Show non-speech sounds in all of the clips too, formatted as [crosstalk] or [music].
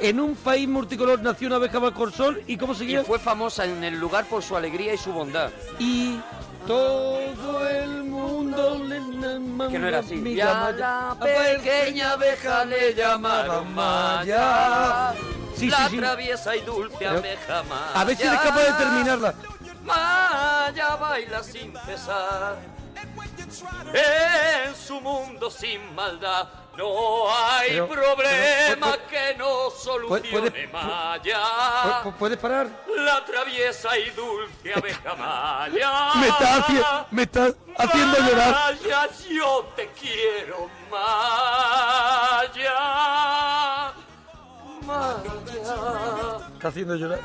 En un país multicolor nació una abeja bajo el sol y ¿cómo seguía? Y fue famosa en el lugar por su alegría y su bondad. Y todo el mundo le Que no era así. Mi Y a Maya. la pequeña abeja le llamaron Maya. Sí, la sí, sí. traviesa y dulce Pero- abeja Maya. A ver si eres capaz de terminarla. Maya baila sin pesar. En su mundo sin maldad no hay Pero- pero, problema pu- pu- que no solucione puede- pu- Maya. ¿Pu- pu- ¿Puedes parar? La traviesa y dulce abeja Maya. [laughs] Me está, haci- me está haciendo llorar. Maya, yo te quiero, Maya. Maya, Está haciendo llorar.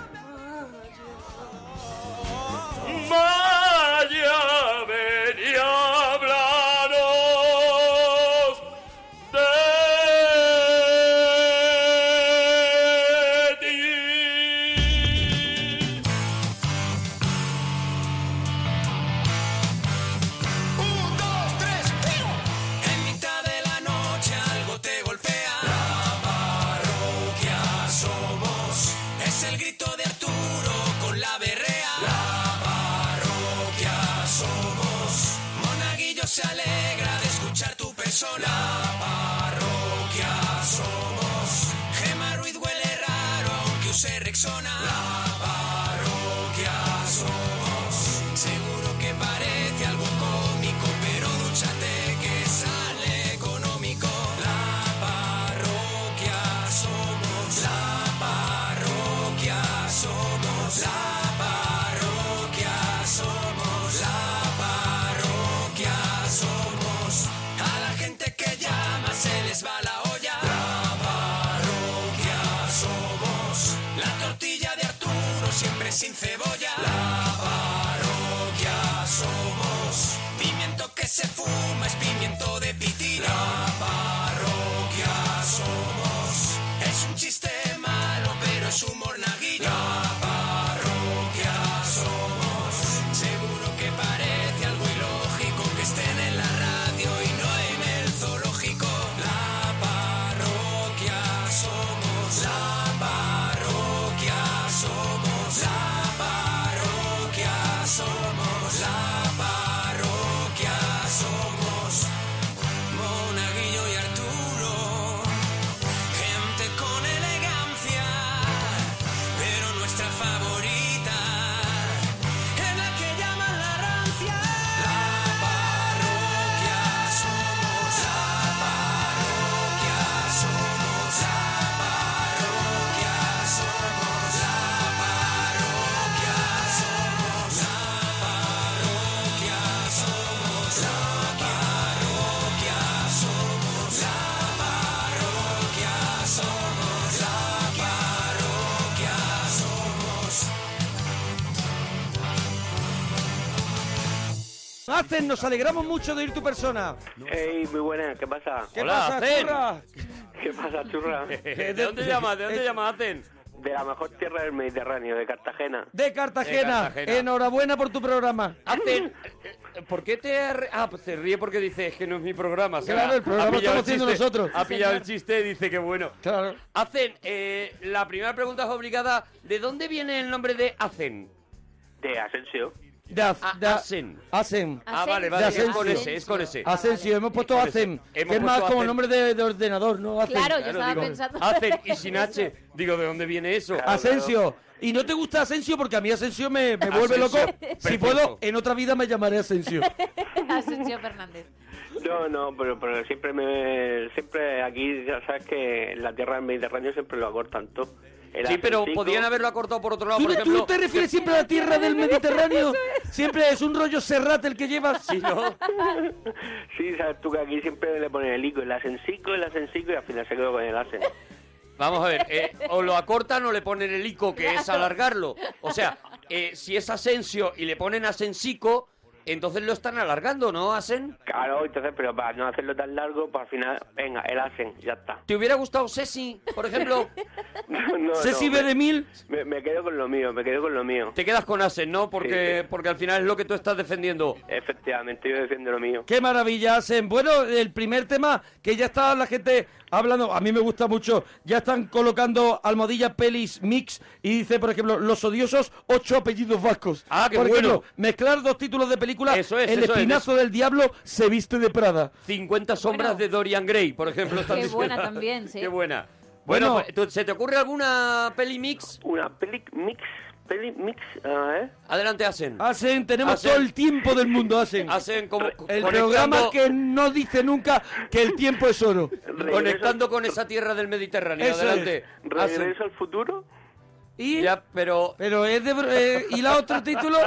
Maya, ven y háblanos de ti. Un, dos, tres, En mitad de la noche algo te golpea. La parroquia somos. Es el grito de Arturo con la berrea. La parroquia somos. Monaguillo se alegra de escuchar tu persona. La parroquia somos. Gema Ruiz huele raro aunque use Rexona. La parroquia somos. Seguro que parece algo cómico, pero dúchate que sale económico. La parroquia somos. La parroquia somos. La parroquia somos. La parroquia somos. A la gente que llama se les va la olla. La parroquia somos. La tortilla de Arturo siempre sin cebolla. La parroquia somos. Pimiento que se fuma es pimiento de pitilla. La parroquia somos. Es un chiste malo, pero es un monaguillo. La parroquia somos. Seguro que parece algo ilógico que estén en la radio y no en el zoológico. La parroquia somos. La parroquia somos. La parroquia somos. La parroquia somos. Monaguillo y Arturo. Gente con elegancia. Pero nuestra favorita. En la que llaman la rancia La parroquia somos La parroquia somos La parroquia somos La parroquia somos La parroquia somos La parroquia somos La parroquia somos La parroquia somos Hacen, nos alegramos mucho de ir tu persona. Hey, muy buena, ¿qué pasa? ¿Qué Hola, pasa, Hacen. curra? ¿Qué pasa, churra? [laughs] ¿De dónde llamas? ¿De dónde llamas, Aten? De la mejor tierra del Mediterráneo, de Cartagena. De Cartagena. De Cartagena. Enhorabuena por tu programa. Hacen. eh, ¿Por qué te.? arre- Ah, pues se ríe porque dice "Es que no es mi programa. o sea, Claro, el ha programa estamos pillado el haciendo chiste, nosotros. Ha pillado el chiste y dice que bueno. Claro. Hacen, eh, la primera pregunta es obligada. ¿De dónde viene el nombre de Hacen? De Asensio. De, Az- A- de- Asen. Asen. Ah, Asen, vale, de vale, es Asensio. con ese, es con ese. Asensio, hemos puesto Parece- Hacen, que hemos es más puesto como Hacen. nombre de, de ordenador, ¿no? Hacen. Claro, yo estaba digo, pensando. Hacen y sin H. Digo, ¿de dónde viene eso? Asensio. ¿Y no te gusta Asensio? Porque a mí Asensio me, me vuelve Asensio, loco. Si perfecto. puedo, en otra vida me [laughs] llamaré Asensio. Asensio Fernández. No, no, pero, pero siempre me, siempre aquí, ya sabes que la tierra del Mediterráneo siempre lo acortan todo. El Sí, pero Asensico- podían haberlo acortado por otro lado, ¿Tú, por tú ejemplo. te refieres siempre a la tierra [laughs] [laughs] del Mediterráneo? Siempre es un rollo serrat el que llevas. Sí, ¿no? Sí, sabes tú que aquí siempre le ponen el ico, el asensico, el asensico y al final se quedó con el asen. Vamos a ver, eh, o lo acortan o le ponen el ico, que es alargarlo. O sea, eh, si es Asensio y le ponen Asensico, Entonces lo están alargando, ¿no, Asen? Claro, entonces, pero para no hacerlo tan largo, para al final, venga, el hacen, ya está. ¿Te hubiera gustado Ceci, por ejemplo? [laughs] No, no, Ceci no, me- Bedemil, me, me quedo con lo mío, me quedo con lo mío. Te quedas con Asen, ¿no? Porque, Sí, sí. porque al final es lo que tú estás defendiendo. Efectivamente, yo defiendo lo mío. qué maravilla hacen. Bueno, el primer tema que ya está la gente hablando, a mí me gusta mucho, ya están colocando almohadilla pelis mix y dice, por ejemplo, los odiosos ocho apellidos vascos. Ah, qué por ejemplo, bueno. mezclar dos títulos de película, Eso es, El eso es, espinazo del diablo se viste de Prada. 50 sombras Bueno. de Dorian Gray, por ejemplo. están Qué buena diciendo. también, sí. [laughs] Qué buena. Bueno, Bueno. pues, ¿tú- ¿se te ocurre alguna peli mix? Una peli mix, peli mix, ah, ¿eh? Adelante, Asen. Hacen, tenemos Hacen. todo el tiempo del mundo, hacen. Asen como El conectando- programa que no dice nunca que el tiempo es oro. conectando con esa tierra del Mediterráneo. Eso es. Adelante. Asen. Regreso al futuro. Y, Ya, pero pero es de, bro- eh, y la otro [laughs] título,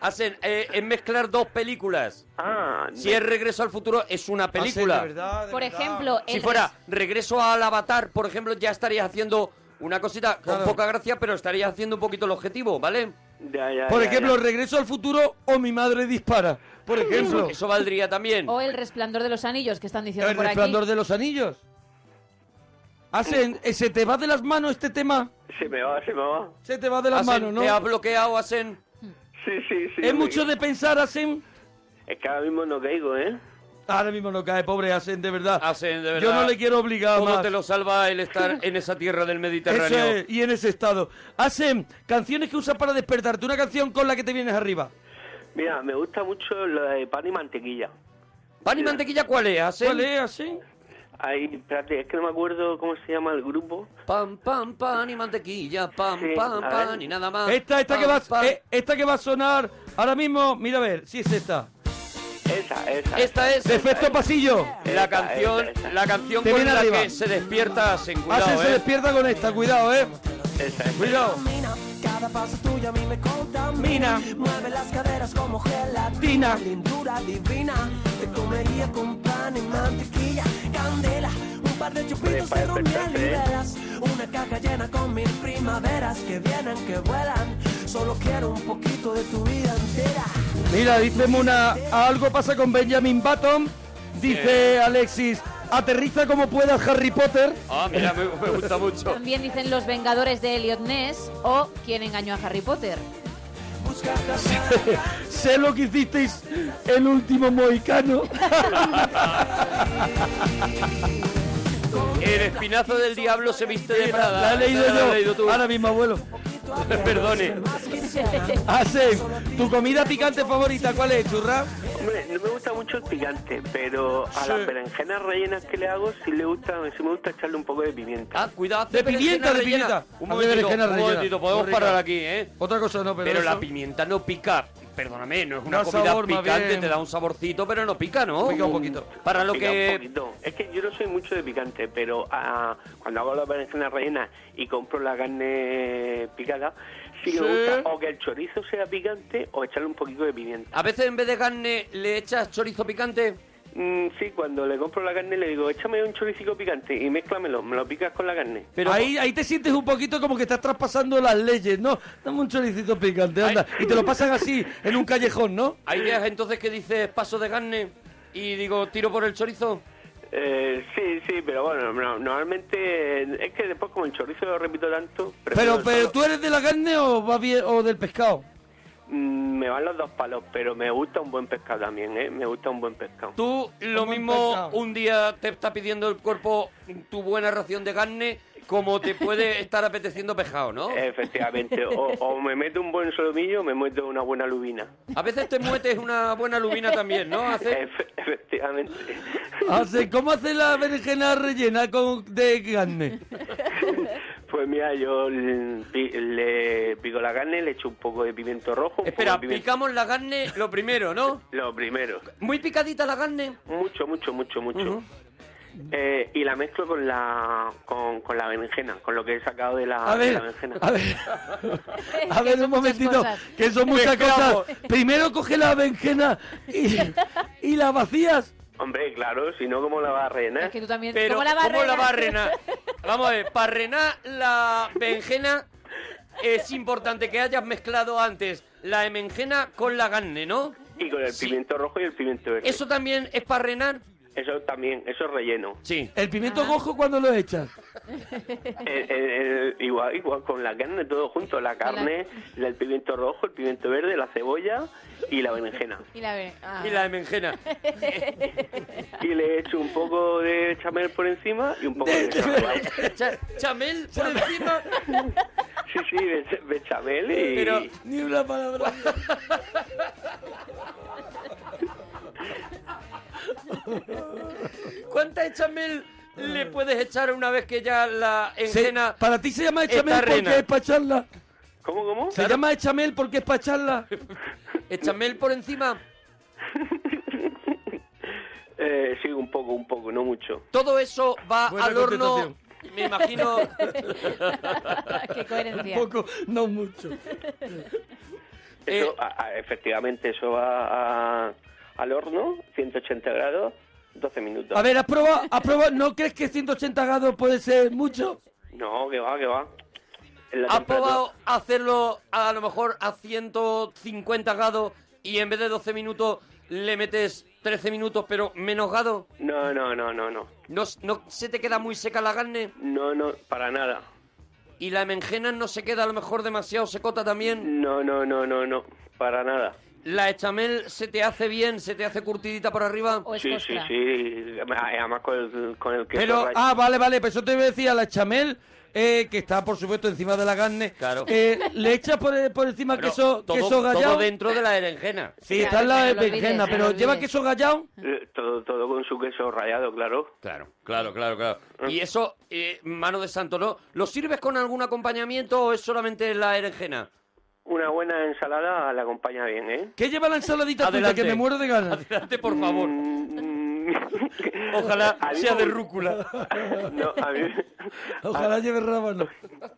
Hacen, eh, es mezclar dos películas. Ah, Si es Regreso al Futuro, es una película. Hacen, de verdad, Ah, de Por verdad. ejemplo, el si res- fuera Regreso al Avatar, por ejemplo, ya estarías haciendo una cosita Claro. con poca gracia, pero estarías haciendo un poquito el objetivo, ¿vale? ya, ya, Por ya, ejemplo, ya. Regreso al futuro o Mi madre dispara. Por ejemplo, Eso valdría también. o el resplandor de los anillos que están diciendo El por aquí. resplandor de los anillos. Hacen, eh, se te va de las manos este tema. Se me va, se me va. Se te va de las Asen, manos, Te ha ¿no? bloqueado, Asen. Sí, sí, sí. Es me- mucho de pensar, Hacen. Es que ahora mismo no caigo, ¿eh? Ahora mismo no cae, pobre Hacen, de verdad. Hacen, de Yo verdad. no le quiero obligar ¿Cómo más. te lo salva [laughs] el estar en esa tierra del Eso Mediterráneo? es, y en ese estado. Hacen canciones que usas para despertarte. Una canción con la que te vienes arriba. Mira, me gusta mucho lo de pan y mantequilla. ¿Pan y mantequilla cuál es, Asen? ¿Cuál es, Hacen? Ahí, espérate, es que no me acuerdo cómo se llama el grupo. Pam, pam, pan y mantequilla, pam, Sí, pam, a pan ver. y nada más. Esta, esta, Pam, que va, pam. eh, esta que va a sonar ahora mismo, mira a ver, si es esta. Esa, esa. Esta es Defecto pasillo. la canción, esa, esa. la canción Te con viene la arriba. que se despierta Asen. Cuidado, Hacen se eh. despierta con esta, cuidado, eh. Esa, esa. Cuidado. Mina, Cada paso tuyo a mí me contamina. Mina. Mueve las caderas como gelatina. Tina. Lindura divina. Te comería con pan y mantequilla. Candela, un par de chupitos para de ron miel despertarse, y ¿eh? velas. Una caja llena con mil primaveras que vienen, que vuelan. Solo quiero un poquito de tu vida entera. Mira, dice Muna, algo pasa con Benjamin Button. Dice Alexis, aterriza como puedas Harry Potter. Ah, mira, me, me gusta mucho. También dicen Los Vengadores de Elliot Ness o Quién engañó a Harry Potter. Busca casa. [laughs] Sé lo que hicisteis el último [laughs] mohicano. El espinazo del diablo se viste de Prada. La he leído Esa la has leído yo. tú. Ahora mismo, abuelo. [laughs] Perdone. [laughs] Hace, tu comida picante favorita, ¿cuál es, churra? Hombre, no me gusta mucho el picante, pero a las berenjenas rellenas que le hago sí le gusta, sí me gusta echarle un poco de pimienta. Ah, cuidado. hace De pimienta, berenjena de rellena. pimienta. Un Hace momentito, berenjena un rellena. momentito. Podemos Muy rica. parar aquí, ¿eh? Otra cosa no, pero, Pero la eso- pimienta no pica. Perdóname, no es una Da comida sabor, más picante, bien. te da un saborcito, pero no pica, ¿no? Pica un poquito. Para lo Pica un que... poquito. Es que yo no soy mucho de picante, pero ah, cuando hago las berenjenas rellenas y compro la carne picada, sí que me Sí. gusta o que el chorizo sea picante o echarle un poquito de pimienta. A veces en vez de carne le echas chorizo picante. Mm, sí, cuando le compro la carne le digo, échame un choricico picante y mézclamelo, me lo picas con la carne. Pero ahí, ahí te sientes un poquito como que estás traspasando las leyes, ¿no? Dame un choricito picante, anda. Ay. Ah, Y te lo pasan así, en un callejón, ¿no? hay días entonces que dices paso de carne y digo tiro por el chorizo. Eh, sí, sí, pero bueno, no, normalmente eh, es que después como el chorizo lo repito tanto... prefiero Pero, el pero solo. tú eres de la carne o, va bien, o del pescado. Mm, Me van los dos palos, pero me gusta un buen pescado también, ¿eh? Me gusta un buen pescado. Tú lo Como un mismo pescado. un día te está pidiendo el cuerpo tu buena ración de carne como [laughs] te puede estar apeteciendo pescado, ¿no? Efectivamente, o, o me meto un buen solomillo o me meto una buena lubina. A veces te muetes una buena lubina también, ¿no? Hace- Efe- efectivamente. Hace- ¿Cómo hace la berenjena rellena con, de carne? Pues mira, yo le, pi- le pico la carne, le echo un poco de pimiento rojo. un Espera, poco de pimiento- picamos la carne lo primero, ¿no? Lo primero. Muy picadita la carne. Mucho, mucho, mucho, mucho. Eh, y la mezclo con la con, con la berenjena, con lo que he sacado de la, A de ver, la berenjena. a ver, a [laughs] Que son ver un muchas momentito, cosas. [laughs] que son muchas cosas. Mezclamos. Primero coge la berenjena y, y la vacías. Hombre, claro, si no, ¿cómo la vas a rellenar? Es que tú también. Pero ¿Cómo la va a rellenar? [laughs] a renar? Vamos a ver, para renar la berenjena es importante que hayas mezclado antes la emenjena con la ganne, ¿no? Y con el pimiento rojo y el pimiento verde. ¿Eso también es para renar? Eso también, eso es relleno. Eh, Sí. ¿El pimiento cojo cuando lo echas? El- el- el- eh, igual, igual, con la carne todo junto, la carne, la- el pimiento rojo, el pimiento verde, la cebolla y la berenjena. Y la ver- ah. Y [laughs] la emenjena. Y le echo un poco de chamel por encima y un poco de chamel. Cha- chamel por encima. Sí, sí, de, de chamel y... Pero Ni una palabra. ¿cuánta chamel le puedes echar una vez que ya la Se- enjena para ti se llama echamel Está porque rena. es para charla. ¿Cómo, cómo? Se llama echamel porque es [laughs] para charla. Echamel por encima. Eh, sí, un poco, un poco, no mucho. Todo eso va Buena al horno. contestación. Me imagino. [laughs] [laughs] Qué coherencia. Poco, [laughs] no mucho. Eso, Eh. a- a- efectivamente, eso va a- al horno, 180 grados, 12 minutos. A ver, ¿has probado, has probado- ¿No crees que 180 grados puede ser mucho? No, que va, que va. En la ¿Has temperatura- probado hacerlo a lo mejor a 150 grados y en vez de 12 minutos le metes 13 minutos pero menos grados? No, no, no, no, no. ¿No, no se te queda muy seca la carne? No, no, para nada. ¿Y la menjena no se queda a lo mejor demasiado secota también? No, no, no, no, no, para nada. ¿La echamel se te hace bien, se te hace curtidita por arriba? O es Sí, sí, costra. sí. Además con el, con el queso Pero, ralle- ah, vale, vale, pues eso te iba a decir a la chamel, eh, que está por supuesto encima de la carne. Claro. Eh, le echas por, por encima Pero queso, todo, queso todo gallado. dentro de la berenjena. Sí, Claro, está en la no lo olvides, berenjena, no lo pero lleva olvides. queso gallado. Eh, Todo, todo con su queso rallado, claro. Claro, claro, claro, claro. Y Mm. eso, eh, mano de santo, ¿no? ¿Lo sirves con algún acompañamiento o es solamente la berenjena? Una buena ensalada la acompaña bien, ¿eh? ¿Qué lleva la ensaladita tuya? Adelante. Que me muero de ganas. Adelante, por favor. Mm, Ojalá [laughs] A mí sea me de gu- rúcula. No, a mí, Ah. Ojalá lleve rábano.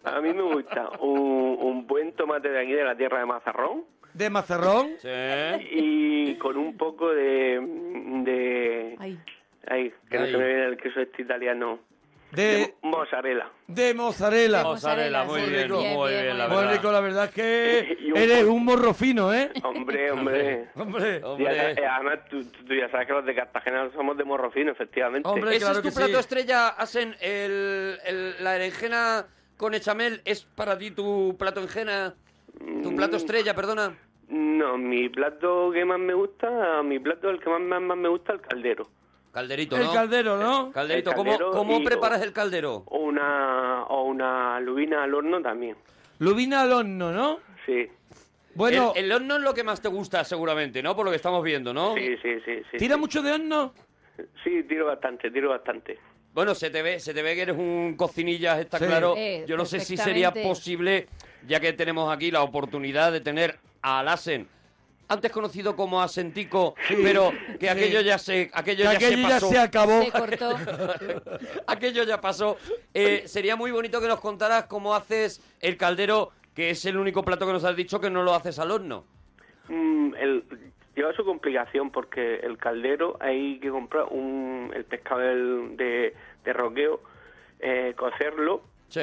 a mí me gusta un, un buen tomate de aquí de la tierra de Mazarrón De mazarrón. Sí. y con un poco de... de Ay. ay, que no Ay. se me viene el queso este italiano. De, mozzarella. de mozzarella. Mozzarella, muy bien, muy bien, la Bueno, verdad. Nico, la verdad es [laughs] que Y un- eres un morro fino, ¿eh? [laughs] Hombre, hombre. Hombre. Ya Hombre, sabes- eh, además, tú, tú- tú ya sabes que los de Cartagena somos de morro fino, efectivamente. Hombre, ese claro es tu que sí. plato estrella, hacen el, el- la berenjena con echamel. ¿Es para ti tu plato enjena? Tu Mm. plato estrella, perdona. No, mi plato que más me gusta, mi plato el que más, más, más me gusta, el caldero. Calderito, ¿no? El caldero, ¿no? Calderito, El ¿cómo, caldero cómo y- preparas el caldero? O una, o una lubina al horno también, Lubina al horno, ¿no? sí. Bueno, el, el horno es lo que más te gusta, seguramente, ¿no? Por lo que estamos viendo, ¿no? Sí, sí, sí. sí ¿tira sí. mucho de horno? Sí, tiro bastante, tiro bastante. Bueno, se te ve, se te ve que eres un cocinillas, está Sí. claro. Eh, Yo no sé si sería perfectamente. posible, ya que tenemos aquí la oportunidad de tener a Alasen, antes conocido como Asentico, pero que aquello ya se, aquello Que ya se aquello ya pasó. se acabó. Se cortó. [laughs] Aquello ya pasó. Eh, sería muy bonito que nos contaras cómo haces el caldero, que es el único plato que nos has dicho que no lo haces al horno. Mm, el, lleva su complicación porque el caldero hay que comprar un, el pescado del- de, de roqueo, eh, cocerlo, Sí.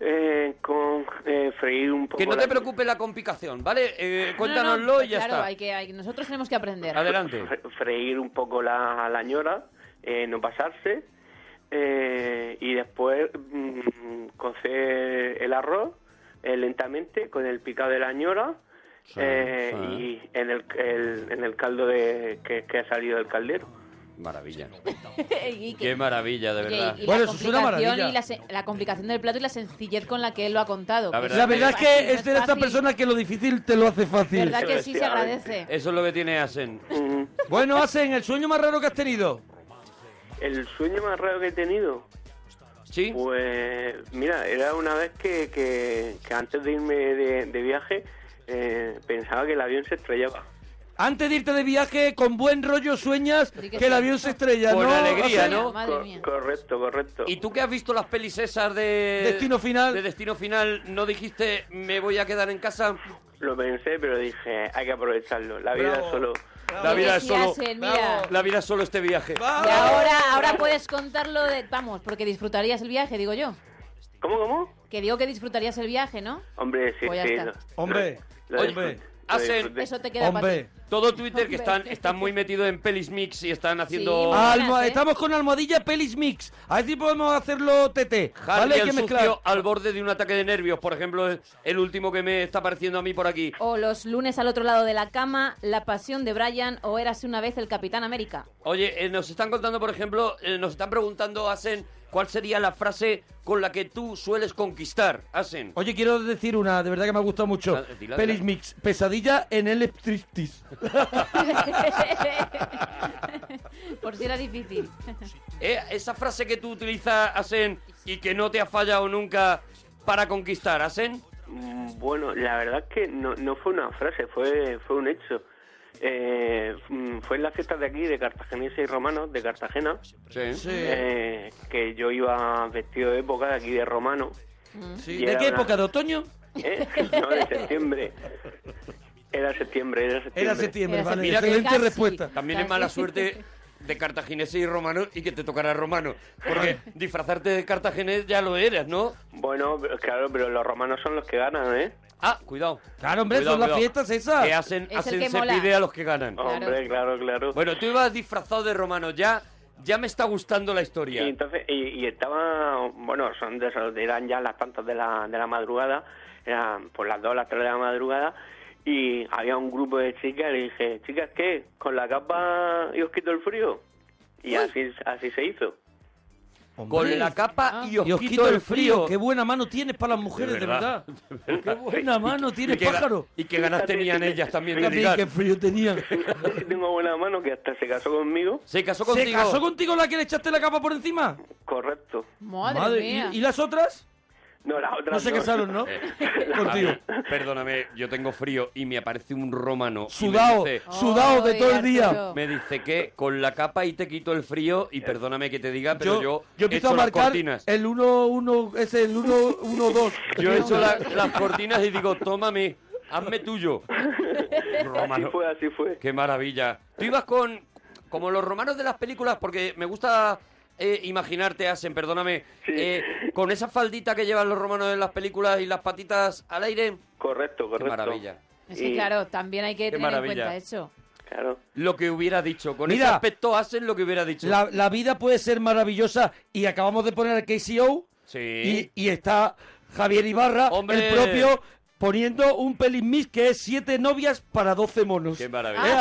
eh, con eh, freír un poco. Que no te la- preocupes la complicación, ¿vale? Eh, cuéntanoslo No, no, y ya claro, está. Hay que, hay, nosotros tenemos que aprender. Adelante. Fre- Pues, freír un poco la, la ñora, eh, no pasarse, eh, y después mm, cocer el arroz eh, lentamente con el picado de la ñora eh, y en el, el- en el caldo de, que, que ha salido del caldero. Maravilla. [laughs] Y que- Qué maravilla, de Oye, verdad. y- y Bueno, la eso es una complicación maravilla. Y la, se- la complicación del plato y la sencillez con la que él lo ha contado. La verdad La verdad es que fácil, es de no estas fácil. personas que lo difícil te lo hace fácil. verdad que sí se agradece. Eso es lo que tiene Asen. Mm, Bueno, hacen el sueño más raro que has tenido. el sueño más raro que he tenido, ¿Sí? pues mira, era una vez que, que- que antes de irme de, de viaje eh, pensaba que el avión se estrellaba. Antes de irte de viaje, con buen rollo sueñas Di que que el sí. avión se estrella, Con ¿no? alegría, Hacen? ¿no? Madre Co- mía. correcto, correcto. ¿Y tú que has visto las pelis esas de... Destino Final. De Destino Final, ¿no dijiste me voy a quedar en casa? Lo pensé, pero dije, hay que aprovecharlo. La vida Bravo. es solo. La Oye, vida es sí, solo... Asen, mira. La vida es solo este viaje. Y ahora, ahora puedes contarlo de... Vamos, porque disfrutarías el viaje, digo yo. ¿Cómo, cómo? Que digo que disfrutarías el viaje, ¿no? Hombre, sí, Pues ya sí. está. lo- Hombre, lo- lo hombre. disfruté. hacen Eso te queda para ti. Hombre. todo Twitter que están, están muy metidos en pelis mix y están haciendo... muy buenas, Almo- ¿eh? Estamos con almohadilla pelis mix. A ver si podemos hacerlo TT. Harry eh, ¿Vale? Hay el que sucio mezclar. al borde de un ataque de nervios, por ejemplo, es el último que me está apareciendo a mí por aquí. O los lunes al otro lado de la cama, La pasión de Brian o Érase una vez el Capitán América. Oye, eh, nos están contando, por ejemplo, eh, nos están preguntando, Asen, cuál sería la frase con la que tú sueles conquistar, Asen. Oye, quiero decir una, de verdad que me ha gustado mucho. Dila, dila. Pelis mix. Pesadilla en el [laughs] striptease. Por si era difícil. [laughs] Eh, esa frase que tú utilizas, Asen, y que no te ha fallado nunca para conquistar, Asen. Mm, Bueno, la verdad es que no, no fue una frase, fue, fue un hecho. Eh, mm, fue en las fiestas de aquí, de cartageneses y romanos, de Cartagena, Sí. eh, que yo iba vestido de época de aquí de romano, Sí, Y ¿De era qué una- época? ¿De otoño? [laughs] ¿eh? no, de septiembre. Era septiembre, era septiembre. Era septiembre, Era vale. septiembre. Excelente Casi. respuesta. También es mala suerte de cartagineses y romanos y que te tocará romano. Porque disfrazarte de cartaginés ya lo eres, ¿no? Bueno, pero- claro, pero los romanos son los que ganan, ¿eh? Ah, cuidado. Claro, hombre, Cuidado, son las cuidado. fiestas esas. Que hacen, Es Eh, el hacen que se mola. pide a los que ganan. Claro. Hombre, claro, claro. Bueno, tú ibas disfrazado de romano ya. Ya me está gustando la Y historia. entonces, y, y estaba, bueno, son de esos- eran ya las tantas de la, de la madrugada, eran por las dos, las tres de la madrugada, y había un grupo de chicas, le dije, chicas, ¿qué? ¿Con la capa y os quito el frío? Y así, así se hizo. Hombre. Con la capa y os, Y os quito el Ah. frío. Qué buena mano tienes para las mujeres, de De verdad, verdad. [laughs] Qué buena mano tienes, y que, ga- pájaro. Y que ganas tenían ellas también. de También ligar. qué frío tenían. [laughs] Fíjate si tengo buena mano que hasta se casó conmigo, Se casó contigo. ¿Se casó contigo la que le echaste la capa por encima? correcto. Madre, mía. ¿Y, y las otras? No, la otra No se casaron, [laughs] ¿no? Contigo. A ver, Perdóname, yo tengo frío y me aparece un romano. y me Sudado, dice- sudado de Ay, todo el día. Arturo. Me dice que con la capa y te quito el frío Eh, y perdóname que te diga, pero yo, yo he empiezo hecho a las marcar cortinas. el 1-1, es el 1-1-2. [laughs] Yo he [laughs] hecho la- las cortinas y digo, tómame, hazme tuyo. Así Romano. fue, así fue. Qué maravilla. Tú ibas con, como los romanos de las películas, porque me gusta eh, imaginarte, Asen, perdóname, eh, con esa faldita que llevan los romanos en las películas y las patitas al aire. Correcto, Qué correcto. maravilla. Es que Y- claro, también hay que tener maravilla. en cuenta eso. Claro. Lo que hubiera dicho. Con Mira. ese aspecto, Asen, lo que hubiera dicho. La, la vida puede ser maravillosa y acabamos de poner a KCO Sí. y, y está Javier Ibarra, Hombre. el propio, poniendo un pelis mix que es siete novias para 12 monos. Qué maravilla. Eh, Ah, qué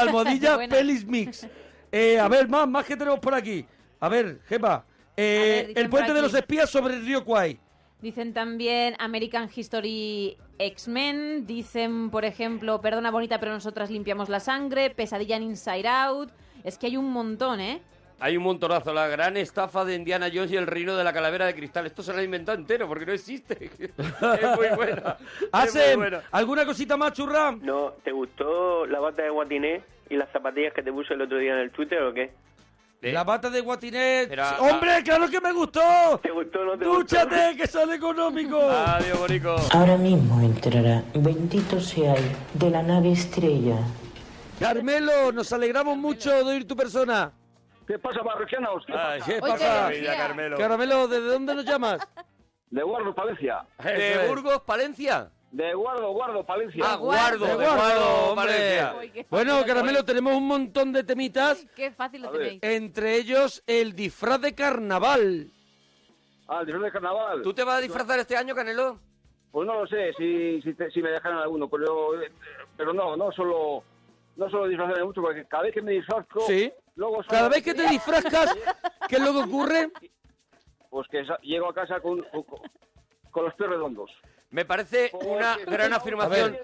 [laughs] Almohadilla buena. pelis mix. Eh, a ver, más, más que tenemos por aquí. A ver, Gemma. eh, A ver, dicen el puente por de aquí. los espías sobre el río Kwai. Dicen también American History X-Men. Dicen, por ejemplo, Perdona Bonita, pero nosotras limpiamos la sangre. Pesadilla en Inside Out. Es que hay un montón, ¿eh? Hay un montonazo. La gran estafa de Indiana Jones y el reino de la calavera de cristal. Esto se lo ha inventado entero porque [laughs] no existe. es muy buena. Es muy Hacen buena. alguna cosita más, churra. No, ¿te gustó la bata de guatiné y las zapatillas que te puse el otro día en el Twitter o qué? Eh, La bata de Guatinet. Era- ¡Hombre, claro que me gustó! ¿Te gustó o no te gustó? ¡Dúchate, que sale económico! Adiós, Bonico. Ahora mismo entrará, bendito sea él, de la nave estrella. Carmelo, nos alegramos mucho de oír tu persona. ¿Qué pasa, parroquianos? Ay, ¿Qué Oye, pasa? Lucía. Carmelo. Carmelo, ¿desde dónde nos llamas? Eh, De Guardo, Palencia. [laughs] De Eso es. Burgos, Palencia. De Guardo, Guardo, Palencia. Ah, Guardo, de De Guardo, Guardo, hombre. Palencia. Uy, qué Bueno, fácil lo Carmelo, tenemos un montón de temitas, tenéis. Qué fácil lo ver. tenéis. entre ellos el disfraz de carnaval. Ah, el disfraz de carnaval. ¿Tú te vas a disfrazar este año, Canelo? Pues no lo sé si, si, te- si me dejaron alguno, pero, eh, pero no, no solo, no solo disfrazarme mucho, porque cada vez que me disfrazco, Sí. luego salgo- Cada vez que te [laughs] disfrazas, ¿qué es lo que ocurre? Pues que sa- llego a casa con, con, con los pies redondos. Pues Me parece una gran afirmación.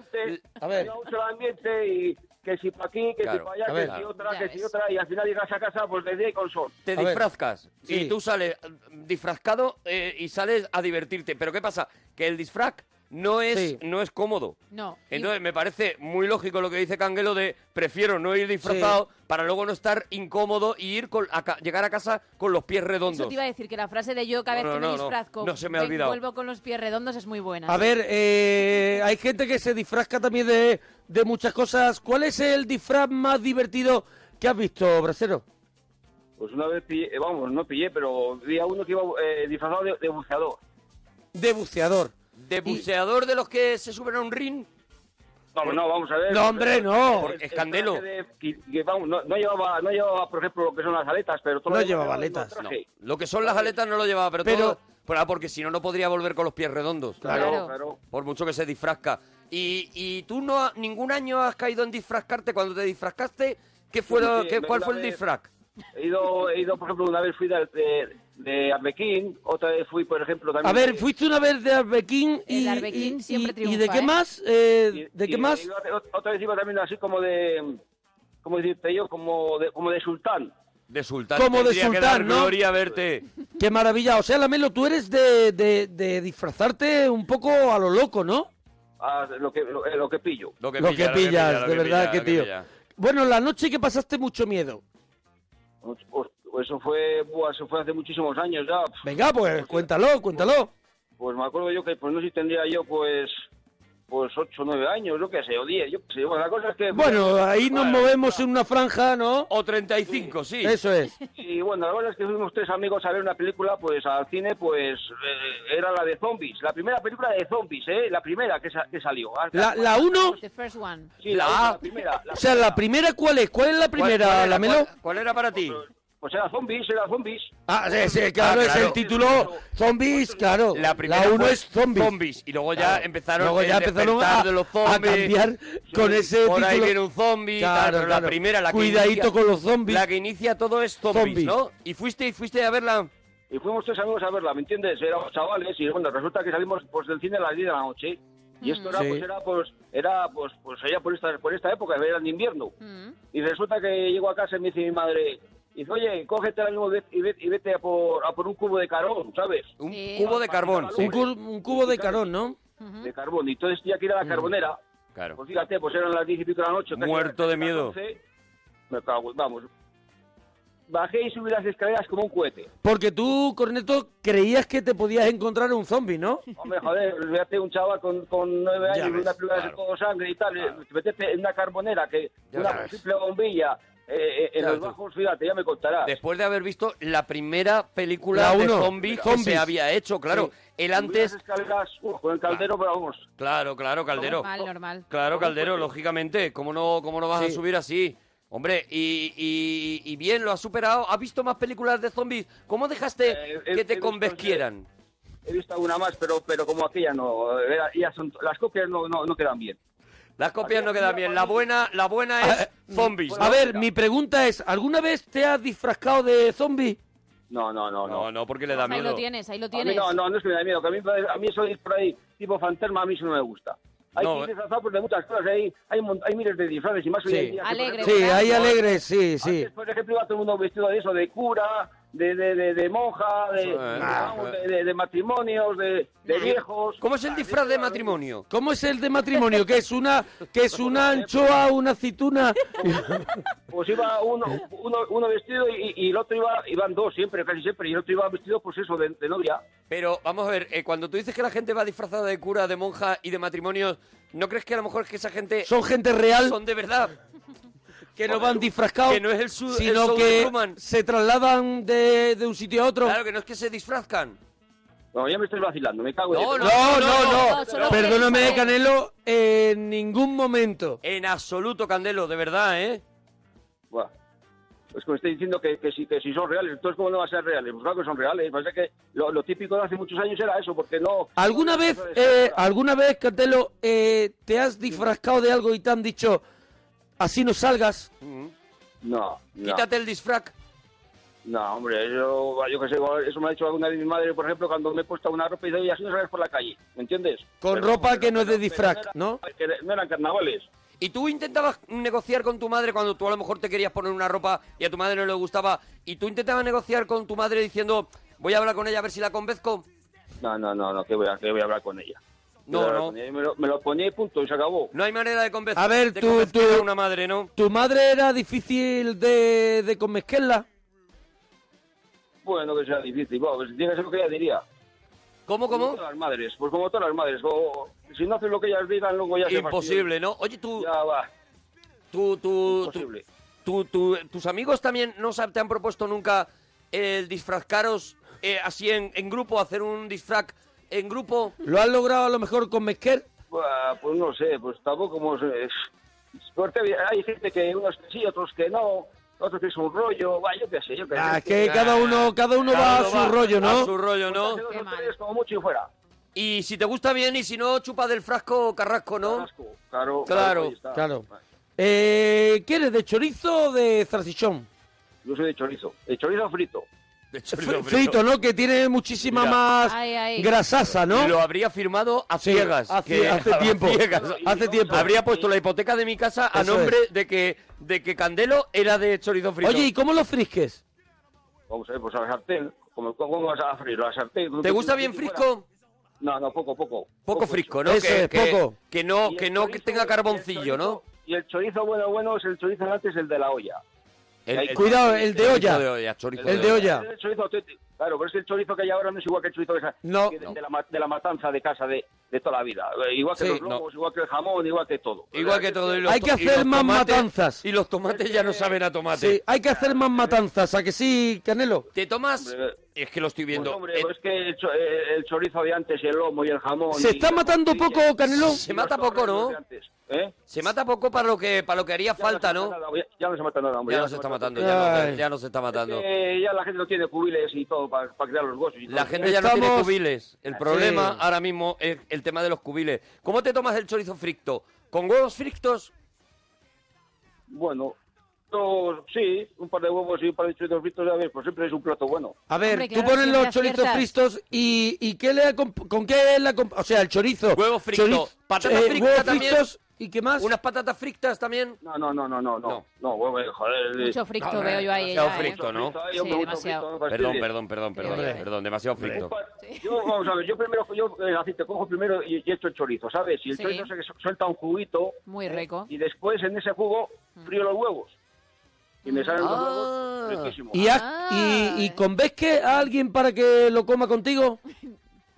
a ver. Me da mucho el ambiente y que si para aquí, que Claro, si para allá, a que ver. si otra, Ya que ves. si otra, y al final llegas a casa pues de día y con sol. Te A ver. disfrazcas y Sí. tú sales eh, disfrazado eh, y sales a divertirte. Pero ¿qué pasa? Que el disfraz no es, Sí. no es cómodo. No. Entonces me parece muy lógico lo que dice Canguelo de prefiero no ir disfrazado para luego no estar incómodo y ir con, a ca- llegar a casa con los pies Eso redondos. te iba a decir que la frase de yo cada vez No, que no, me no. disfrazco No, se me ha ven- olvidado. vuelvo con los pies redondos es muy buena. A ver, eh, hay gente que se disfrazca también de, de muchas cosas. ¿Cuál es el disfraz más divertido que has visto, Brasero? Pues una vez pillé, eh, vamos, no pillé, pero vi a uno que iba eh, disfrazado de, de buceador. De buceador. ¿De buceador de los que se suben a un ring? ¿Eh? Vamos, no, vamos a ver. No, hombre, no. El- el traje Escandelo. de- que- que vamos, no, no llevaba, no llevaba, por ejemplo, lo que son las aletas, pero todo No lo demás era llevaba el mismo aletas, No. traje. Lo que son las aletas no lo llevaba, pero, Pero- todo- pero- ah, porque si no, no podría volver con los pies redondos. Claro. Claro, claro. Por mucho que se disfrazca. Y, y tú no ha- ningún año has caído en disfrascarte. Cuando te disfrascaste, ¿qué fue lo- Sí, qué- ¿cuál una fue el vez- disfraz? He ido, he ido, por ejemplo, una vez fui de, de, de Arlequín, otra vez fui, por ejemplo, también. A ver, de- fuiste una vez de Arbequín y. El Arbequín y- siempre y- ¿Y de triunfa, qué ¿eh? más? Eh, y- ¿De y qué más? iba- otra vez iba también así como de, ¿cómo decirte yo? Como de, como de sultán. De sultán. Como de Tendría que dar sultán, ¿no? gloria verte. Qué maravilla. O sea, Lamelo, tú eres de, de- de disfrazarte un poco a lo loco, ¿no? a lo que, lo, eh, lo que pillo. Lo que, lo pilla, que pillas, pilla, lo de verdad, pilla, que lo tío. pilla. Bueno, la noche que pasaste mucho miedo. Pues, Eso fue, buah, eso fue hace muchísimos años ya. Venga, pues cuéntalo, cuéntalo. Pues me acuerdo yo que, pues no sé si tendría yo, pues, pues ocho, nueve años, yo qué sé, o diez, yo qué sé. Bueno, la cosa es [laughs] que... pues, Bueno, ahí nos Bueno, movemos en una franja, ¿no? O 35, sí. Eso es. Y bueno, la verdad es que fuimos tres amigos a ver una película, pues al cine, pues eh, era la de zombies, la primera película de zombies, ¿eh? La primera que, sa- que salió. Ah, La, la uno, The first one. sí, la, la- la primera. la o sea, la primera, ¿cuál es? ¿Cuál es la ¿Cuál- primera, cuál era, Lamelo? [laughs] cuál- ¿Cuál era para ti? Pues era zombies, era zombies. Ah, sí, sí, claro, Ah, es claro. el título Zombies, claro. La primera uno fue es Zombies. Y luego ya Claro. empezaron, Luego el ya empezaron despertar a, de los a zombies. cambiar con ese Por ahí título. viene un zombie. y tal, Claro, pero claro. La primera, la que Cuidadito inicia- con los zombies. La que inicia todo es zombies, Zombies. ¿no? Y fuiste y fuiste a verla. Y fuimos tres amigos a verla, ¿me entiendes? Éramos chavales y bueno, resulta que salimos pues del cine a las 10 de la noche. Y esto era, Sí. pues, era, pues, era, pues, pues, allá por esta, por esta época, era en invierno. Mm. Y resulta que llego a casa y me dice mi madre, dice, oye, cógete la misma vez y vete, y vete a, por, a por un cubo de carón, ¿sabes? Un Sí. cubo de carbón. Un sí. Un, cur- un cubo de carón, ¿no? De carbón. Y entonces tenía que ir a la carbonera. Mm, Claro. Pues fíjate, pues eran las 10 y pico de la noche. casi Muerto las de miedo. 11. Me cago, en- vamos. Bajé y subí las escaleras como un cohete. Porque tú, Corneto, creías que te podías encontrar un [laughs] zombie, ¿no? [laughs] Hombre, joder, fíjate, un chaval con, con nueve Ya años, ves, una película claro. de todo sangre y tal, eh, te metiste en una carbonera, que Ya una ves. simple bombilla, eh, eh, en Ya los ves tú. bajos, fíjate, ya me contarás. Después de haber visto la primera película La de uno. zombies que Zombies. se había hecho, claro. El Subí las antes. escaleras, uh, con el caldero, pero vamos. Claro, claro, Caldero. Normal, normal. Claro, Caldero, lógicamente. ¿Cómo no, cómo no vas a subir así? Hombre, y, y- y bien, lo has superado. ¿Has visto más películas de zombies? ¿Cómo dejaste Eh, he- que he te visto, convenzquieran? He visto alguna más, pero, pero como aquella no, eh, era- ya son, las copias no, no, no quedan bien. Las copias no quedan bien. La buena, la [laughs] buena es Mm. zombies. A ver, mi pregunta es, ¿alguna vez te has disfrazado de zombie? No, no, no, no. No, no, porque le da Ahí lo miedo. tienes, ahí lo A mí tienes. no, no, no es que me da miedo, que a mí, a mí eso de ir por ahí, tipo fantasma, a mí eso no me gusta. Hay No, que ir eh. disfrazado por de muchas cosas, hay, hay, mon- hay miles de disfraces y más hoy en día. que, Pues por Alegre, ejemplo, Sí, ¿verdad? hay alegres, sí, sí. Antes, por ejemplo, iba todo el mundo vestido de eso, de cura, de, de, de, de monja, de, Sí, de- ah, vamos, eh. de, de- de matrimonios, de, de viejos. ¿Cómo es el disfraz de matrimonio? ¿Cómo es el de matrimonio? ¿Que es una, que es [laughs] una anchoa, una aceituna? Pues iba uno, uno, uno vestido y, y el otro iba, iban dos siempre, casi siempre, y el otro iba vestido, pues eso, de, de novia. Pero vamos a ver, eh, cuando tú dices que la gente va disfrazada de cura, de monja y de matrimonios, ¿no crees que a lo mejor es que esa gente Son gente real son de verdad? que no van disfrazados, que no es el su- el sino show de que Truman. se trasladan de, de un sitio a otro. Claro que no es que se disfrazcan. Bueno, ya me estoy vacilando, me cago en... No, Dios. No, no, no, no. no, no, solo Perdóname, Félix. Canelo, en ningún momento. En absoluto, Candelo, de verdad, ¿eh? Buah. Pues que me estoy diciendo que, que, si, que si son reales, entonces ¿cómo no van a ser reales? Pues claro que son reales, pasa que lo, lo típico de hace muchos años era eso, porque no... ¿Alguna no- vez, no- eh, alguna vez, Cantelo, eh, te has disfrazado de algo y te han dicho, así no salgas? No, no. Mm. Quítate el disfraz. No, hombre, yo, yo qué sé, eso me ha dicho alguna vez mi madre, por ejemplo, cuando me he puesto una ropa y dice, oye, así no sales por la calle, ¿me entiendes? Con Pero- ropa pero- que no es de pero- disfraz, pero ¿no? era- que no eran carnavales. ¿Y tú intentabas negociar con tu madre cuando tú a lo mejor te querías poner una ropa y a tu madre no le gustaba? ¿Y tú intentabas negociar con tu madre diciendo, voy a hablar con ella a ver si la convenzco? No, no, no, no, que voy a, que voy a hablar con ella. No, Voy a hablar no. con ella y Me lo, me lo ponía y punto, y se acabó. No hay manera de convencer A ver, de tú- convencer tú- a una madre, ¿no? ¿Tu madre era difícil de, de convencerla? Bueno, que sea difícil, bueno, pues tiene que ser lo que ella diría. ¿Cómo, Como cómo? todas las madres, pues como todas las madres, o- si no haces lo que ellas digan, luego ya se Imposible, ¿no? Oye, tú, fastidian. Ya va, tú, tú, tú, imposible. tú- tú- tus amigos también no se- te han propuesto nunca el disfrazcaros eh, así en, en grupo, hacer un disfraz en grupo. ¿Lo has logrado a lo mejor convencer? Buah, pues no sé, pues tampoco como es, suerte había- hay gente que unos que sí, otros que no, otros que es un rollo, va, yo qué sé, yo qué Ah, sé. es que cada uno, cada uno Cada va a uno su va rollo, A su ¿no? rollo, ¿no? Dos o Qué tres, mal. como mucho y fuera. Y si te gusta bien y si no, chupa del frasco carrasco, ¿no? Asco, Claro, Claro, ahí está. Claro. Eh, ¿Quieres de chorizo o de zarcichón? Yo soy de chorizo, de chorizo frito. De hecho, Fr- lo- Frito, ¿no? Que tiene muchísima Mira. más Ay, ay. grasasa, ¿no? Y lo habría firmado a Sí, ciegas. hace- que- hace a tiempo. ciegas. Hace tiempo. Habría puesto la hipoteca de mi casa a Eso nombre de que de que Candelo era de chorizo frito. Oye, ¿y cómo lo frisques? Vamos a ver, pues a la sartén. Como, ¿Cómo vas a freírlo? A la sartén. ¿te gusta bien Si fuera- frisco? No, no, poco, poco. Poco frisco, ¿no? Eso que, es, que- poco. que no Y el que no que chorizo- tenga carboncillo, el ¿no? chorizo- Y el chorizo bueno, bueno es el chorizo de antes, el de la olla. El- Cuidado, el de chorizo olla. de olla, chorizo El de olla. Es el chorizo auténtico. Claro, pero es que el chorizo que hay ahora no es igual que el chorizo de, esa- No. que de, de la, ma- de la matanza de casa de, de toda la vida. Eh, Igual que Sí, los lobos, igual que el jamón, igual que todo. Igual que todo. y los Hay que to- y hacer los más tomates- matanzas. Y los tomates ya no saben a tomate. Sí, hay que hacer más matanzas, ¿a que sí, Canelo? ¿Te tomas? Hombre, Es que lo estoy Pues, viendo. hombre, Eh, pues es que el, cho- eh, el chorizo de antes, el lomo y el jamón. ¿Se y está la matando morcilla, poco, Canelo? y Se los mata poco, torrenos ¿no? de antes, ¿eh? Se mata poco para lo que para lo que Ya haría falta, se ¿no? mata nada, ya- Ya no se mata nada, hombre. Ya no se está matando, nada. ya no, Ay. ya no se está matando. Eh, ya la gente no tiene cubiles y todo para, para crear los gozos. y todo. La gente ya no Estamos- tiene cubiles. El problema Sí. ahora mismo es el tema de los cubiles. ¿Cómo te tomas el chorizo frito? ¿Con huevos fritos? Bueno, yo- sí, un par de huevos y un par de chorizos fritos, ya ves, pues siempre es un plato bueno. A ver, Hombre, tú claro, pones siempre los chorizos aciertas. fritos y, y ¿qué le acom- ¿con qué le acom- O sea, el chorizo. eh, Huevo frito, patata frita huevos también. fritos y qué más. ¿Unas patatas fritas también? No, no, no, no, no, No. no. No, huevo, joder. eh. Mucho fricto veo yo ahí. demasiado ya, ¿eh? fricto. ¿no? Ay, Sí, hombre, mucho demasiado. frito, no Perdón, fastidies. perdón, perdón, perdón, Hombre. perdón, demasiado frito. Yo, vamos a ver, yo primero, yo el aceite cojo primero y, y echo el chorizo, ¿sabes? Y el Sí. chorizo se su- suelta un juguito. Muy ¿eh? rico. Y después en ese jugo Mm. frío los huevos. Y me salen los Ah. huevos riquísimos. ¿Y, haz- Ah. y, y convenzque a alguien para que lo coma contigo?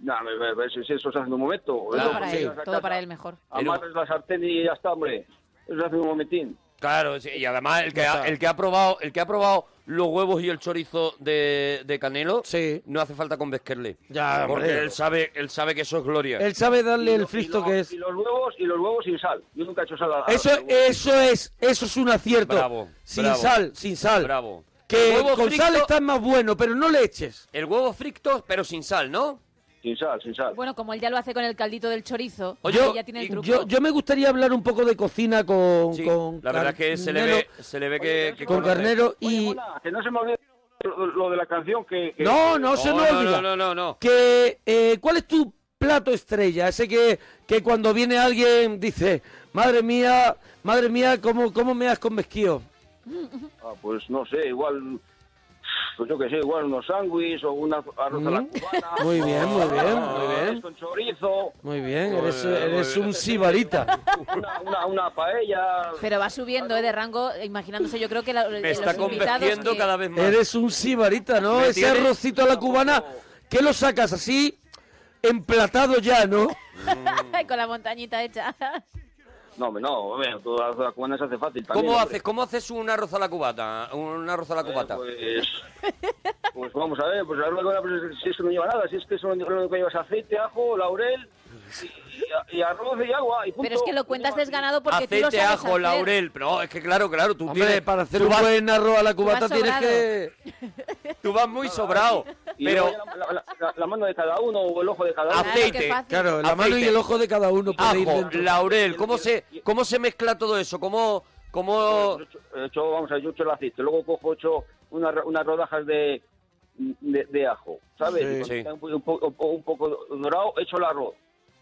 No, me, me, me- si- si eso pues, se hace en un momento. Claro, Todo para sí. él, todo para él mejor. Amarras la sartén y ya está, hombre. Eso se hace en un momentín. Claro, sí, y además el que, ha, el que ha probado el que ha probado los huevos y el chorizo de, de Canelo, Sí. no hace falta convesquerle. Ya, porque hombre. él sabe, él sabe que eso es gloria. Él sabe darle Y el lo- y fristo lo- que es. Y los huevos, y los huevos sin sal. Yo nunca he hecho sal a- a- Eso, a los huevos. eso es, eso es un acierto. Bravo, Sin bravo. sal, sin sal. Bravo. Que El huevo con frito- sal está más bueno, pero no le eches. El huevo frito, pero sin sal, ¿no? Sin sal, sin sal. Bueno, como él ya lo hace con el caldito del chorizo, Oye, ahí ya tiene el y truco. Yo, yo me gustaría hablar un poco de cocina con, Sí, con la verdad es que se le Carnero- ve, se le ve que, que con conoce. Carnero Oye, y Mona, que no se me olvide lo, lo de la canción que... que- no, no No, se no, nos olvida. no, no, no, no. Que eh, ¿cuál es tu plato estrella? Ese que, que cuando viene alguien dice, "Madre mía, madre mía, cómo cómo me has convesquido." Ah, pues no sé, igual... Pues yo qué sé, igual unos sándwiches o una arroz a la Mm. cubana. Muy bien, muy bien, Ah, muy bien. Con chorizo, Muy bien, Muy eres, bien, muy eres bien. un sibarita. una, una, una paella... Pero va subiendo eh, de rango, imaginándose, yo creo que la- Me los está invitados convirtiendo que- cada vez más. Eres un sibarita, ¿no? Me Ese tienes- arrocito a la cubana, que lo sacas así, emplatado ya, ¿no? [laughs] con la montañita hecha. No, hombre, no, hombre, tú arroz a la cubana se hace fácil también, ¿Cómo hombre. haces, ¿Cómo haces un arroz a la cubata? Un arroz a la cubata. Eh, [laughs] Pues, pues vamos a ver, pues la verdad que ahora, pues, si eso no lleva nada, si es que eso no- lo único que llevas aceite, ajo, laurel y, y- y arroz y agua. Y punto. Pero es que lo cuentas No lleva- desganado porque tú lo Aceite, sabes ajo, hacer. laurel. No, es que claro, claro, tú, Hombre, tienes- para hacer tú un vas, buen arroz a la cubata vas tienes sobrado. que... Eh, tú vas muy sobrado. Y Pero luego ya la, la- la- la mano de cada uno o el ojo de cada uno. Claro, Aceite, qué fácil. Claro, la Aceite. mano y el ojo de cada uno puede ir ajo, dentro. laurel, ¿cómo se, cómo se mezcla todo eso? ¿Cómo, cómo... Yo echo- Yo, echo, vamos a ver, yo echo el aceite, luego cojo echo una ro- unas rodajas de, de, de ajo, ¿sabes? Sí. Y cuando está Sí. Un, po- un po- un po- un poco dorado, echo el arroz,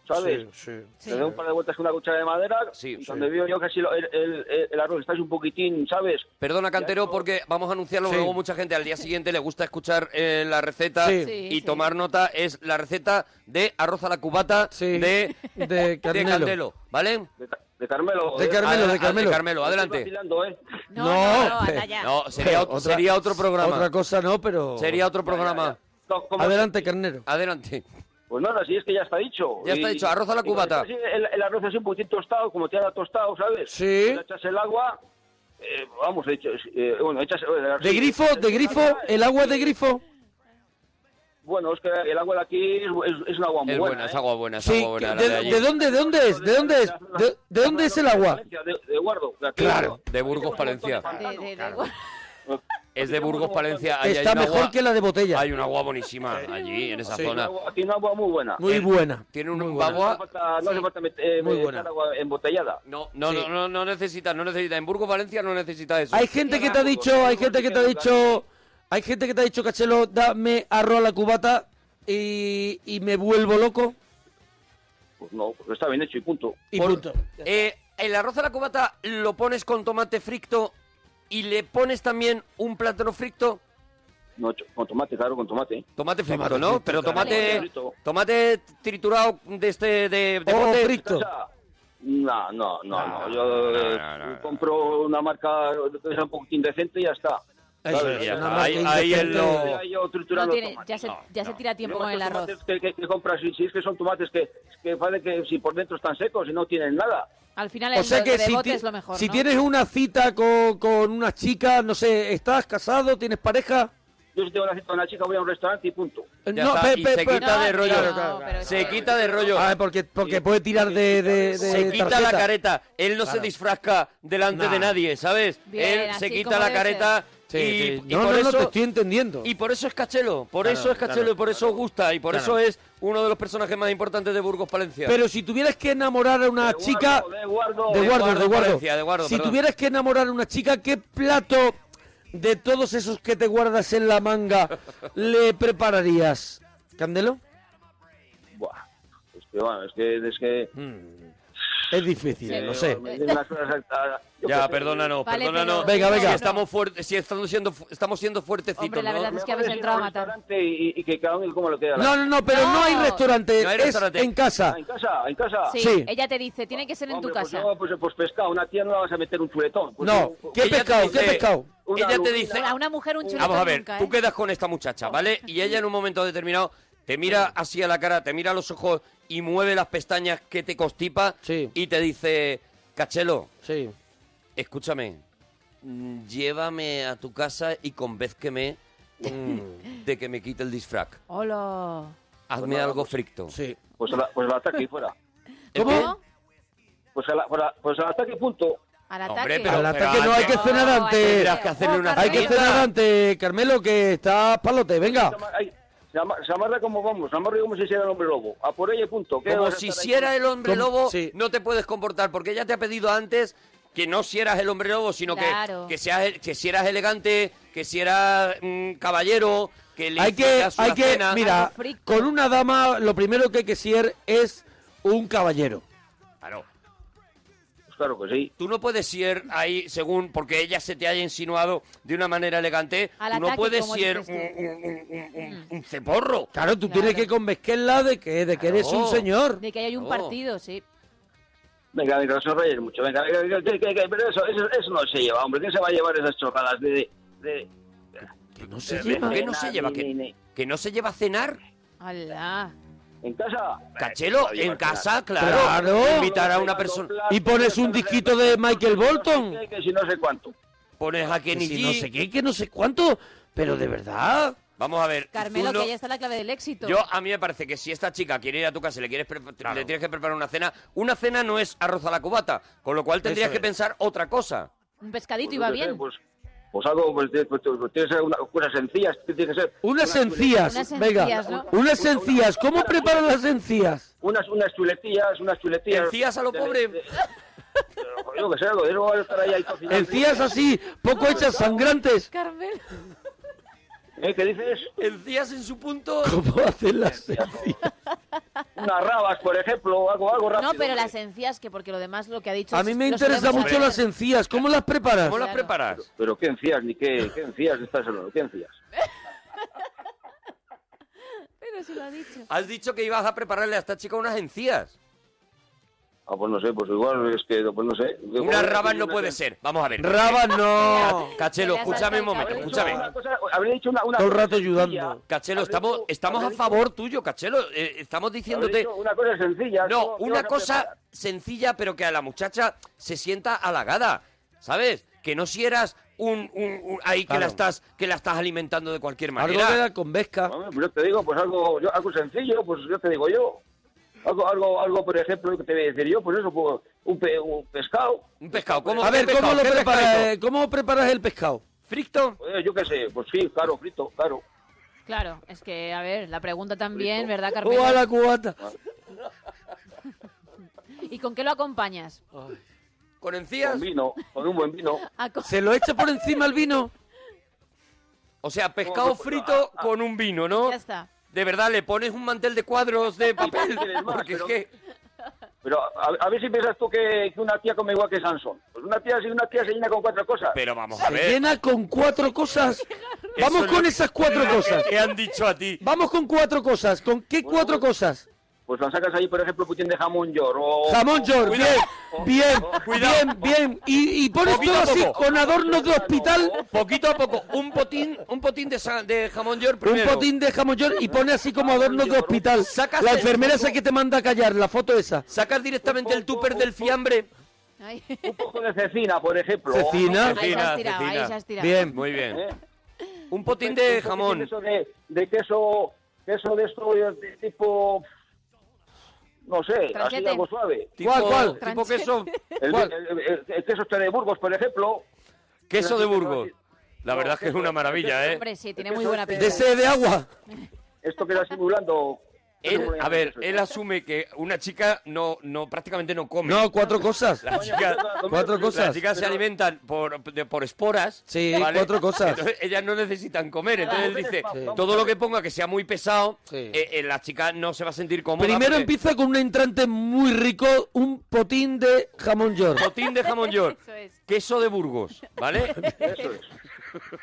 ¿sabes? Sí, Sí. Le doy un par de vueltas con una cuchara de madera Sí, y sí. cuando veo yo que así lo- el, el- el- el arroz está así un poquitín, ¿sabes? Perdona, Cantero, porque vamos a anunciarlo, Sí. luego mucha gente al día siguiente le gusta escuchar eh, la receta Sí. Sí, y sí. tomar nota. Es la receta de arroz a la cubata Sí. de, [laughs] De de Carmelo. ¿vale? De, Ca- de Carmelo. De ¿eh? Carmelo. Adela- Carmelo. Estoy adelante. vacilando, ¿eh? No, no, no, pero- anda ya. No, sería, Pero ot- otra- sería otro programa. Otra cosa no, pero... Sería otro programa. No, ¿cómo? Adelante, carnero. Adelante. Pues nada, si es que ya está dicho. Ya está dicho, arroz a la y cuando cubata. está así, el, el arroz así un poquitín tostado, como te ha tostado, ¿sabes? Sí. Le echas el agua, eh, vamos, he hecho, eh, bueno, echas... eh, ¿De sí, grifo, echas de el grifo, agua, el agua de grifo? bueno, es que el agua de aquí es, es- es un agua muy Es buena. buena, es ¿eh? agua buena, es Sí, agua que- buena. la de, allí. de dónde, de dónde es? ¿De dónde es? ¿De, de dónde es el agua? De, de Guardo. de aquí. Claro. De Burgos, Palencia. De- de- de- [laughs] Es de Burgos, Palencia. Ahí Está hay un mejor agua- que la de botella. Hay un agua buenísima allí, en esa Sí. zona. Tiene una agua muy buena. Muy el- buena. Tiene un buena. No hace agua... falta, no hace falta met- eh, Muy meter buena. agua embotellada. No, no, Sí. no, no, no necesita, no necesita. En Burgos, Valencia no necesita eso. Hay gente que te ha dicho, hay gente que te ha dicho, hay gente que te ha dicho, Cachelo, dame arroz a la cubata y, y me vuelvo loco. Pues no, pues está bien hecho y punto. Y Por- punto. Eh, el arroz a la cubata lo pones con tomate frito y le pones también un plátano frito. No, cho- con tomate, claro, con tomate. Tomate frito, Tomate ¿no? frito, Pero claro. tomate, Frito. tomate triturado de este de, de O bote. Oh, frito. No, no, no, No, no. Yo no, eh, no, no, no. compro una marca que sea un poquitín decente y ya está. Eso Claro, es, ya una está. marca Ahí- ahí indecente. en lo- Yo ya yo No triturando tiene- tomates. ya se, No, ya se no. tira tiempo Yo con el estos arroz. tomates Que, que- que compras, si, si es que son tomates que, que parece que si por dentro están secos y no tienen nada. Al final O el sea de- que de si, bote ti- es lo mejor, si ¿no? tienes una cita con, con una chica, no sé, ¿estás casado? ¿Tienes pareja? Yo si tengo una cita con una chica voy a un restaurante y punto. Eh, Ya está, y se quita No, de rollo. claro, claro, claro. Se quita de rollo. Ah, porque, porque puede tirar de, de- de se quita la tarjeta. careta. Él no se disfrazca delante Nah. de nadie, ¿sabes? Bien, Él se así quita como la debe careta Sí, y, sí. y No, por no, no, eso te estoy entendiendo. Y por eso es cachelo, por Claro, eso es cachelo claro, y por eso gusta y por Claro. eso es uno de los personajes más importantes de Burgos Palencia. Pero si tuvieras que enamorar a una De chica... guardo, de guardo. De guardo, de guardo. Valencia, de guardo, si perdón. tuvieras que enamorar a una chica, ¿qué plato de todos esos que te guardas en la manga le prepararías? ¿Candelo? Buah, es que, bueno, es que... Es que Es difícil, Sí, lo eh, sé. me dicen las cosas, ah, yo Ya, qué sé. perdónanos, Vale, perdónanos. pero- Venga, venga. Si estamos fuertes, si estamos siendo, fu- estamos siendo fuertecitos, Hombre, la ¿no? verdad es que Mejor habéis es ir entrado a un matar. restaurante Y, y- y que cada uno como lo queda. No, no, no, pero no, No. hay restaurante, No hay es restaurante. en casa. Ah, en casa, en casa. Sí, Sí. ella te dice, tiene que ser en tu Hombre, pues casa. yo, pues, pues pescado, una tía no la vas a meter un chuletón. Pues No, un- ¿qué Ella te pescado? ¿Qué dice- pescado? una Ella te lubina. dice, A una mujer un chuletón Vamos a ver, nunca, tú ¿eh? quedas con esta muchacha, ¿vale? Y ella en un momento determinado te mira así a la cara, te mira a los ojos y mueve las pestañas que te constipa Sí. y te dice, Cachelo, Sí. escúchame, mm, llévame a tu casa y convézqueme [laughs] mm, de que me quite el disfraz. Hola. Hazme algo fricto. Sí. Pues, al- pues al ataque y fuera. ¿El ¿Cómo? qué? ¿No? Pues al, pues al- pues al ataque y punto. Al Hombre, ataque. pero- Al ataque no hay que antes- cenar No, antes. Tendrás que hacerle una Hay que Carmelo. cenar antes, Carmelo, que estás palote, venga. Se ama- ay, Se, ama- se amarra como vamos, se amarra como si hiciera el hombre lobo. A por ella y punto. ¿Qué Como vas a si estar ahí hiciera el hombre Como- lobo, sí. no te puedes comportar, porque ella te ha pedido antes que no si eras el hombre lobo, sino que- Claro. que, seas, que si eras elegante, que si eras mm, caballero, que le hay que, hicieras hay una que, cena. mira, Algo frito. con una dama lo primero que hay que ser es un caballero. Ah, Claro. Pues claro que sí. Tú no puedes ser ahí según porque ella se te haya insinuado de una manera elegante. Al tú no ataque, puedes como ser dices un, tú. eh, un- un- un- un ceporro. Claro, tú Claro. tienes que convencerla de que, de que Claro. eres un señor. Oh. Oh. De que hay un No. partido, sí. Venga, venga, no se rayes mucho. Venga, venga, venga, que- que- que- pero eso, eso, eso no se lleva, hombre. ¿Quién se va a llevar esas chorradas de. de, de- Que no se de- lleva. de- ¿Qué no se ni- lleva? ni- ¿Qué? ni- Que no se lleva a cenar. Alá. ¿En casa? Cachelo, Eh, no se en va a llevar casa, nada. claro. Claro. Invitar a una persona. ¿Y pones un disquito de Michael Bolton? Que- Que si no sé cuánto. Pones a Kenny Que si no G. sé qué, que no sé cuánto, pero de verdad. Vamos a ver. tú Carmelo, no- que ahí está la clave del éxito. Yo, a mí me parece que si esta chica quiere ir a tu casa y le, quieres pre- le tienes que preparar una cena, una cena no es arroz a la cubata, con lo cual tendrías Eso que es. pensar otra cosa. Un pescadito Pues iba yo qué sé, bien. Pues, pues algo, pues, de- pues, pues, tiene que ser una cosa sencilla, tiene que ser Unas encías, Unas venga. encías, ¿no? Unas encías. ¿Cómo preparan las encías? unas, unas chuletillas, unas chuletillas. Encías a lo De- pobre. de- pero, Yo que sé, algo de eso, voy a estar ahí, ahí cocinando. Encías así, poco hechas, sangrantes. Carmelo. ¿Eh? ¿Qué dices? Encías en su punto. [laughs] ¿Cómo hacen las encías? Unas rabas, por ejemplo, algo, algo rápido. No, pero las hombre. encías, que porque lo demás lo que ha dicho... A es- mí me lo interesan solemos mucho hacer. las encías. ¿Cómo las preparas? ¿Cómo las Claro. preparas? Pero qué encías, ni qué, qué encías estás hablando, qué encías. Pero si lo ha dicho. Has dicho que ibas a prepararle a esta chica unas encías. Ah, pues no sé, pues igual es que, pues no sé. Unas rabas no puede ser. Vamos a ver. Rabas no. [laughs] Cachelo, Se le ha escúchame un saltado el momento, cabrón. escúchame. Una cosa- Habré dicho una, una Todo el cosa rato sencilla, ayudando. Cachelo, habré estamos, dicho- estamos a habré dicho- favor tuyo, Cachelo. Eh, estamos habré diciéndote... dicho Una cosa sencilla. No, ¿cómo- qué una vas a cosa preparar? sencilla, pero que a la muchacha se sienta halagada, ¿sabes? Que no si eras un, un- un- ahí que Claro. la estás que la estás alimentando de cualquier Algo manera. que ver con Vesca. Hombre, pues yo te digo, pues algo, yo- algo sencillo, pues yo te digo yo. Algo, algo, algo, por ejemplo, que te voy a decir yo, pues eso, pues, un, pe- un pescado. Un pescado, ¿cómo? A ¿Qué ver, ¿cómo pescado? lo ¿Qué preparas? pescadito? eh? ¿Cómo preparas el pescado? ¿Fricto? Eh, yo qué sé, pues sí, claro, frito, claro. Claro, es que, a ver, la pregunta también, ¿verdad, Carmen? ¡Oh, a la cubata! [laughs] ¿Y con qué lo acompañas? ¿Con encías? Con vino, con un buen vino. ¿A co- ¿Se lo echa por encima al vino? O sea, pescado Ah, frito con un vino, ¿no? Ya está. De verdad, le pones un mantel de cuadros de papel. quieres más, Porque es pero- que. Pero a, a ver si piensas tú que, que una tía come igual que Sansón. Pues una tía, si una tía se llena con cuatro cosas. Pero vamos a Se ver. llena con cuatro cosas. Vamos es con lo- esas cuatro cosas. [laughs] ¿Qué han dicho a ti? Vamos con cuatro cosas. ¿Con qué cuatro cosas? Pues la sacas ahí, por ejemplo, putín de jamón york. o- Jamón o- york, cuidado, bien, o- bien, o- bien, bien. Y, y pones Oh, Poquito todo a así poco. Oh, con adornos de hospital. Poquito a poco, un potín, un potín de, sa- de jamón york Un primero. potín de jamón york y pones así como adornos de hospital. Sacas La el- enfermera esa que te manda a callar, la foto esa. Sacas directamente el tupper del fiambre. Ay. Un poco de cecina, por ejemplo. Cecina. Ahí se Cecina, has tirado, ahí cecina. se has tirado. Bien. Muy O- bien. ¿eh? Un potín de Un poquitín jamón. De, eso de, de queso, queso de esto de tipo... No sé, así Tranchete. algo suave. Tipo, ¿Cuál, cuál? Tipo queso, El, ¿Cuál? el- el- el queso este de Burgos, por ejemplo. queso de Burgos. La No, verdad es que es queso- una maravilla, ¿eh? Hombre, sí, tiene muy buena este- De pinta. ese de agua. Esto que era así muy blando. Él, a ver, él asume que una chica no, no prácticamente no come. No, cuatro cosas. La chica- Cuatro Las cosas. chicas se alimentan por, de- por esporas. Sí, cuatro cosas. Entonces, ellas no necesitan comer. Entonces él dice, Sí. todo lo que ponga que sea muy pesado, Sí. eh, eh, la chica no se va a sentir cómoda. Primero porque- empieza con un entrante muy rico, un potín de jamón york. Potín de jamón york. Eso es. Queso de Burgos, [laughs] ¿vale? Eso es.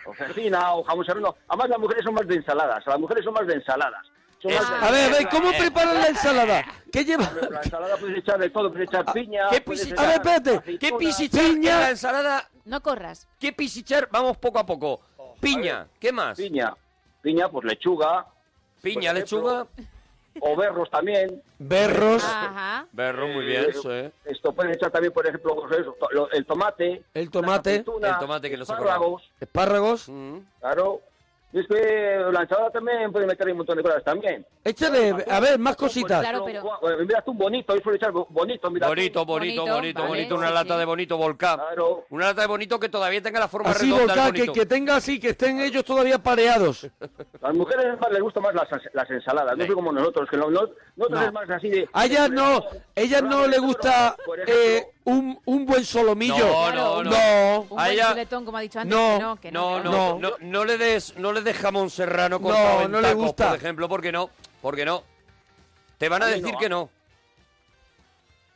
O cecina, o jamón serrano. Además, las mujeres son más de ensaladas. Las mujeres son más de ensaladas. Son más Eso. de- A ver, a ver, ¿cómo preparan la ensalada? ¿Qué lleva? La ensalada puedes echar de todo, puedes echar piña. Ah, ¿Qué puedes pisi- A echar ver, espérate. aceitunas. ¿Qué pisichar en Piña. la ensalada? No corras. ¿Qué pisichar? Vamos poco a poco. Piña, ¿qué más? Piña. Piña, pues lechuga. Piña, Por lechuga. ejemplo. O berros también. Berros, Ajá. Berro, muy bien, eso, ¿eh? Esto puedes echar también, por ejemplo, pues eso, to- lo- el tomate. el tomate, aceitunas, El tomate que no se acuerda. espárragos, espárragos. Mm. Claro. Y es que la ensalada también puede meter ahí un montón de cosas también. Échale, a ver, más cositas. Claro, pero- Bueno, Mira tú, bonito, hoy suele echar bo- bonito, mira. tú. Bonito, bonito, Bonito, bonito, vale, bonito. Una sí, lata sí. de bonito volcán. Claro. Una lata de bonito que todavía tenga la forma Así, redonda del volcán, que, bonito. que tenga así, que estén ellos todavía pareados. Las mujeres es más les gustan más las, las ensaladas, no Sí. soy como nosotros, que no- no- nosotros No. es más así de... A ellas de- no, ellas no le gusta Por ejemplo, eh, un, un buen solomillo. No, no, no. No. Un Ah, buen ya. chuletón, como ha dicho antes. No, que no, que No, no. que no, no, No. no le des, no le des jamón serrano cortado No, en no le tacos, gusta. por ejemplo, porque no, porque no. Te van a A mí decir no. que no.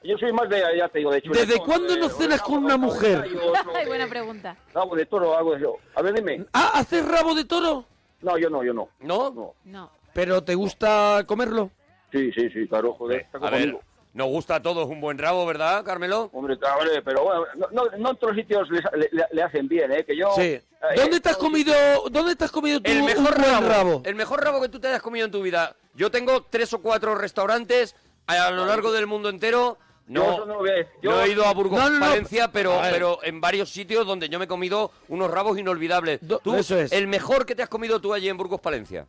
Yo soy más de, ya te digo, de chuletón, ¿Desde cuándo de- no o de cenas rabo, con una o de mujer? [laughs] gallo, o [laughs] Ay, de- buena pregunta. Rabo de toro, algo de eso. A ver, dime. Ah, ¿haces rabo de toro? No, yo no, yo no. ¿No? No. No. ¿Pero te gusta comerlo? Sí, sí, sí, claro, joder, está A ver, conmigo. nos gusta a todos un buen rabo, ¿verdad, Carmelo? Hombre, está- vale, pero bueno, no, no, no en todos sitios les- le, le- le hacen bien, ¿eh? Que yo... Sí. eh, ¿Dónde te has no, comido, dónde te has comido tú El un mejor buen rabo, rabo? El mejor rabo que tú te hayas comido en tu vida. Yo tengo tres o cuatro restaurantes a lo largo del mundo entero. Yo No, eso no lo voy a decir. yo Yo- he ido a Burgos, No, no, no. Valencia, pero, A ver. pero en varios sitios donde yo me he comido unos rabos inolvidables. Do- Tú, eso es. El mejor que te has comido tú allí en Burgos, Palencia.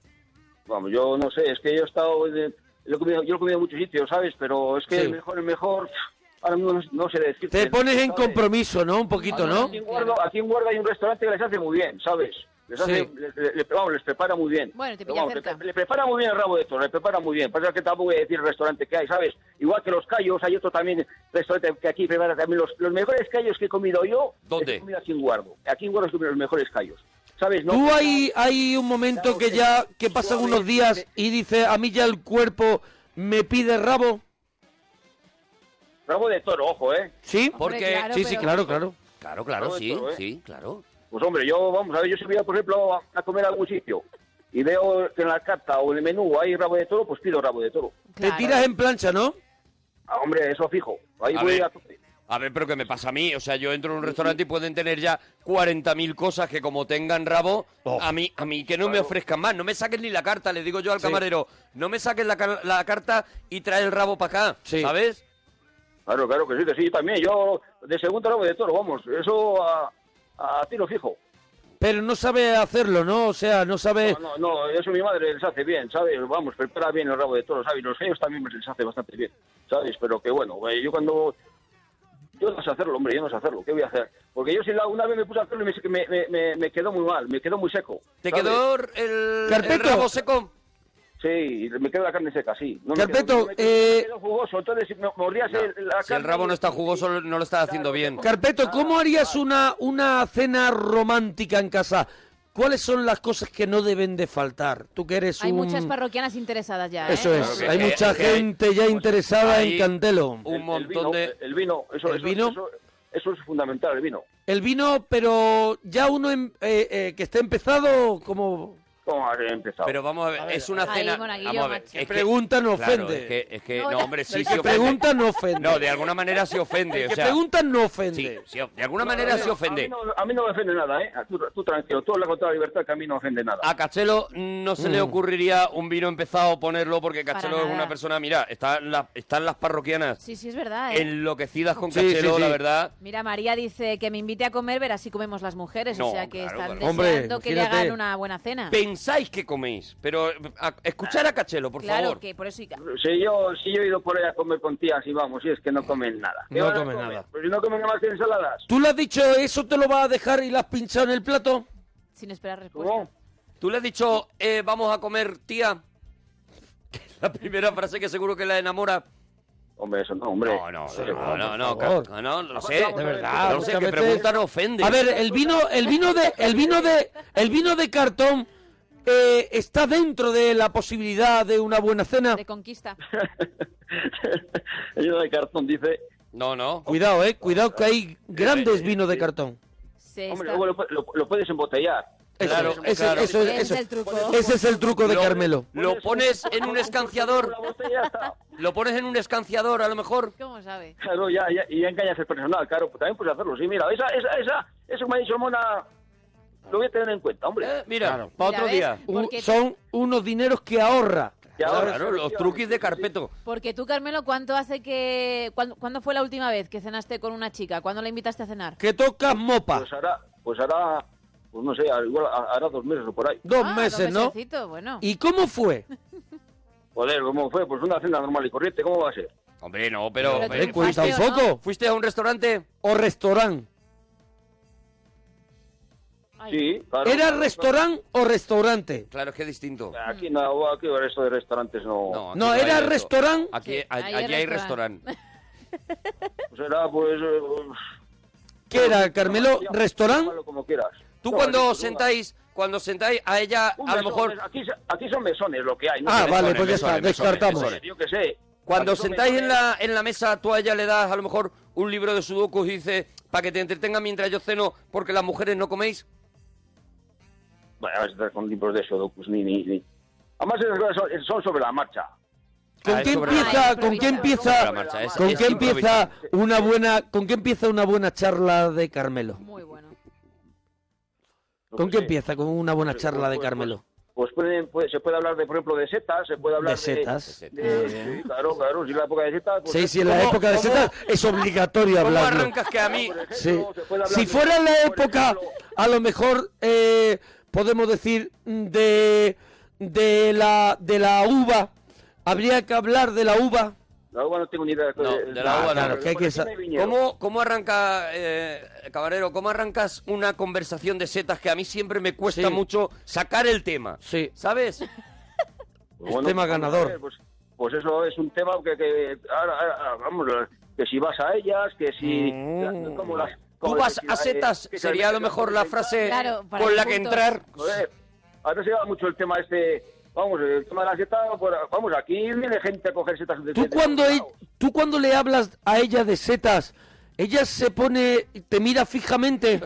Vamos, yo no sé, es que yo he estado. de- lo he comido- yo lo he comido en muchos sitios, ¿sabes? Pero es que Sí. el mejor, el mejor. pff, Ahora mismo no, no sé decir. Te pones en compromiso, ¿no? Un Ah, poquito, ¿no? Aquí en, Guardo, aquí en Guardo hay un restaurante que les hace muy bien, ¿sabes? Les, hace, Sí. le- le- le- vamos, les prepara muy bien. Bueno, te Pero pilla vamos, cerca. Le, le prepara muy bien el rabo de toro, le prepara muy bien. Pasa que tampoco voy a decir el restaurante que hay, ¿sabes? Igual que los callos, hay otro también restaurante que aquí prepara también. Los, los mejores callos que he comido yo. ¿Dónde? los he comido aquí en Guardo. Aquí en Guardo he comido los mejores callos. ¿Sabes? No, Tú hay, hay un momento que ya, que pasan unos días y dices, a mí ya el cuerpo me pide rabo. Rabo de toro, ojo, ¿eh? ¿Sí? Porque- claro, Sí, sí, pero- claro, claro. Claro, claro, Rabo de sí, toro, ¿eh? sí, claro. Pues hombre, yo, vamos a ver, yo si voy, a, por ejemplo, a, a comer a algún sitio y veo que en la carta o en el menú hay rabo de toro, pues pido rabo de toro. Claro. Te tiras en plancha, ¿no? Ah, hombre, eso fijo. Ahí A voy ver. a tope. A ver, pero ¿qué me pasa a mí? O sea, yo entro en un restaurante y pueden tener ya 40.000 cosas que como tengan rabo, Oh. a mí a mí que no me ofrezcan más. No me saques ni la carta, le digo yo al camarero. No me saques la, car- la carta y trae el rabo para acá, Sí. ¿sabes? Claro, claro que sí, que sí, también. Yo de segundo rabo de toro, vamos, eso a, a tiro fijo. pero no sabe hacerlo, ¿no? O sea, no sabe... No, no, eso mi madre les hace bien, ¿sabes? Vamos, prepara bien el rabo de toro, ¿sabes? Y los ellos también les hace bastante bien, ¿sabes? Pero que bueno, eh, yo cuando... Yo no sé hacerlo, hombre, yo no sé hacerlo, ¿qué voy a hacer? Porque yo si la, una vez me puse a hacerlo y me, me- me- me- me quedó muy mal, me quedó muy seco. ¿Te ¿sabes? quedó el, el Carpeto. rabo seco? Sí, y me quedó la carne seca, sí. No me quedó, Carpeto, me quedó- eh, me quedó jugoso, entonces si me mordías el- la carne... Si el rabo no está jugoso, no lo estás haciendo bien. Carpeto, ¿cómo harías una, una cena romántica en casa? ¿Cuáles son las cosas que no deben de faltar? Tú que eres Hay un... muchas parroquianas interesadas ya. ¿eh? Eso Claro es, que- hay que- mucha que hay- gente ya interesada hay- en Candelo. El- Un el montón vino, de... El vino, eso, ¿El eso- vino? Eso, eso es fundamental, el vino. El vino, pero ya uno em- eh, eh, que esté empezado, como... ¿Cómo has empezado? Pero vamos a ver, es una Ahí, cena... monaguillo, Vamos a ver, macho. es que- pregunta no claro, ofende. es que, es que- No, no, ya- hombre, sí, El sí que ofende. pregunta no ofende. No, de alguna manera sí ofende. El o que sea, pregunta no sí, ofende. sí, de alguna manera sí A mí, ofende. no, a mí no me ofende nada, ¿eh? Tú, tú tranquilo, tú habla con toda la libertad que a mí no ofende nada. A Cachelo no se le ocurriría un vino empezado ponerlo porque Mm. Para Cachelo es nada. una persona, mira, están las, están las parroquianas Sí, sí, es verdad. ¿eh? enloquecidas con Sí, Cachelo, sí, sí. la verdad. Mira, María dice que me invite a comer, verás si comemos las mujeres. No, o sea que claro, están claro. Hombre, deseando que le imagínate. hagan una buena cena. Pensáis que coméis, pero eh, a- escuchar a Cachelo, por claro favor. que por eso. y- Si yo, si yo he ido por ahí a comer con tías y vamos, y es que no comen nada. ¿Qué No van a comen comer? nada. Pues si no comen nada más que ensaladas. ¿Tú le has dicho eso te lo vas a dejar y la has pinchado en el plato? Sin esperar respuesta. ¿Cómo? ¿Tú le has dicho, eh, vamos a comer, tía? [laughs] La primera frase que seguro que la enamora. Hombre, eso no, hombre. No, no, no, no, no, por favor. ca- no, no lo sé. Vamos a ver, verdad, no sé, muchas que veces- pregunta no ofende. A ver, el vino, el vino de, el vino de, el vino de cartón eh, está dentro de la posibilidad de una buena cena. De conquista. El vino de cartón dice... No, no. Cuidado, eh, cuidado que hay grandes eh, vinos de sí. cartón. Se Hombre, está- luego lo, pu- lo- lo puedes embotellar. Eso, Claro, ese- claro. eso- Ese es eso- el truco. Ese es el truco de Lo- Carmelo. Lo pones en un escanciador, La botella y ya está. lo pones en un escanciador a lo mejor. ¿Cómo sabe? Claro, ya, ya, y ya engañas el personal, claro. pues También puedes hacerlo, sí. Mira, esa, esa, esa, eso que me ha dicho Mona... Lo voy a tener en cuenta, hombre. Eh, mira, Claro. para otro Mira, día. ¿ves? U- Porque- son unos dineros que ahorra. Y ahora- Claro, los truquis de carpeto. Porque tú, Carmelo, ¿cuánto hace que... ¿Cuándo, cuándo fue la última vez que cenaste con una chica? ¿Cuándo la invitaste a cenar? Que tocas mopa. Pues hará, pues hará, pues no sé, igual hará dos meses o por ahí. Dos Ah, meses, dos ¿no? mesecito, bueno. ¿Y cómo fue? [laughs] Joder, ¿cómo fue? Pues una cena normal y corriente, ¿cómo va a ser? Hombre, no, pero... Pero Hombre, triunfaste, cuenta un ¿o poco. ¿Fuiste a un restaurante? O restaurante. Ay, Sí, claro. ¿Era restaurante o restaurante? Claro, es que es distinto. Aquí no, aquí esto de restaurantes no. No, aquí No, era hay eso. restaurant. Aquí, Sí, a- ahí allí hay hay restaurant. restaurante. [laughs] Pues era, pues. eh, uf, ¿Qué era, Carmelo? llámalo, ¿Restaurante? llámalo como quieras. Tú No, cuando aquí os es un sentáis, cuando os sentáis a ella, lugar. Un a lo mesón, mejor, es- Aquí, se- aquí son mesones lo que hay. ¿no? Ah, Mesones, vale, pues ya está, mesones, mesones, descartamos. mesones. Yo qué sé. cuando os Aquí son sentáis en mesones. la, en la mesa, tú a ella le das a lo mejor un libro de sudokus y dices, para que te entretenga mientras yo ceno, porque las mujeres no coméis. Bueno, vas a estar con libros de eso, docus, ni, ni, ni. Además, esas cosas son, son sobre la marcha. ¿Con Ah, es qué sobre- empieza? Ay, ¿Con qué improvisado. Sobre la empieza? marcha, es- ¿Con es qué empieza improvisado. una buena? ¿Con qué empieza una buena charla de Carmelo? Muy bueno. Yo ¿Con qué qué sé. empieza? Con una buena Pues- charla de pues- Carmelo. Pues pueden- puede- se puede hablar, de, por ejemplo, de setas, se puede hablar De setas. de- sí, claro, claro, si en la época de setas... pues- Sí, sí, en la ¿Cómo- época de cómo- setas es obligatorio ¿Cómo hablarlo. arrancas que a mí? Por ejemplo, Sí. se puede hablar Si de- fuera la por época, ejemplo, a lo mejor eh, podemos decir mm, de de la de la uva. Habría que hablar de la uva. la uva no tengo ni idea. de- No, de la Ah, uva no. Claro, que hay que Por encima sa- hay viñedos. ¿Cómo, cómo arranca, eh, cabarero, cómo arrancas una conversación de setas que a mí siempre me cuesta Sí. mucho sacar el tema? Sí. ¿Sabes? Pues Tema vamos a ganador. ver, Pues, pues eso es un tema que, que ahora, ahora, vamos, que si vas a ellas, que si... Mm. como las- Tú como vas las- a setas, que sería a lo realmente mejor las la cosas frase Claro, para con ir la que juntos. entrar. Joder, ahora se lleva mucho el tema este. Vamos, el tema de la seta, por- vamos, aquí viene gente a coger setas. de- Tú de- cuando, de- e- tú cuando le hablas a ella de setas, ella se pone, te mira fijamente.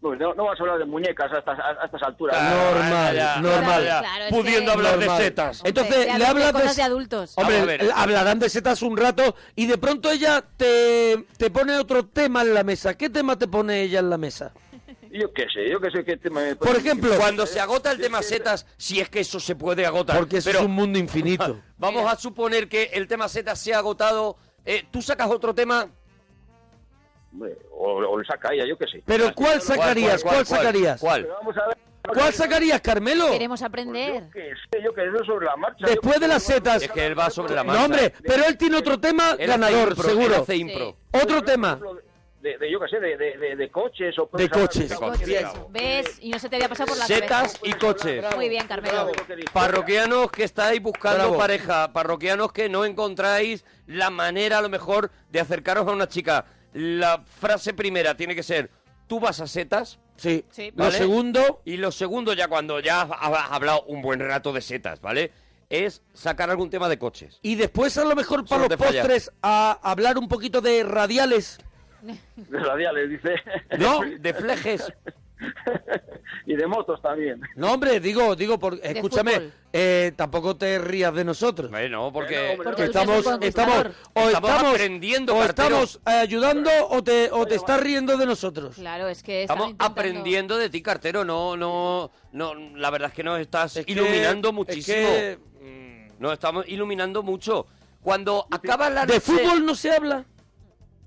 Pues no, no vas a hablar de muñecas a estas, a estas alturas. Claro, normal, normal. Claro, es Ah, pudiendo que- hablar Normal. de setas. Hombre, Entonces ya ves le que hablas cosas de... de adultos. Hombre, Vamos a ver. le- hablarán de setas un rato y de pronto ella te, te pone otro tema en la mesa. ¿Qué tema te pone ella en la mesa? [laughs] Yo qué sé, yo qué sé qué tema. me- Por ejemplo, Cuando se agota el tema setas, si es que eso se puede agotar. porque eso Pero es un mundo infinito. [laughs] vamos a suponer que el tema setas se ha agotado. Eh, ¿Tú sacas otro tema? hombre, o, o le saca a ella, yo qué sé. Pero ¿cuál ¿cuál, sacarías? cuál, ¿Cuál cuál, sacarías? ¿Cuál? Pero vamos a ver. ¿Cuál sacarías, Carmelo? Queremos aprender. Yo qué sé, yo qué sé, sobre la marcha. Después yo- de las setas. Es que él va sobre la marcha. No, hombre, pero él tiene otro tema Él hace ganador, impro, seguro. él hace impro. Otro Por tema. ejemplo, De, de- yo qué sé, de, de, de- de coches o... De coches. De Coches, Bien. ¿Ves? Y no se te había pasado por la Setas y coches. cabeza. Muy bien, Carmelo. Parroquianos que estáis buscando Bravo. pareja, parroquianos que no encontráis la manera a lo mejor de acercaros a una chica. La frase primera tiene que ser, tú vas a setas. Sí. Sí. Lo ¿Vale? segundo, Y lo segundo, ya cuando ya has hablado un buen rato de setas, ¿vale? Es sacar algún tema de coches. y después a lo mejor para los Solo te falla. postres a hablar un poquito de radiales. De radiales, dice. [laughs] No, de flejes. y de motos también. No, hombre, digo, digo, por, escúchame, fútbol. eh, tampoco te rías de nosotros. Bueno, Bueno, porque... hombre, Porque tú estamos, eres un estamos, conquistador. o Estamos estamos, aprendiendo, o cartero. estamos eh, ayudando o te, o te estás riendo de nosotros. Claro, es que están Estamos intentando- aprendiendo de ti, cartero. No, no, no. La verdad es que nos estás Es que- iluminando es muchísimo. que, Nos estamos iluminando mucho. Cuando acaba la ¿De noche- fútbol no se habla?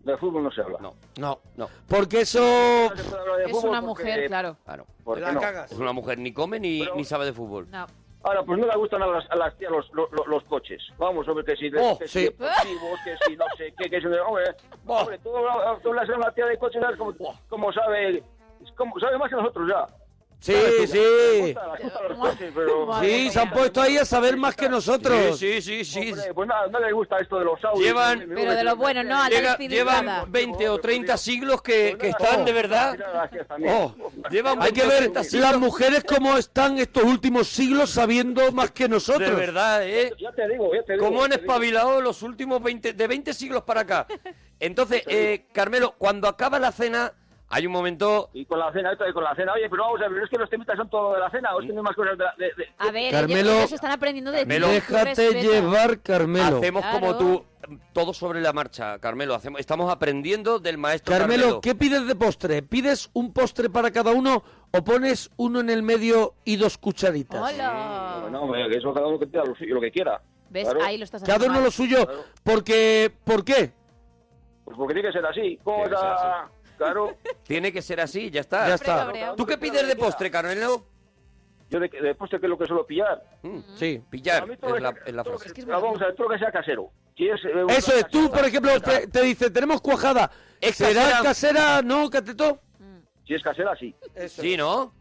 De fútbol no se habla. No, No, no, porque eso... No se puede hablar de Es fútbol una porque- mujer, claro. claro. ¿por qué La no? cagas. Es Pues una mujer ni come ni, Pero- ni sabe de fútbol. No. Ahora, pues no le gustan a las, a las tías los, los, los- los coches. Vamos, hombre, que si, de- Oh, que sí. Oh. si deportivos, que si no sé qué, que si... Hombre, hombre tú, tú le haces a una tía de coches, ¿sabes cómo, cómo sabe? Como, sabe más que nosotros ya. Sí, ¿Sabes? Les sí. gustan- les gustan los coches, pero... Sí, se han puesto ahí a saber más que nosotros. Sí, sí, sí, sí. Hombre, pues nada, no les gusta esto de los audios. Llevan- Pero de lo bueno, no, a la Llega- desfidilgada. llevan 20 o 30 siglos pues que, que están de verdad. Oh, llevan Hay que ver Estas las mujeres cómo están estos últimos siglos sabiendo más que nosotros. De verdad, ¿eh? Ya te digo, ya te digo. ¿Cómo han ya te digo. espabilado los últimos 20, de 20 siglos para acá? Entonces, eh, Carmelo, cuando acaba la cena, hay un momento Y con la cena, esto de con la cena. Oye, pero vamos a ver, es que los temitas son todo de la cena, o tienen más cosas de la. de- de- A ver, Carmelo, ellos están aprendiendo de ti. Carmelo, tú Déjate respeta. llevar, Carmelo. Hacemos Claro. como tú, todo sobre la marcha, Carmelo. Hacemos, estamos aprendiendo del maestro Carmelo, Carmelo. ¿qué pides de postre? ¿Pides un postre para cada uno o pones uno en el medio y dos cucharitas? Hola. No, hombre, que eso cada uno que quiera, lo, suyo, lo que quiera. ¿Ves? Claro. Ahí lo estás haciendo Cada uno mal. lo suyo. Porque, ¿Por qué? Pues porque tiene que ser así. ¿Cómo Tiene que ser está? [laughs] Claro. Tiene que ser así, ya está. Ya está. cabreado. ¿Tú qué pides de postre, Carmelo? Yo de, de postre, que es lo que suelo pillar. Mm, Sí. Pillar A mí todo es la, que- es la todo frase. que- vamos a ver, todo lo que sea casero. Si es, eh, una Eso es, tú, casera, por ejemplo, te, te dice, tenemos cuajada. Es ¿Será casera. casera? ¿No, cateto? Si es casera, sí. Sí, ¿no?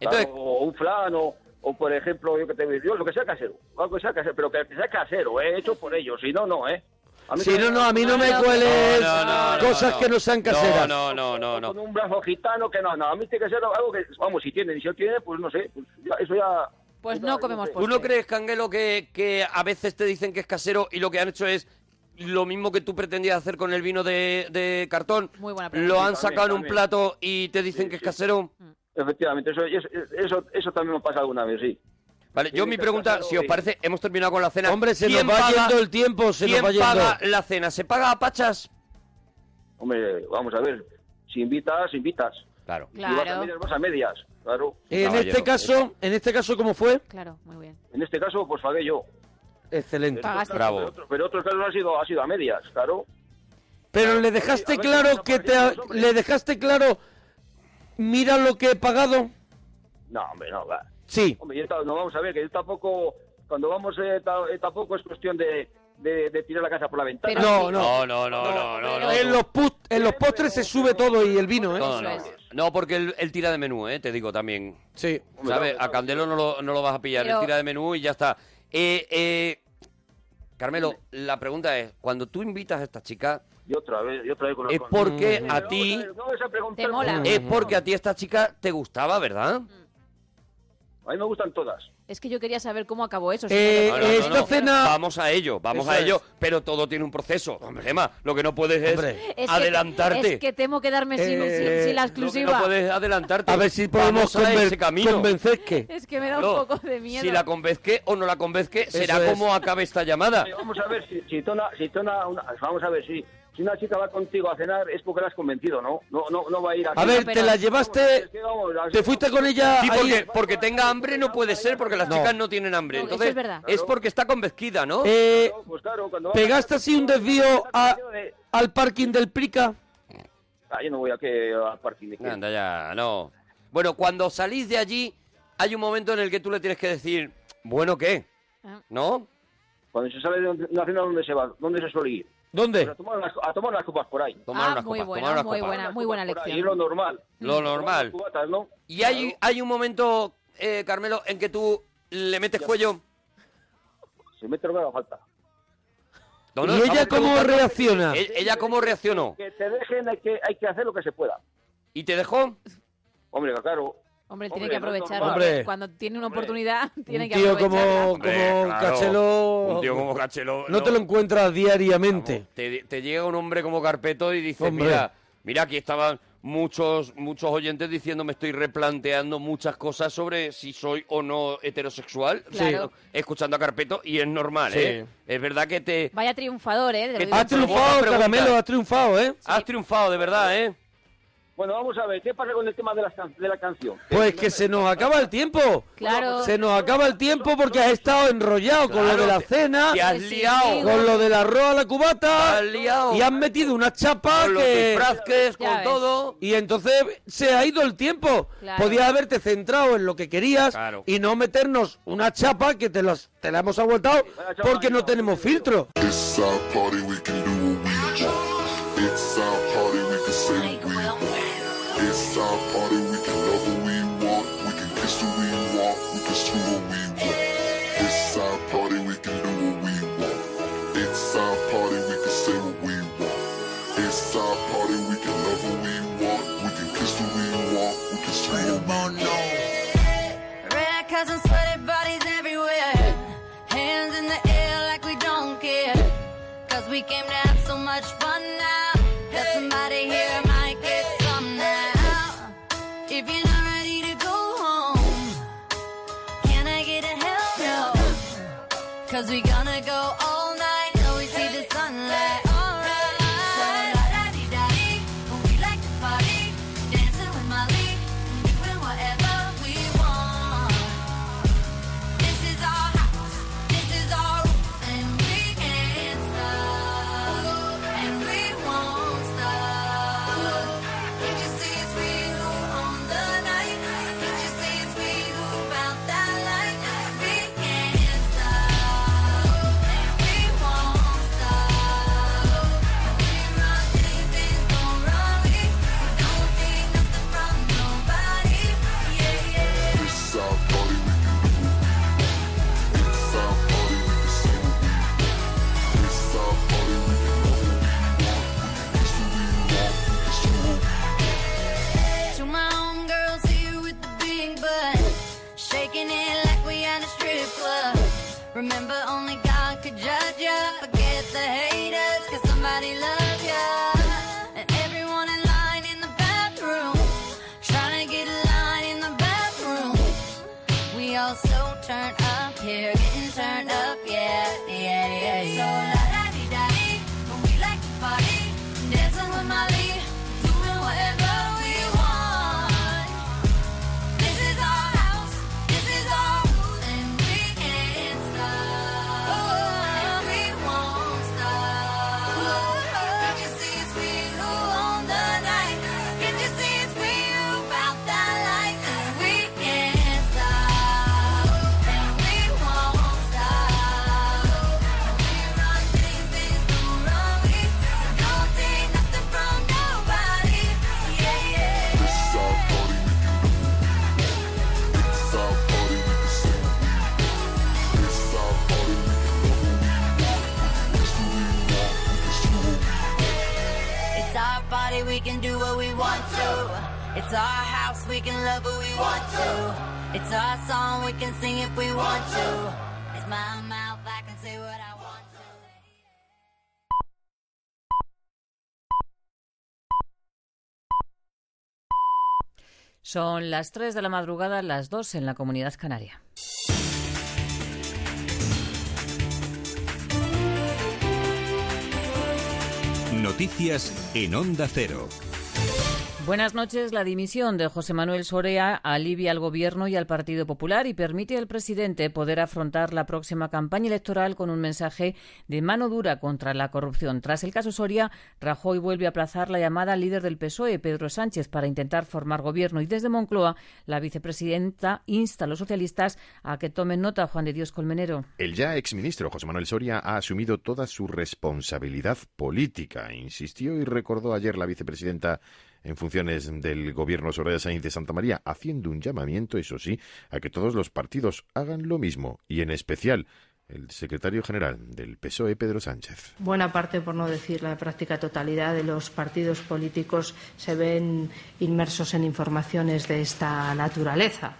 Entonces, Claro, o un flan, o, o, por ejemplo, yo que te digo, lo que sea casero, algo que sea casero, pero que sea casero, ¿eh? hecho por ellos, si no, no, ¿eh? A mí Si que- no, no, a mí No, no, me no, cueles no, no, no, cosas no. que no sean caseras. No, no, no, no, Con no. un brazo gitano, que no, no, a mí tiene que ser algo que, vamos, si tienen, y si no tienen, pues no sé, pues ya- eso ya... Pues eso no ya- comemos sé. postre. ¿Tú no crees, Cangelo, que, que a veces te dicen que es casero y lo que han hecho es lo mismo que tú pretendías hacer con el vino de, de cartón? Muy buena pregunta. Lo han Sí, también, sacado en un también. plato y te dicen Sí, que es sí. casero. Efectivamente, eso, eso, eso, eso también me pasa alguna vez, sí. Vale, yo Sí, mi que pregunta, casero si os y- parece, hemos terminado con la cena. Hombre, se nos ¿Quién va paga- yendo el tiempo, se nos ¿Quién va yendo. paga la cena? ¿Se paga a pachas? Hombre, vamos a ver, si invitas, invitas. Claro. Si vas a Claro, medias, vas a medias, claro. En Caballero. este caso, en este caso, ¿cómo fue? claro, muy bien. En este caso, pues pagué yo. Excelente. Pagaste. Bravo. Pero, otro- pero otros casos ha sido, ha sido a medias, claro. Pero le Sí, dejaste a ver, claro no que te parecemos, hombre. le dejaste claro mira lo que he pagado. No, hombre, no, va. Sí. Hombre, yo ta- no vamos a ver, que yo tampoco, cuando vamos, eh, ta- eh, tampoco es cuestión de, de- de tirar la casa por la ventana. Pero No, sí. no. No, no, no, no, no. no. En los put- en los postres se sube todo y el vino, No, ¿eh? no, Eso No, porque él, él tira de menú, eh, te digo también. Sí. ¿Sabes? A Candelo no lo, no lo vas a pillar, Pero- él tira de menú y ya está. Eh, eh, Carmelo, la pregunta es, cuando tú invitas a esta chica, Y otra vez, y otra vez con es con- porque Pero a vamos ti, ver, no vamos a preguntar- Te mola. es porque a ti esta chica te gustaba, ¿verdad? A mí me gustan todas. Es que yo quería saber cómo acabó eso. si no Eh, No, me no, no, acuerdo. esta no. cena- Vamos a ello, vamos Eso a ello, es. pero todo tiene un proceso. Gema, lo que no puedes es Hombre. Es que- adelantarte. es que temo quedarme sin, Eh, sin- sin la lo que Lo que exclusiva. no puedes adelantarte. A ver si podemos Vamos a ese conver- camino. convencer que Es que me da Claro, un poco de miedo. Si la convenzque o no la convenzque, será es. como acabe esta llamada. [laughs] Eh, Vamos a ver si, si tú una- si tú una- una- vamos a ver si, si una chica va contigo a cenar es porque la has convencido, ¿no? No, no, no va a ir a. A ver, te pero- la Es llevaste que vamos, la- te fuiste con ella Sí, ahí- porque, porque tenga hambre no puede ser, porque las No. chicas no tienen hambre. No, eso Entonces, es verdad. porque está convenzquida, ¿no? eh, Claro, pues claro, cuando vamos a- pegaste así un desvío a- al parking del Prica. Ah, yo no voy a que a parking. de que- Anda ya, no. Bueno, cuando salís de allí, hay un momento en el que tú le tienes que decir, bueno, ¿qué? Ah. ¿No? Cuando se sale de una cena, ¿dónde se va? ¿Dónde se suele ir? Pues a ¿Dónde? tomar unas, a tomar unas copas por ahí. Tomar Ah, unas muy copas, buena, tomar unas muy copas. buena. buena Por ahí, lección. Es lo normal. Lo Tomar unas normal. cubatas, ¿no? Y hay, hay un momento, eh, Carmelo, en que tú le metes cuello. Claro, Se mete lo que haga falta. No, no, ¿Y ella estamos cómo preguntando- reacciona? E- ¿Ella cómo reaccionó? Que te dejen, hay que, hay que hacer lo que se pueda. ¿Y te dejó? Hombre, claro. Hombre, Hombre, tiene que no es aprovecharlo. normal. Cuando tiene una Hombre. oportunidad, tiene Un que tío como, aprovecharla. como Cachelo... Un tío como Cachelo. No te lo encuentras diariamente. Te, te llega un hombre como Carpeto y dice, Hombre. mira, mira, aquí estaban muchos, muchos oyentes diciendo me estoy replanteando muchas cosas sobre si soy o no heterosexual. Claro. Sí, Escuchando a Carpeto y es normal, Sí. ¿eh? Es verdad que te Vaya triunfador, ¿eh? Te lo Que digo Has en serio. Otra triunfado, pregunta. Oh, Caramelo, has triunfado, ¿eh? has triunfado, de verdad, ¿eh? Bueno, vamos a ver, ¿qué pasa con el tema de la, can- de la canción? Pues que se nos acaba el tiempo. Claro. Se nos acaba el tiempo porque has estado enrollado con lo Claro, de la te- cena, Te has Sí, sí, liado. digo. con lo del arroz a la Te cubata has liado. y has metido una chapa con los que... disfraces, Ya con ves. todo. Y entonces se ha ido el tiempo. Claro. Podías haberte centrado en lo que querías Claro. y no meternos una chapa que te, las, te la hemos aguantado Vaya chapa, porque no vaya. tenemos filtro. It's our party, we can do what we want. It's our party, we can say what we want. It's our party, we can love what we want. We can kiss who we want, we can screw what we want. It's our party, we can do what we want. It's our party, we can say what we want. It's our party, we can love what we want. We can kiss who we want, we can screw what we want. Red cars and sweaty bodies everywhere. Hands in the air like we don't care. Cause we came to have so much fun now. That somebody here might get some now. If you're not ready to go home, can I get a hell no? Cause we gonna go all night till we see the sunlight. Alright. So la-da-dee-da-dee, we like to party. Dancing with my league, doing whatever we want. This is our house, this is our rules, and we can't stop. And we won't stop. Can't you see it's we who own the night? Can't you see it's we who found that light? We can't stop, and we won't stop. We run deep, it's gon' run deep. We don't need nothing from nobody. Yeah, yeah. It's our party, we can do what we want. It's our party, we can say what we want. It's our party, we To can love what we want. We can kiss who we want, we can screw what we want. my homegirls here with the big butt, shaking it like we at a strip club. Remember, only God could judge ya. Forget the haters, cause somebody loves ya. And everyone in line in the bathroom, trying to get a line in the bathroom. We all so turned up here, getting turned up, yeah, yeah, yeah. yeah. So la da di da dee, we like to party, dancing with Molly, doing whatever we want. This is our house, this is our rules, and we can't stop, and we won't stop. Can't you see it's we who own the night? Can't you see it's we who found the light? We can't stop, and we won't stop. We run deep, it's gon' run deep. Don't take nothing from nobody. Yeah, yeah. It's our party, we can do what we want. It's our party, we can say what we want. It's our party, we can love what we want. We can kiss who It's our body, we can do what we want to. It's our house, we can love who we want to. we want, we can screw what we want. It's our song, we can sing if we want to. It's my mouth, I can say what I want to. Son las 3 de la madrugada, las 2 en la comunidad canaria. Noticias en Onda Cero. Buenas noches. La dimisión de José Manuel Soria alivia al Gobierno y al Partido Popular y permite al presidente poder afrontar la próxima campaña electoral con un mensaje de mano dura contra la corrupción. Tras el caso Soria, Rajoy vuelve a aplazar la llamada al líder del PSOE, E, Pedro Sánchez, para intentar formar gobierno. Y desde Moncloa, la vicepresidenta insta a los socialistas a que tomen nota, Juan de Dios Colmenero. El ya exministro José Manuel Soria ha asumido toda su responsabilidad política, insistió y recordó ayer la vicepresidenta en funciones del gobierno Soraya Sáenz de Santa María, haciendo un llamamiento, eso sí, a que todos los partidos hagan lo mismo, y en especial el secretario general del PSOE, E, Pedro Sánchez. Buena parte, por no decir la práctica totalidad, de los partidos políticos se ven inmersos en informaciones de esta naturaleza.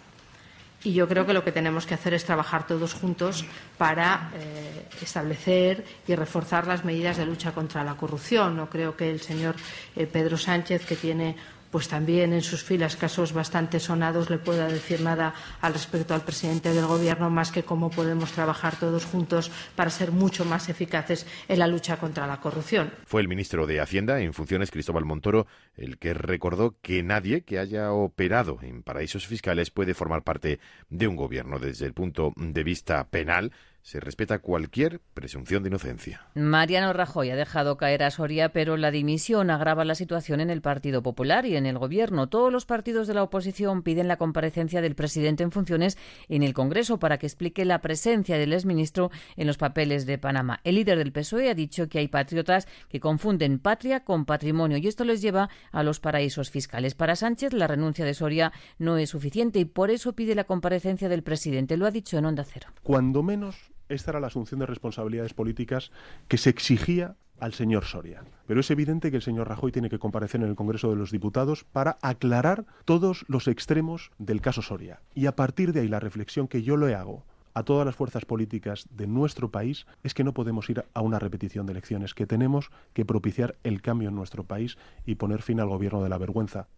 Y yo creo que lo que tenemos que hacer es trabajar todos juntos para eh, establecer y reforzar las medidas de lucha contra la corrupción. No creo que el señor eh, Pedro Sánchez, que tiene pues también en sus filas casos bastante sonados, le pueda decir nada al respecto al presidente del Gobierno, más que cómo podemos trabajar todos juntos para ser mucho más eficaces en la lucha contra la corrupción. Fue el ministro de Hacienda en funciones, Cristóbal Montoro, el que recordó que nadie que haya operado en paraísos fiscales puede formar parte de un gobierno. Desde el punto de vista penal, se respeta cualquier presunción de inocencia. Mariano Rajoy ha dejado caer a Soria, pero la dimisión agrava la situación en el Partido Popular y en el Gobierno. Todos los partidos de la oposición piden la comparecencia del presidente en funciones en el Congreso para que explique la presencia del exministro en los papeles de Panamá. El líder del PSOE E ha dicho que hay patriotas que confunden patria con patrimonio y esto les lleva a los paraísos fiscales. Para Sánchez, la renuncia de Soria no es suficiente y por eso pide la comparecencia del presidente. Lo ha dicho en Onda Cero. Cuando menos esta era la asunción de responsabilidades políticas que se exigía al señor Soria. Pero es evidente que el señor Rajoy tiene que comparecer en el Congreso de los Diputados para aclarar todos los extremos del caso Soria. Y a partir de ahí la reflexión que yo le hago a todas las fuerzas políticas de nuestro país es que no podemos ir a una repetición de elecciones, que tenemos que propiciar el cambio en nuestro país y poner fin al gobierno de la vergüenza.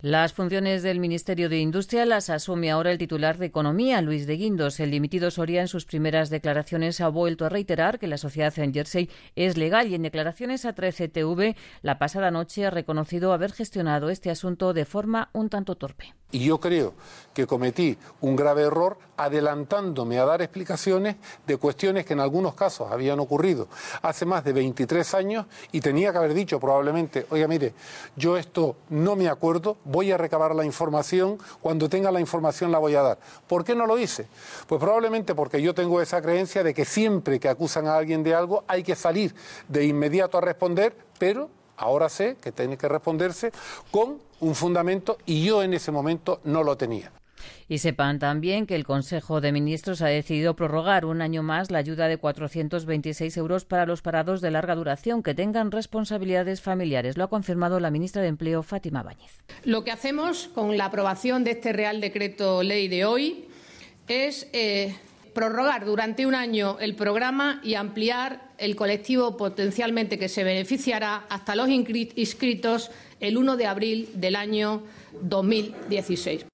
Las funciones del Ministerio de Industria las asume ahora el titular de Economía, Luis de Guindos. El dimitido Soria en sus primeras declaraciones ha vuelto a reiterar que la sociedad en Jersey es legal y en declaraciones a 13TV la pasada noche ha reconocido haber gestionado este asunto de forma un tanto torpe. Y yo creo que cometí un grave error adelantándome a dar explicaciones de cuestiones que en algunos casos habían ocurrido hace más de 23 años y tenía que haber dicho probablemente, oiga, mire, yo esto no me acuerdo, voy a recabar la información, cuando tenga la información la voy a dar. ¿Por qué no lo hice? Pues probablemente porque yo tengo esa creencia de que siempre que acusan a alguien de algo hay que salir de inmediato a responder, pero ahora sé que tiene que responderse con un fundamento y yo en ese momento no lo tenía. Y sepan también que el Consejo de Ministros ha decidido prorrogar un año más la ayuda de 426 euros para los parados de larga duración que tengan responsabilidades familiares. Lo ha confirmado la ministra de Empleo, Fátima Báñez. Lo que hacemos con la aprobación de este Real Decreto Ley de hoy es eh, prorrogar durante un año el programa y ampliar el colectivo potencialmente que se beneficiará hasta los inscritos el 1 de abril del año 2016.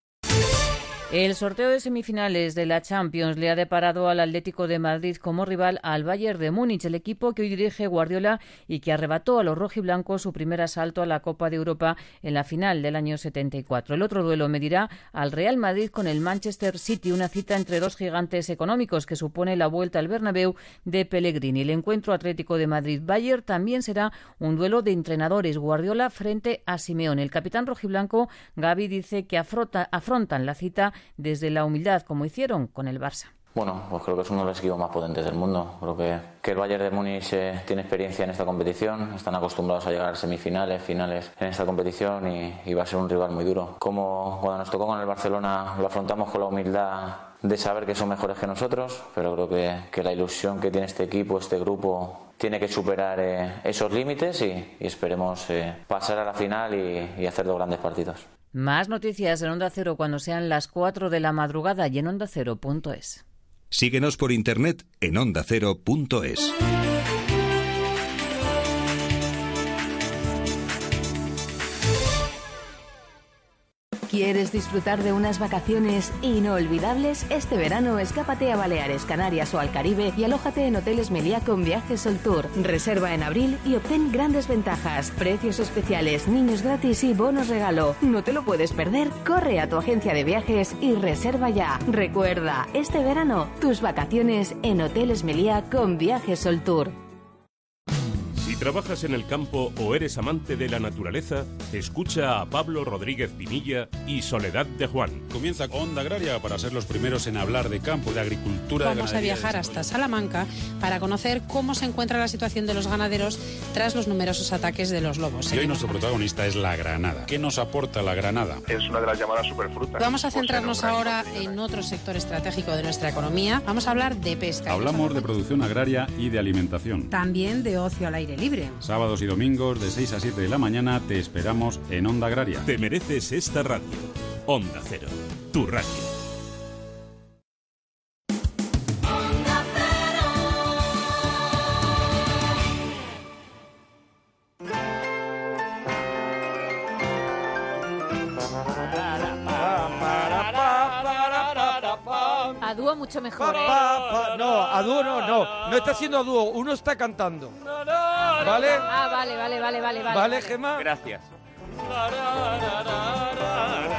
El sorteo de semifinales de la Champions le ha deparado al Atlético de Madrid como rival al Bayern de Múnich, el equipo que hoy dirige Guardiola y que arrebató a los rojiblancos su primer asalto a la Copa de Europa en la final del año 74. El otro duelo medirá al Real Madrid con el Manchester City, una cita entre dos gigantes económicos que supone la vuelta al Bernabéu de Pellegrini. El encuentro Atlético de Madrid-Bayern también será un duelo de entrenadores Guardiola frente a Simeón. El capitán rojiblanco Gaby dice que afronta, afrontan la cita desde la humildad, como hicieron con el Barça. Bueno, pues creo que es uno de los equipos más potentes del mundo. Creo que, que el Bayern de Múnich eh, tiene experiencia en esta competición, están acostumbrados a llegar a semifinales, finales en esta competición y, y va a ser un rival muy duro. Como cuando nos tocó con el Barcelona, lo afrontamos con la humildad de saber que son mejores que nosotros, pero creo que, que la ilusión que tiene este equipo, este grupo, tiene que superar eh, esos límites y, y esperemos eh, pasar a la final y, y hacer dos grandes partidos. Más noticias en Onda Cero cuando sean las 4 de la madrugada y en ondacero.es. Síguenos por internet en ondacero.es. ¿Quieres disfrutar de unas vacaciones inolvidables? Este verano escápate a Baleares, Canarias o al Caribe y alójate en Hoteles Meliá con Viajes Sol Tour. Reserva en abril y obtén grandes ventajas, precios especiales, niños gratis y bonos regalo. No te lo puedes perder. Corre a tu agencia de viajes y reserva ya. Recuerda, este verano tus vacaciones en Hoteles Meliá con Viajes Sol Tour. Si trabajas en el campo o eres amante de la naturaleza, escucha a Pablo Rodríguez Pinilla y Soledad de Juan. Comienza Onda Agraria para ser los primeros en hablar de campo, de [laughs] agricultura, Vamos de a ganadería, de viajar hasta Salamanca para conocer cómo se encuentra la situación de los ganaderos tras los numerosos ataques de los lobos. Y hoy nuestro protagonista es la granada. ¿Qué nos aporta la granada? Es una de las llamadas superfrutas. Vamos a centrarnos ahora en otro sector estratégico de nuestra economía. Vamos a hablar de pesca. Pues, Hablamos de producción agraria y de alimentación. También de ocio al aire libre. Sábados y domingos de 6 a 7 de la mañana te esperamos en Onda Agraria. Te mereces esta radio. Onda Cero, tu radio. A dúo mucho mejor, ¿eh? Pa, pa, Ah, no, a dúo no, no. No está siendo a dúo, uno está cantando. ¿Vale? Ah, vale, vale, vale, vale. Vale, ¿Vale, Gemma? Gracias.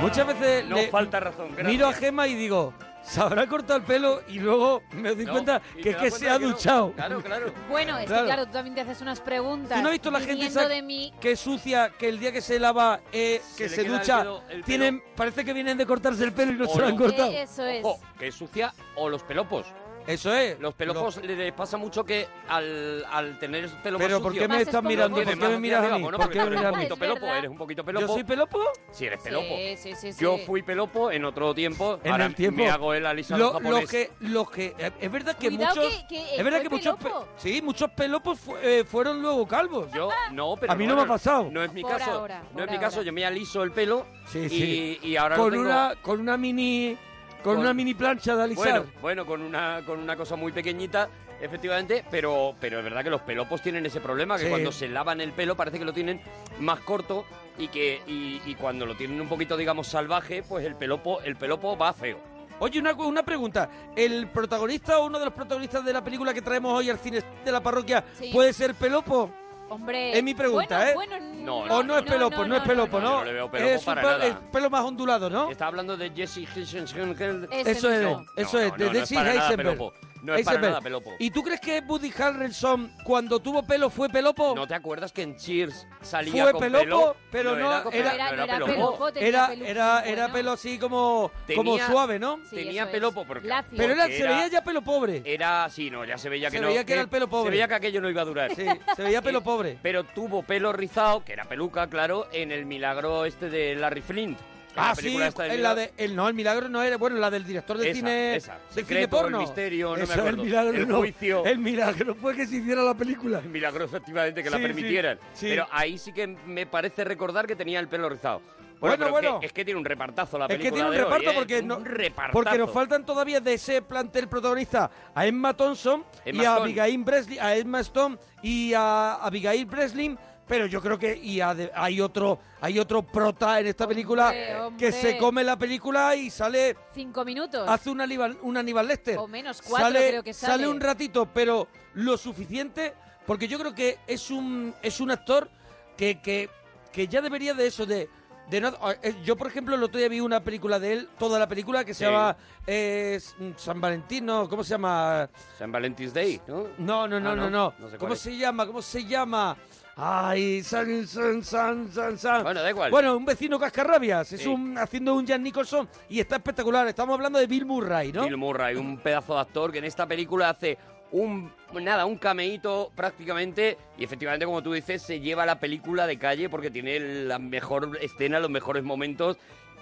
Muchas veces No le falta razón, gracias. miro a Gemma y digo, se habrá cortado el pelo y luego me doy No, cuenta y que, te das que cuenta se ha que no. duchado. Claro, claro. Bueno, es Claro. que claro, tú también te haces unas preguntas. ¿Tú no has visto la gente viniendo esa de mí? que sucia, que el día que se lava, eh, que le se queda el ducha, pelo- el pelo. tienen, parece que vienen de cortarse el pelo y no se lo han no. cortado? Eh, Eso es. Ojo, que es sucia o los pelopos. Eso es. Los pelopos le- les pasa mucho que al, al tener el pelo Pero más ¿por sucio... qué me estás mirando? ¿Por qué me miras a mí? ¿Por Bueno, qué porque me tú eres miras un a mí? poquito Es pelopo, verdad. eres un poquito pelopo. ¿Yo soy pelopo? Sí, eres pelopo. Sí, sí, sí. Yo sí. fui pelopo en otro tiempo. En ahora el tiempo. Me hago el alisado Lo- japonés. los que, los que, eh, es verdad que Cuidado muchos, que- que es verdad fue que muchos, pe- pelopo. sí, muchos pelopos fu- eh, fueron luego calvos. Yo, no, pero a mí no, me ha bueno, pasado. No es mi Por caso. ahora, no por es mi ahora. caso. Yo me aliso el pelo Sí, sí. Y, y ahora lo con tengo- una, con una mini, con, Con- una mini plancha de alisar. Bueno, bueno, con una con una cosa muy pequeñita, efectivamente, pero pero es verdad que los pelopos tienen ese problema que Sí. cuando se lavan el pelo parece que lo tienen más corto y que y, y cuando lo tienen un poquito digamos salvaje, pues el pelopo el pelopo va feo. Oye, una, cu- una pregunta. ¿El protagonista o uno de los protagonistas de la película que traemos hoy al cine de la parroquia Sí. puede ser Pelopo? Hombre. Es mi pregunta, bueno, ¿eh? Bueno, o no, es pelopo, no, es pelopo, ¿no? Yo no le veo pelopo es un para pelo- nada. es pelo más ondulado, ¿no? Está hablando de Jesse Heisenberg. Ese Eso es, mismo. eso es, de no, no es Jesse para nada Heisenberg. pelopo. No es para Heisenberg. nada pelopo. ¿Y tú crees que Woody Harrelson cuando tuvo pelo fue pelopo? ¿No te acuerdas que en Cheers salía Fue con pelopo, pelo? pero no, con era, pelo, no era pelopo. pelopo. Era, era- era pelo así como, como Tenía- suave, ¿no? tenía pelopo porque Pero era- porque se veía ya pelo pobre. Era, sí, no, ya se veía que Se no. veía que era el pelo pobre. Se veía que aquello no iba a durar. Sí, se veía pelo pobre. [laughs] Pero tuvo pelo rizado, que era peluca, claro, en el milagro este de Larry Flint. En Ah, la sí, película esta del en la milagro. de, el, no, el milagro no era, bueno, la del director de Esa, cine, esa. del Secreto, cine porno. El misterio, no me Eso, acuerdo. El milagro El no, juicio. El milagro fue que se hiciera la película. El milagro, efectivamente, que la Sí, sí, permitieran. sí. Pero ahí sí que me parece recordar que tenía el pelo rizado. Bueno, pero es bueno. que- Es que tiene un repartazo la Es película que tiene un de hoy, reparto ¿eh? porque, Un no- repartazo. porque nos faltan todavía de ese plantel protagonista a Emma Thompson Emma y a Stone. Abigail Breslin, a Emma Stone y a Abigail Breslin, pero yo creo que y a de- hay otro hay otro prota en esta película hombre. que se come la película y sale Cinco minutos. hace un Aníbal, un Aníbal Lester. O menos, cuatro creo que sale. un ratito, pero lo suficiente, porque yo creo que es un, es un actor que, que, que ya debería de eso, de... de no- eh, yo, por ejemplo, el otro día vi una película de él, toda la película, que se Sí. llama eh, S- San Valentín, no, ¿cómo se llama? San Valentín Day, ¿no? No, no, no, Ah, no, no. no sé cuál ¿Cómo es. se llama? ¿Cómo se llama? Ay, san, san, san, san, san. Bueno, da igual. Bueno, un vecino cascarrabias. Es Sí. un haciendo un Jan Nicholson y está espectacular. Estamos hablando de Bill Murray, ¿no? Bill Murray, un pedazo de actor que en esta película hace un nada, un cameíto prácticamente y efectivamente como tú dices se lleva la película de calle porque tiene la mejor escena, los mejores momentos.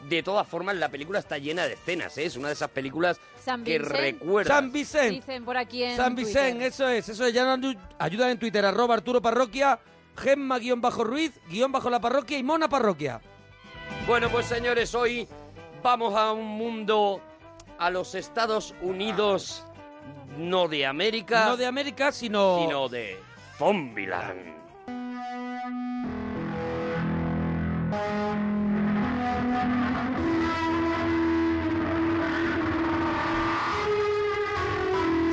De todas formas la película está llena de escenas, ¿eh? es una de esas películas San que Vincent. recuerda. San Vicente. Dicen por aquí en San Twitter. Vicente, eh, eso es, eso es. Ya nos ayu- ayudan en Twitter, arroba Arturo Parroquia, Gemma guión bajo Ruiz, guión bajo la parroquia y Mona Parroquia. Bueno, pues señores, hoy vamos a un mundo a los Estados Unidos no de América, No de América, sino... sino de Zombieland. Thank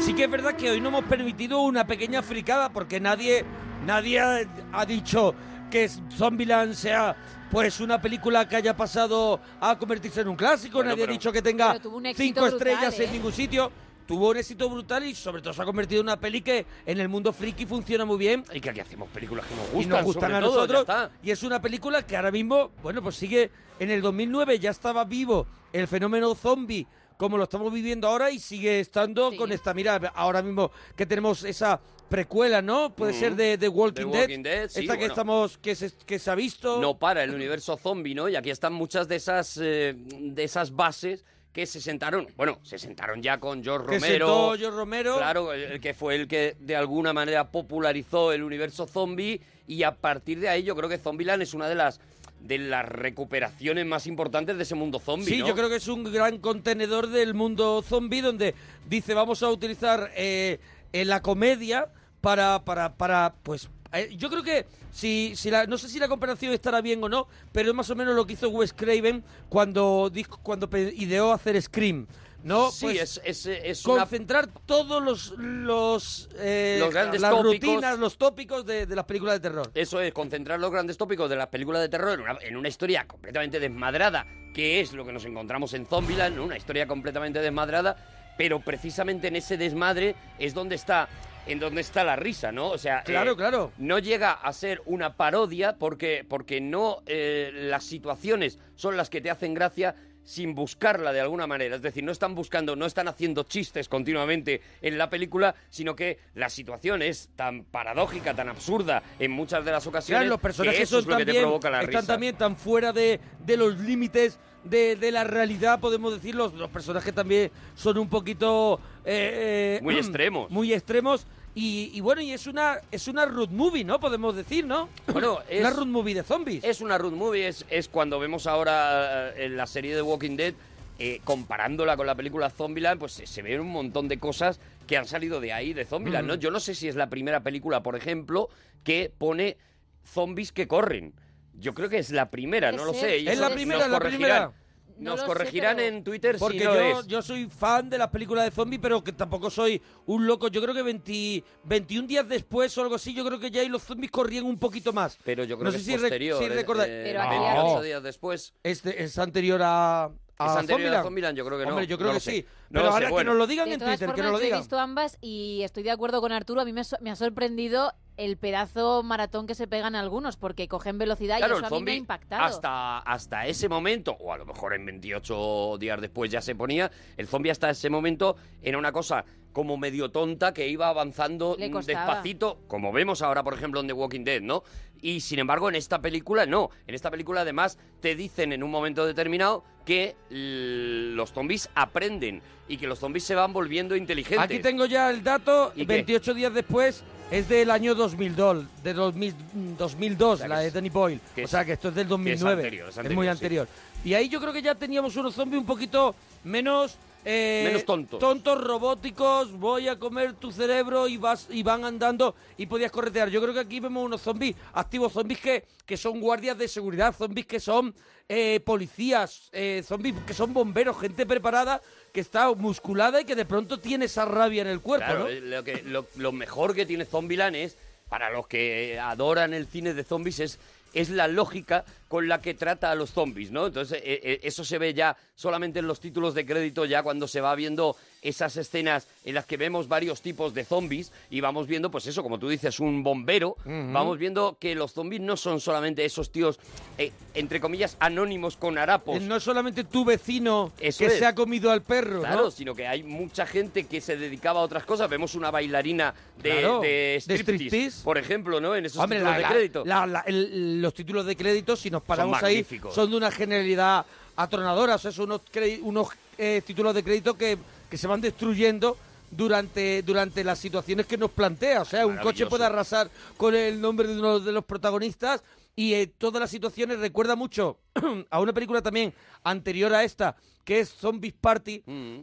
Sí que es verdad que hoy no hemos permitido una pequeña fricada porque nadie, nadie ha, ha dicho que Zombieland sea pues una película que haya pasado a convertirse en un clásico, Bueno, nadie pero- ha dicho que tenga Pero tuvo un éxito cinco brutal, estrellas ¿eh? en ningún sitio. Tuvo un éxito brutal y sobre todo se ha convertido en una peli que en el mundo friki funciona muy bien Y que aquí hacemos películas que nos y nos gustan sobre a todo, ya nosotros. está. y es una película que ahora mismo, bueno, pues sigue. En el 2009 ya estaba vivo el fenómeno zombie como lo estamos viviendo ahora y sigue estando con esta mirada. Ahora mismo que tenemos esa precuela, ¿no? Puede Mm. ser de, de Walking, The Dead. Walking Dead, sí, esta que bueno. estamos que se, que se ha visto. No para el universo zombie, ¿no? Y aquí están muchas de esas, eh, de esas bases que se sentaron, bueno, se sentaron ya con George Que Romero. sentó George Romero. Claro, el el que fue el que de alguna manera popularizó el universo zombie y a partir de ahí yo creo que Zombieland es una de las de las recuperaciones más importantes de ese mundo zombie, Sí, ¿no? yo creo que es un gran contenedor del mundo zombie donde dice vamos a utilizar eh, eh, la comedia para, para, para pues... eh, yo creo que, si, si la- no sé si la comparación estará bien o no, pero es más o menos lo que hizo Wes Craven cuando, dijo, cuando pe- ideó hacer Scream. ¿no? Pues Sí, es- es- es una- concentrar todos los los, eh, Los grandes las tópicos. rutinas, los tópicos de, de las películas de terror. Eso es, concentrar los grandes tópicos de las películas de terror en una, en una historia completamente desmadrada, que es lo que nos encontramos en Zombieland, ¿no? una historia completamente desmadrada, pero precisamente en ese desmadre es donde está, en donde está la risa, ¿no? O sea, eh, Claro, claro. no llega a ser una parodia porque, porque no eh, las situaciones son las que te hacen gracia sin buscarla de alguna manera. Es decir, no están buscando, no están haciendo chistes continuamente en la película, sino que la situación es tan paradójica, tan absurda en muchas de las ocasiones. Claro, los personajes que son eso es lo que te también- provoca la están risa. también tan fuera de, de los límites de, de la realidad, podemos decir. Los, los personajes también son un poquito... eh, eh, Muy extremos. Muy extremos. Y, y bueno, y es una es una road movie, ¿no? Podemos decir, ¿no? [coughs] Bueno, es- una road movie de zombies. Es una road movie, es, es cuando vemos ahora eh, en la serie de Walking Dead, eh, comparándola con la película Zombieland, pues se, se ven un montón de cosas que han salido de ahí, de Zombieland, ¿no? Mm. Yo no sé si es la primera película, por ejemplo, que pone zombies que corren. Yo creo que es la primera, no lo sé. ellos Es la nos primera, la corregirán. primera. Nos corregirán en Twitter Porque si no yo, es. yo soy fan de las películas de zombies, pero que tampoco soy un loco. Yo creo que 20 21 días después o algo así, yo creo que ya ahí los zombies corrían un poquito más. Pero yo creo no que sé es si, rec- posterior, si eh, recordáis. eh, Pero aquí ya- 28 días después. Este, Es, de- es anterior a. a ¿Es anterior a Zombieland. Zombieland? Yo creo que no. Hombre, yo creo No que lo sé. sí. No pero lo sé, ahora que bueno. nos lo digan De en todas Twitter, que formas, nos lo yo he digan. visto ambas y estoy de acuerdo con Arturo. A mí me, ha so- me ha sorprendido el pedazo maratón que se pegan algunos porque cogen velocidad y eso a mí me ha zombi impactado. Hasta, hasta ese momento, o a lo mejor en 28 días después ya se ponía, el zombie hasta ese momento era una cosa como medio tonta que iba avanzando Le mm, costaba. despacito, como vemos ahora, por ejemplo, en The Walking Dead, ¿no? Y sin embargo, en esta película no. En esta película, además, te dicen en un momento determinado que l- los zombies aprenden y que los zombies se van volviendo inteligentes. Aquí tengo ya el dato. ¿Y qué? 28 días después es del año 2002, de mm, 2000, 2002 la de Danny Boyle. O sea que esto es del que es 2009. anterior, es muy anterior. anterior, Y ahí yo creo que ya teníamos unos zombies un poquito menos. eh, Menos tontos. Tontos, robóticos, voy a comer tu cerebro y vas y van andando y podías corretear. Yo creo que aquí vemos unos zombies activos, zombies que, que son guardias de seguridad, zombies que son eh, policías, eh, zombies que son bomberos, gente preparada que está musculada y que de pronto tiene esa rabia en el cuerpo, Claro, ¿no? eh, lo, que, lo, lo mejor que tiene Zombieland es, para los que adoran el cine de zombies, es, es la lógica con la que trata a los zombies, ¿no? Entonces, eh, eh, eso se ve ya solamente en los títulos de crédito, ya cuando se va viendo esas escenas en las que vemos varios tipos de zombies y vamos viendo, pues eso, como tú dices, un bombero, Ujú. vamos viendo que los zombies no son solamente esos tíos, eh, entre comillas, anónimos con harapos. Eh, No es solamente tu vecino pues Eso que es. se ha comido al perro, Claro, ¿no? sino que hay mucha gente que se dedicaba a otras cosas. Vemos una bailarina de, Claro, de de striptease, striptease. por ejemplo, ¿no? En esos Hombre, títulos la- de la- crédito. la- la- el- los títulos de crédito, si nos paramos ahí, magníficos. son de una generalidad atronadora. O sea, son unos, cre- unos eh, títulos de crédito que, que se van destruyendo durante, durante las situaciones que nos plantea. O sea, un coche Maravilloso. puede arrasar con el nombre de uno de los protagonistas y eh, todas las situaciones recuerda mucho [clears throat] a una película también anterior a esta, que es Zombies Party,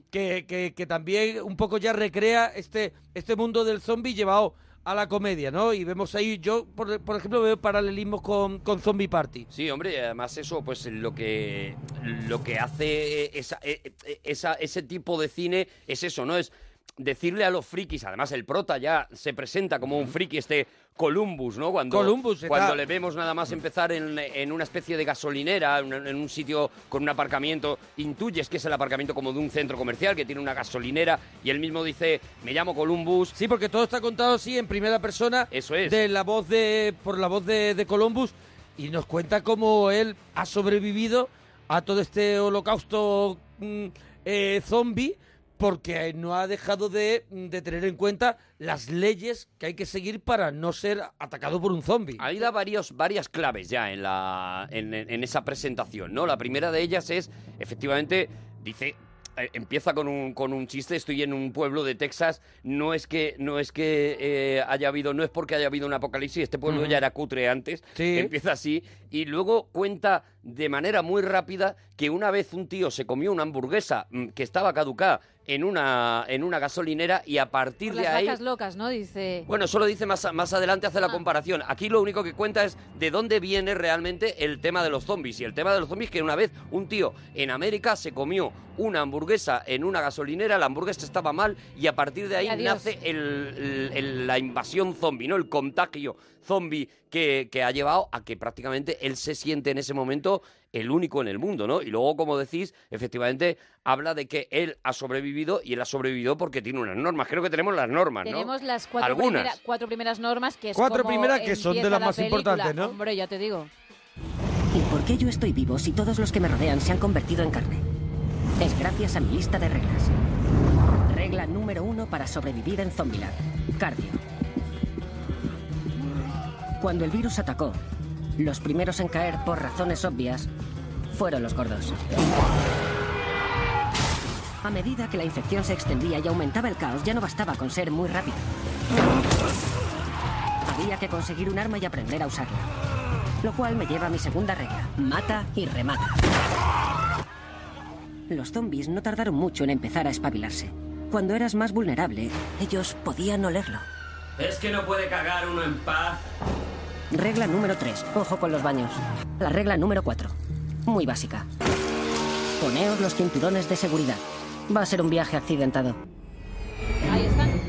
que, que- que también un poco ya recrea este, este mundo del zombie llevado a la comedia, ¿no? Y vemos ahí, yo, por, por ejemplo, veo paralelismos con, con Zombie Party. Sí, hombre, y además eso, pues lo que lo que hace eh, esa, eh, eh, esa- ese tipo de cine es eso, ¿no? Es decirle a los frikis, además el prota ya se presenta como un friki, este Columbus, ¿no? Cuando, Columbus, está- cuando le vemos nada más empezar en, en una especie de gasolinera, en, en un sitio con un aparcamiento, intuyes que es el aparcamiento como de un centro comercial que tiene una gasolinera y él mismo dice, me llamo Columbus. Sí, porque todo está contado así en primera persona. Eso es. De la voz de, por la voz de, de Columbus y nos cuenta cómo él ha sobrevivido a todo este holocausto mm, eh, zombie porque no ha dejado de, de tener en cuenta las leyes que hay que seguir para no ser atacado por un zombie. Ahí da varios, varias claves ya en, la, en, en- en esa presentación, ¿no? La primera de ellas es, efectivamente, dice... eh, Empieza con un, con un chiste, estoy en un pueblo de Texas, no es que, no es que eh, haya habido, no es porque haya habido un apocalipsis, este pueblo Ujú. ya era cutre antes, Sí. empieza así, y luego cuenta de manera muy rápida que una vez un tío se comió una hamburguesa mm, que estaba caducada en una, en una gasolinera y a partir Por de las ahí... vacas locas, ¿no? Dice... Bueno, eso lo dice más, a- más adelante, hace la Ah. comparación. Aquí lo único que cuenta es de dónde viene realmente el tema de los zombies. Y el tema de los zombies es que una vez un tío en América se comió una hamburguesa en una gasolinera, la hamburguesa estaba mal y a partir de Y ahí adiós. nace el- el- el- la invasión zombie, ¿no? El contagio zombie que, que ha llevado a que prácticamente él se siente en ese momento el único en el mundo, ¿no? Y luego, como decís, efectivamente habla de que él ha sobrevivido y él ha sobrevivido porque tiene unas normas. Creo que tenemos las normas, ¿no? Tenemos las cuatro, Algunas. primera- cuatro primeras normas que es Cuatro como primeras que son de empieza las la más importantes, película. ¿no? Hombre, ya te digo. ¿Y por qué yo estoy vivo si todos los que me rodean se han convertido en carne? Es gracias a mi lista de reglas. Regla número uno para sobrevivir en Zombieland. Cardio. Cuando el virus atacó, los primeros en caer por razones obvias fueron los gordos. A medida que la infección se extendía y aumentaba el caos, ya no bastaba con ser muy rápido. Había que conseguir un arma y aprender a usarla. Lo cual me lleva a mi segunda regla. Mata y remata. Los zombies no tardaron mucho en empezar a espabilarse. Cuando eras más vulnerable, ellos podían olerlo. Es que no puede cagar uno en paz. Regla número 3. Ojo con los baños. La regla número 4. Muy básica. Poneos los cinturones de seguridad. Va a ser un viaje accidentado.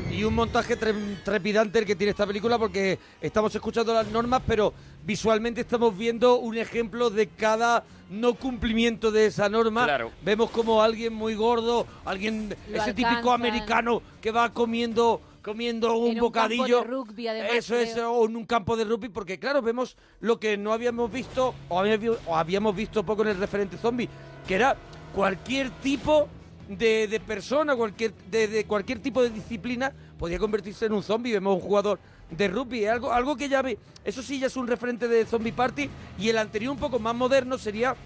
Y un montaje tre- trepidante el que tiene esta película porque estamos escuchando las normas, pero visualmente estamos viendo un ejemplo de cada no cumplimiento de esa norma. Claro. Vemos como alguien muy gordo, alguien Lo ese típico alcanzan. americano que va comiendo comiendo un En un campo de bocadillo. rugby, además, Eso es, eh, creo. o en un campo de rugby, porque claro, vemos lo que no habíamos visto o habíamos, o habíamos visto poco en el referente zombie, que era cualquier tipo de, de persona, cualquier de, de cualquier tipo de disciplina podía convertirse en un zombie. Vemos un jugador de rugby, algo, algo que ya ve. Eso sí ya es un referente de Zombie Party y el anterior un poco más moderno sería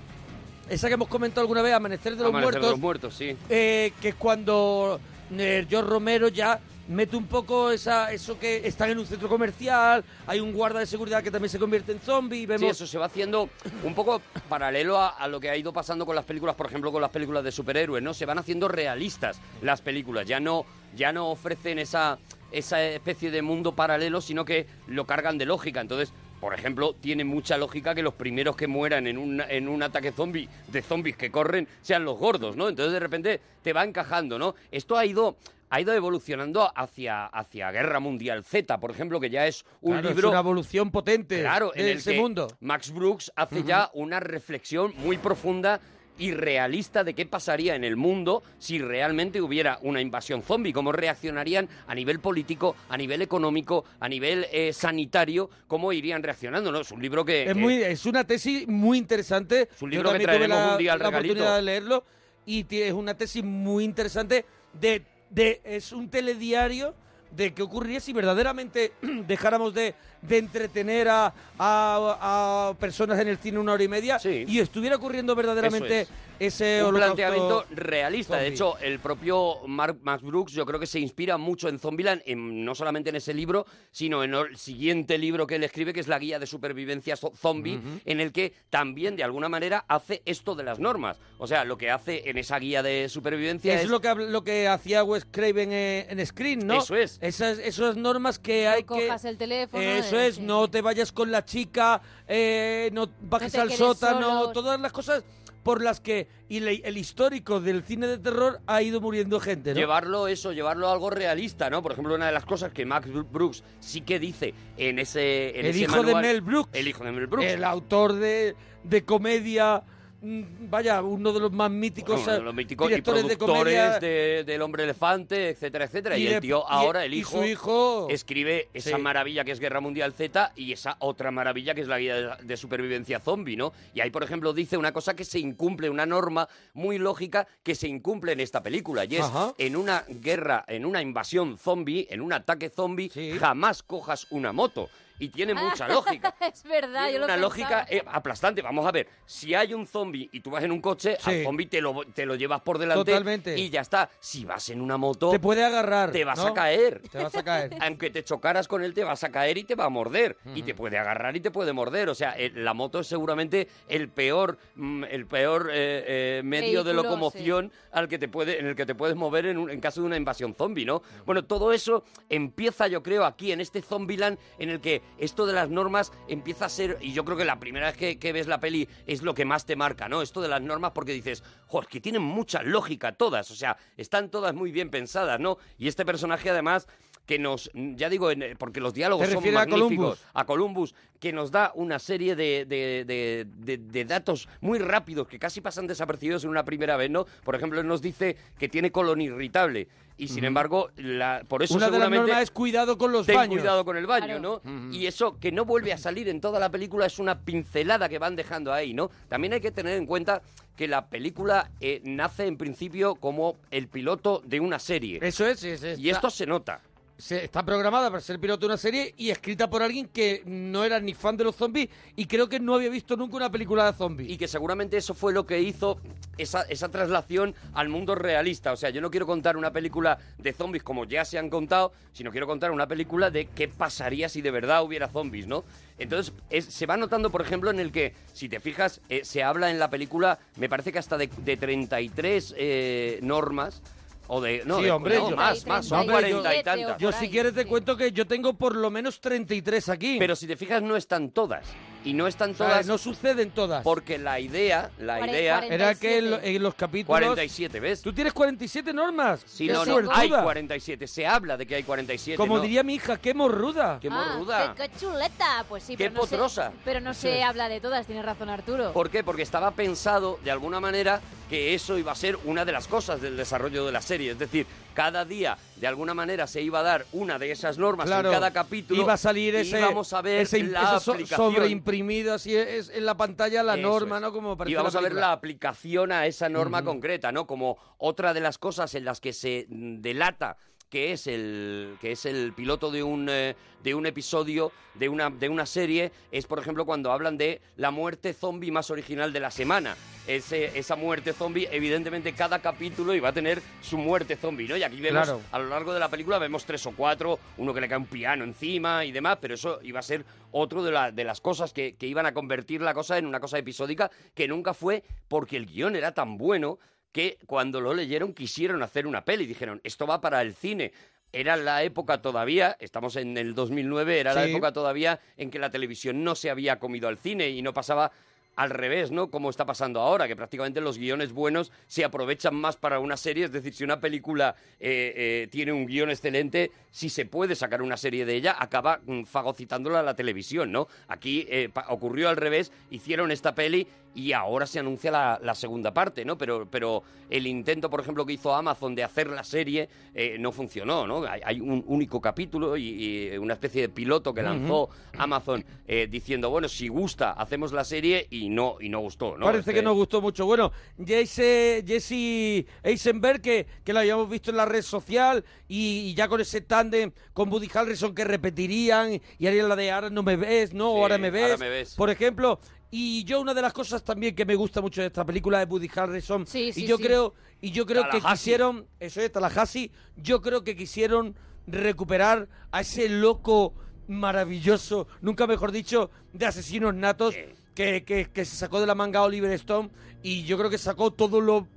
esa que hemos comentado alguna vez, Amanecer de los Amanecer de Muertos, los muertos, sí. eh, que es cuando eh, George Romero ya mete un poco esa eso que están en un centro comercial, hay un guarda de seguridad que también se convierte en zombie, vemos... Sí, eso se va haciendo un poco paralelo a, a lo que ha ido pasando con las películas, por ejemplo, con las películas de superhéroes, ¿no? Se van haciendo realistas las películas, ya no, ya no ofrecen esa, esa especie de mundo paralelo, sino que lo cargan de lógica. Entonces, por ejemplo, tiene mucha lógica que los primeros que mueran en un, en un ataque zombie, de zombies que corren, sean los gordos, ¿no? Entonces, de repente, te va encajando, ¿no? Esto ha ido... Ha ido evolucionando hacia, hacia Guerra Mundial Z, por ejemplo, que ya es un Claro, es libro una evolución potente Claro, de en el ese que mundo. Max Brooks hace ya una reflexión muy profunda y realista de qué pasaría en el mundo si realmente hubiera una invasión zombie, cómo reaccionarían a nivel político, a nivel económico, a nivel eh, sanitario, cómo irían reaccionando. ¿no? Es un libro que... Es, que- muy, es una tesis muy interesante. un libro Yo que también tuve traeremos la, un día al la regalito. oportunidad de leerlo y ti- es una tesis muy interesante de, de es un telediario de qué ocurriría si verdaderamente [clears throat] dejáramos de, de entretener a, a- a personas en el cine una hora y media y estuviera ocurriendo verdaderamente Eso ese un holocausto planteamiento realista. zombie. De hecho, el propio Mark Max Brooks yo creo que se inspira mucho en Zombieland, en- no solamente en ese libro, sino en el siguiente libro que él escribe, que es la guía de supervivencia zo- zombie, Ujú. en el que también, de alguna manera, hace esto de las normas. O sea, lo que hace en esa guía de supervivencia es... es lo que, habl- lo que hacía Wes Craven eh, en Screen, ¿no? ¿eh? Eso es. Esas, esas normas que hay que... Cojas el teléfono. Eso eh, es, sí. no te vayas con la chica, eh, no bajes te al quedes sótano, solos. todas las cosas por las que y le- el histórico del cine de terror ha ido muriendo gente, ¿no? Llevarlo eso, llevarlo a algo realista, ¿no? Por ejemplo, una de las cosas que Max Brooks sí que dice en ese. en el ese hijo manual- de Mel Brooks. El hijo de Mel Brooks. El autor de, de comedia, mm, vaya, uno de los más míticos, Bueno, uno de eh, los míticos y directores de productores comedia. de- del hombre elefante, etcétera, etcétera. Y, Y el de- tío y- ahora, el y hijo, su hijo- escribe esa Sí. maravilla que es Guerra Mundial Z y esa otra maravilla que es la guía de, de supervivencia zombie, ¿no? Y ahí, por ejemplo, dice una cosa que se incumple, una norma muy lógica que se incumple en esta película. Y es, Ajá. en una guerra, en una invasión zombie, en un ataque zombie, jamás cojas una moto. Y [laughs] tiene mucha lógica [laughs] es verdad, yo lo una pensaba. lógica eh, aplastante. Vamos a ver, si hay un zombie y tú vas en un coche, al zombie te lo, te lo llevas por delante Totalmente. y ya está. Si vas en una moto... Te puede agarrar, Te vas a ¿no? caer. Te vas a caer. [laughs] Aunque te chocaras con él, te vas a caer y te va a morder. Y te puede agarrar y te puede morder. O sea, eh, la moto es seguramente el peor, mm, el peor eh, eh, medio de Vehículo, locomoción al que te puede, en el que te puedes mover en, un- en caso de una invasión zombie, ¿no? Bueno, todo eso empieza, yo creo, aquí en este Zombieland en el que esto de las normas empieza a ser, y yo creo que la primera vez que, que ves la peli es lo que más te marca, ¿no? Esto de las normas porque dices, jo, es que tienen mucha lógica todas, o sea, están todas muy bien pensadas, ¿no? Y este personaje además que nos, ya digo, en- porque los diálogos ¿Te son refieres a magníficos Columbus? a Columbus, que nos da una serie de, de- de- de- de datos muy rápidos que casi pasan desapercibidos en una primera vez, ¿no? Por ejemplo, él nos dice que tiene colon irritable y, sin Ujú. embargo, la, por eso Una de las seguramente normas es cuidado con los ten baños. cuidado con el baño, Claro. ¿no? Ujú. Y eso que no vuelve a salir en toda la película es una pincelada que van dejando ahí, ¿no? También hay que tener en cuenta que la película eh, nace en principio como el piloto de una serie. Eso es, es- es- Y esto se nota. se- está programada para ser piloto de una serie y escrita por alguien que no era ni fan de los zombies y creo que no había visto nunca una película de zombies. y que seguramente eso fue lo que hizo esa, esa traslación al mundo realista. O sea, yo no quiero contar una película de zombies como ya se han contado, sino quiero contar una película de qué pasaría si de verdad hubiera zombies, ¿no? Entonces, es- se va notando, por ejemplo, en el que, si te fijas, eh, se habla en la película, me parece que hasta de, de 33 eh, normas. O de, no, sí, de- hombre, no, yo- más, más, son Hombre, yo- 40 y tantas. Yo si quieres te cuento que yo tengo por lo menos 33 aquí. Pero si te fijas, no están todas. Y no están sea, todas. no suceden todas. Porque la idea, la Cuare- idea. Era que en, lo- en los capítulos... 47, ¿ves? ¿Tú tienes 47 normas? Sí, ¡Qué no, no, suertuda! hay 47. Se habla de que hay 47. Como ¿no? diría mi hija, qué morruda. Qué Ah, morruda. qué, qué chuleta! Pues sí, Qué pero no sé- potrosa. pero no se habla de todas, tienes razón Arturo. Oh, ¿Por qué? Porque estaba pensado, de alguna manera, que eso iba a ser una de las cosas del desarrollo de la serie. Es decir, cada día, de alguna manera, se iba a dar una de esas normas Claro, en cada capítulo. Iba a salir y ese, Vamos a ver ese, la esa so- aplicación. sobreimprimido así es, en la pantalla la Eso norma, es. ¿no? Como parece y vamos la a ver película. la aplicación a esa norma Ujú. concreta, ¿no? Como otra de las cosas en las que se mm, delata que es el que es el piloto de un eh, de un episodio de una de una serie es por ejemplo cuando hablan de la muerte zombie más original de la semana Ese- esa muerte zombie evidentemente cada capítulo iba a tener su muerte zombie no y aquí vemos Claro. a lo largo de la película vemos tres o cuatro, uno que le cae un piano encima y demás, pero eso iba a ser otro de, la- de las cosas que, que iban a convertir la cosa en una cosa episódica que nunca fue porque el guión era tan bueno que cuando lo leyeron quisieron hacer una peli, dijeron, esto va para el cine. Era la época todavía, estamos en el 2009, era la Sí. época todavía en que la televisión no se había comido al cine y no pasaba al revés, ¿no? Como está pasando ahora, que prácticamente los guiones buenos se aprovechan más para una serie. Es decir, si una película eh, eh, tiene un guión excelente, si se puede sacar una serie de ella, acaba mm, fagocitándola la televisión, ¿no? Aquí eh, pa- ocurrió al revés, hicieron esta peli y ahora se anuncia la, la segunda parte, ¿no? Pero, pero el intento, por ejemplo, que hizo Amazon de hacer la serie eh, no funcionó, ¿no? Hay, hay un único capítulo y, y una especie de piloto que Ujú. lanzó Amazon eh, diciendo, bueno, si gusta, hacemos la serie y no, y no gustó, ¿no? Parece Este- que nos gustó mucho. Bueno, Jesse, Jesse Eisenberg, que, que la habíamos visto en la red social, y, y ya con ese tándem con Woody Harrison que repetirían, y harían la de ahora no me ves, ¿no? Sí, O ahora me ves. ahora me ves. Por ejemplo, y yo una de las cosas también que me gusta mucho de esta película es Woody Harrison. Sí, sí, y yo sí. creo, y yo creo que Tallahassee. quisieron, eso es, Tallahassee, yo creo que quisieron recuperar a ese loco maravilloso, nunca mejor dicho, de asesinos natos que, que- que se sacó de la manga Oliver Stone y yo creo que sacó todo lo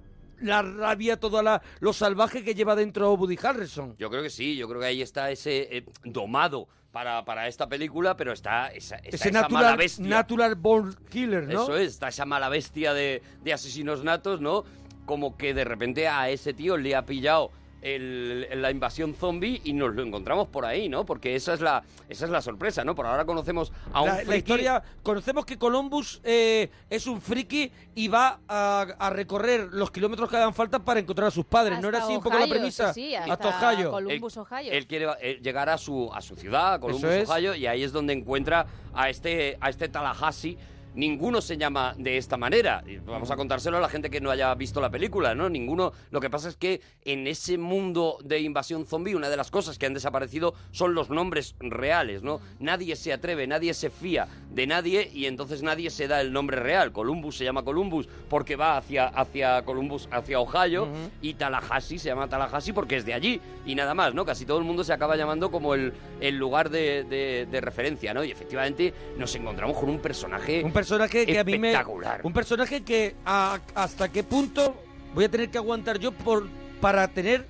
la rabia, todo lo salvaje que lleva dentro Woody Harrison. Yo creo que sí, yo creo que ahí está ese eh, domado para, para esta película, pero está esa, está Ese esa mala natural, bestia. natural born killer, ¿no? Eso es, está esa mala bestia de, de asesinos natos, ¿no? Como que de repente a ese tío le ha pillado el- la invasión zombie y nos lo encontramos por ahí, ¿no? Porque esa es la, esa es la sorpresa, ¿no? Por ahora conocemos a un la, la friki- historia, conocemos que Columbus eh, es un friki y va a, a recorrer los kilómetros que hagan falta para encontrar a sus padres. ¿No era así Hasta un poco la Ohio, eso premisa? sí, hasta, hasta Ohio. Columbus, Ohio. Él quiere eh, llegar a su, a su ciudad, a Columbus, Eso es. Ohio, y ahí es donde encuentra a este, a este Tallahassee. Ninguno se llama de esta manera. Y Vamos a contárselo a la gente que no haya visto la película, ¿no? Ninguno. Lo que pasa es que en ese mundo de invasión zombie, una de las cosas que han desaparecido son los nombres reales, ¿no? Nadie se atreve, nadie se fía de nadie y entonces nadie se da el nombre real. Columbus se llama Columbus porque va hacia, hacia Columbus, hacia Ohio, Ujú. y Tallahassee se llama Tallahassee porque es de allí y nada más, ¿no? Casi todo el mundo se acaba llamando como el, el lugar de, de- de referencia, ¿no? Y efectivamente nos encontramos con un personaje Un personaje que a mí me. espectacular. Un personaje que a- hasta qué punto voy a tener que aguantar yo por para tener.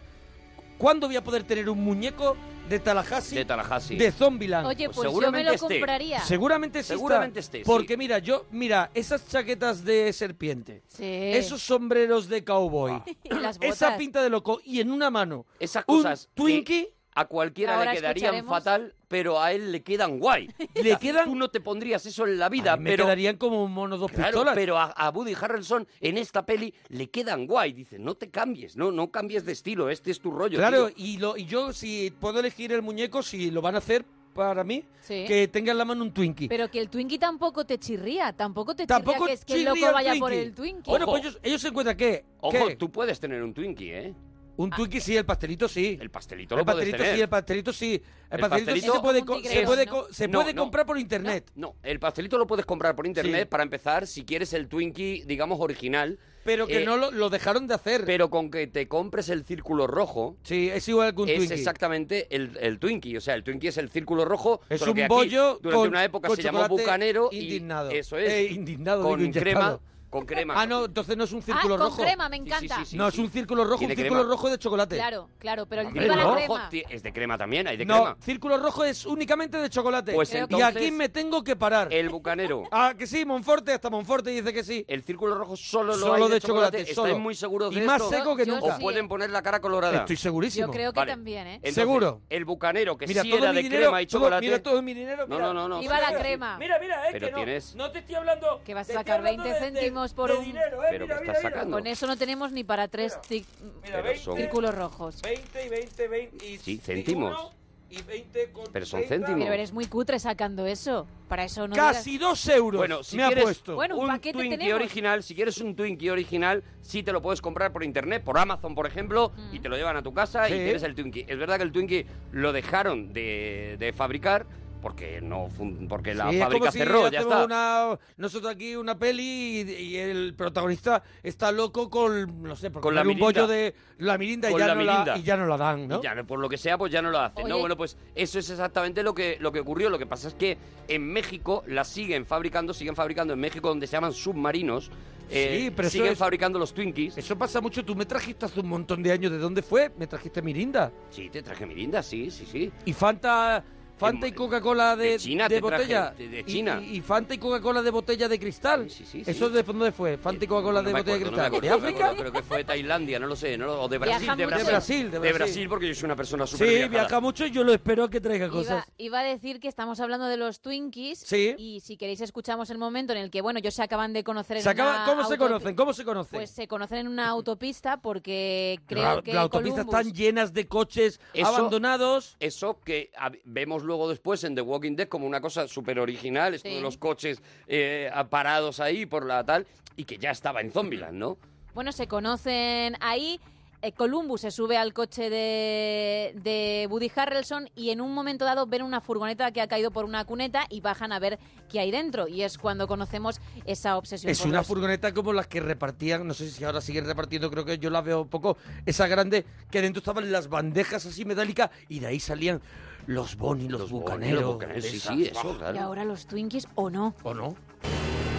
¿Cuándo voy a poder tener un muñeco de Tallahassee? de Tallahassee. de Zombieland. Oye, Pues pues yo seguramente me lo esté. compraría. Seguramente exista. Seguramente esté, sí. Porque mira, yo, mira, esas chaquetas de serpiente, Sí. [laughs] esos sombreros de Ah. cowboy, Y las esa botas. pinta de loco y en una mano Esas cosas un Twinkie, A cualquiera Ahora le quedarían escucharemos- fatal, pero a él le [laughs] quedan guay. Le quedan... Tú no te pondrías eso en la vida, me pero... quedarían como un mono dos Claro, pistolas. pero a, a Woody Harrelson en esta peli le quedan guay. Dice, no te cambies, no, no cambies de estilo, este es tu rollo. claro, tío". y, lo, y yo si puedo elegir el muñeco, si lo van a hacer para mí, Sí. que tenga en la mano un Twinkie. Pero que el Twinkie tampoco te chirría, tampoco te Tampoco chirría que es que el chirría loco el vaya Twinkie. por el Twinkie. Bueno, pues ellos, ellos se encuentran que... Ojo, que- tú puedes tener un Twinkie, ¿eh? Ah. Un Twinkie sí, el pastelito sí. El pastelito el lo puedes pastelito tener. sí, el pastelito sí. El, El pastelito, sí pastelito- se puede, Como un co- se tigrero, puede ¿no? co- se No, puede no. comprar por internet. No, el pastelito lo puedes comprar por internet Sí. para empezar, si quieres el Twinkie, digamos, original. Eh, Pero que no lo, dejaron de hacer. Pero con que te compres el círculo rojo. Sí, es igual que un es Twinkie. exactamente el, el Twinkie. O sea, el Twinkie es el círculo rojo. Es solo un que aquí, bollo Durante con- una época con se llamó chocolate bucanero. y- indignado. eso es. Eh, indignado, Con digo, crema. inyectado. Con crema. Ah, no, entonces no es un Ah, círculo con rojo. crema, me encanta. no, es un círculo rojo, un Tiene círculo crema. rojo de chocolate. Claro, claro, pero el Hombre, Twinkie va a la rojo crema. ti- es de crema también, hay de no, crema. círculo rojo es únicamente de chocolate. Pues y entonces- aquí me tengo que parar. El bucanero. [laughs] Ah, que sí, Monforte, hasta Monforte dice que sí. El círculo rojo solo lo Solo hay de chocolate, Estáis solo. muy seguros Y de más esto? seco que Yo nunca. O sí, pueden poner la cara colorada. Estoy segurísimo. Yo creo que Vale. también, ¿eh? Entonces, Seguro. El bucanero, que Mira, sí todo era mi de dinero, crema y todo- chocolate. mira todo mi dinero. No, mira. no, no, no. Iba la crema. Mira, mira, es Pero que no, tienes- no te estoy hablando. Que vas te a estoy sacar hablando 20 de- de- céntimos por de un- dinero, eh, Pero mira, que mira, estás mira. sacando. Con eso no tenemos ni para tres tic- Mira, Pero son- círculos rojos. 20 y 20, 20 y Sí, 21 céntimos. y 20 con Pero son 30. céntimos. Pero eres muy cutre sacando eso. Para eso no Casi digas- dos euros Bueno, si me ha quieres puesto. Bueno, un un paquete Twinkie tenemos. original, si quieres un Twinkie original, sí te lo puedes comprar por internet, por Amazon, por ejemplo, y te lo llevan a tu casa Sí. y tienes el Twinkie. Es verdad que el Twinkie lo dejaron de, de fabricar porque no fun- porque la Sí, es fábrica como si cerró, ya hacemos está. una- nosotros aquí una peli y, y el protagonista está loco con, no sé, por Con la comer un mirinda. bollo de la mirinda, y Con ya, la no la- mirinda. y ya no la dan, ¿no? Y ya, no- por lo que sea, pues ya no lo hacen. No, Oye. bueno, pues eso es exactamente lo que, lo que ocurrió. Lo que pasa es que en México la siguen fabricando, siguen fabricando en México donde se llaman submarinos. eh, sí, pero eso siguen es- fabricando los Twinkies. Eso pasa mucho. Tú me trajiste hace un montón de años. ¿De dónde fue? Me trajiste mirinda. Sí, te traje mirinda, sí, sí, sí. Em, Y Fanta, Fanta y Coca-Cola de, de China de te traje, botella. de- de Y- China. Y, y Fanta y Coca-Cola de botella de cristal. sí. ¿Eso de dónde fue? Fanta y Coca-Cola No de me botella acuerdo, no me de cristal. acuerdo, no ¿De me África? acuerdo, creo que fue de Tailandia, no lo sé, ¿no? o de Viaja Brasil, de mucho. Brasil. De Brasil, de Brasil. porque yo soy una persona Sí, súper viajada. viaja mucho y yo lo espero a que traiga Iba, cosas. iba a decir que estamos hablando de los Twinkies. Sí. Y si queréis, escuchamos el momento en el que, bueno, ellos se acaban de conocer en Se acaba- una ¿Cómo se autopi- conocen? ¿Cómo se conocen? Pues se conocen en una autopista porque creo La- que. las autopistas Columbus- están llenas de coches Eso- abandonados. Eso que a- vemos luego después en The Walking Dead como una cosa súper original, esto de Sí. los coches eh, parados ahí por la tal, y que ya estaba en Zombieland, ¿no? Bueno, se conocen ahí. eh, Columbus se sube al coche de, de Woody Harrelson y en un momento dado ven una furgoneta que ha caído por una cuneta y bajan a ver qué hay dentro. Y es cuando conocemos esa obsesión. Es por una los- furgoneta como las que repartían, no sé si ahora siguen repartiendo, creo que yo las veo un poco, esa grande, que dentro estaban las bandejas así metálicas y de ahí salían los Bonnie, los, bucaneros. los bucaneros, sí, esas, sí, eso, ¡buah! Y ahora los Twinkies o no. ¿O no?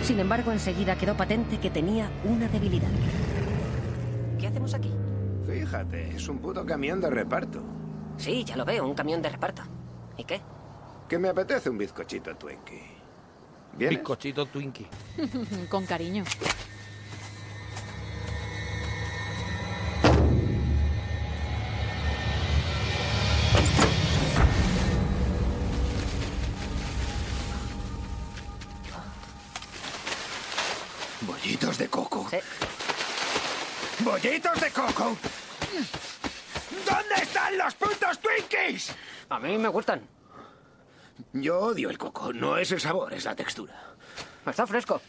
Sin embargo, enseguida quedó patente que tenía una debilidad. ¿Qué hacemos aquí? Fíjate, es un puto camión de reparto. Sí, ya lo veo, un camión de reparto. ¿Y qué? Que me apetece un bizcochito Twinkie. ¿Vienes? Bizcochito Twinkie. [laughs] Con cariño. Bollitos de coco. ¡Bollitos de coco! ¿Dónde están los putos Twinkies? A mí me gustan. Yo odio el coco. No es el sabor, es la textura. Está fresco.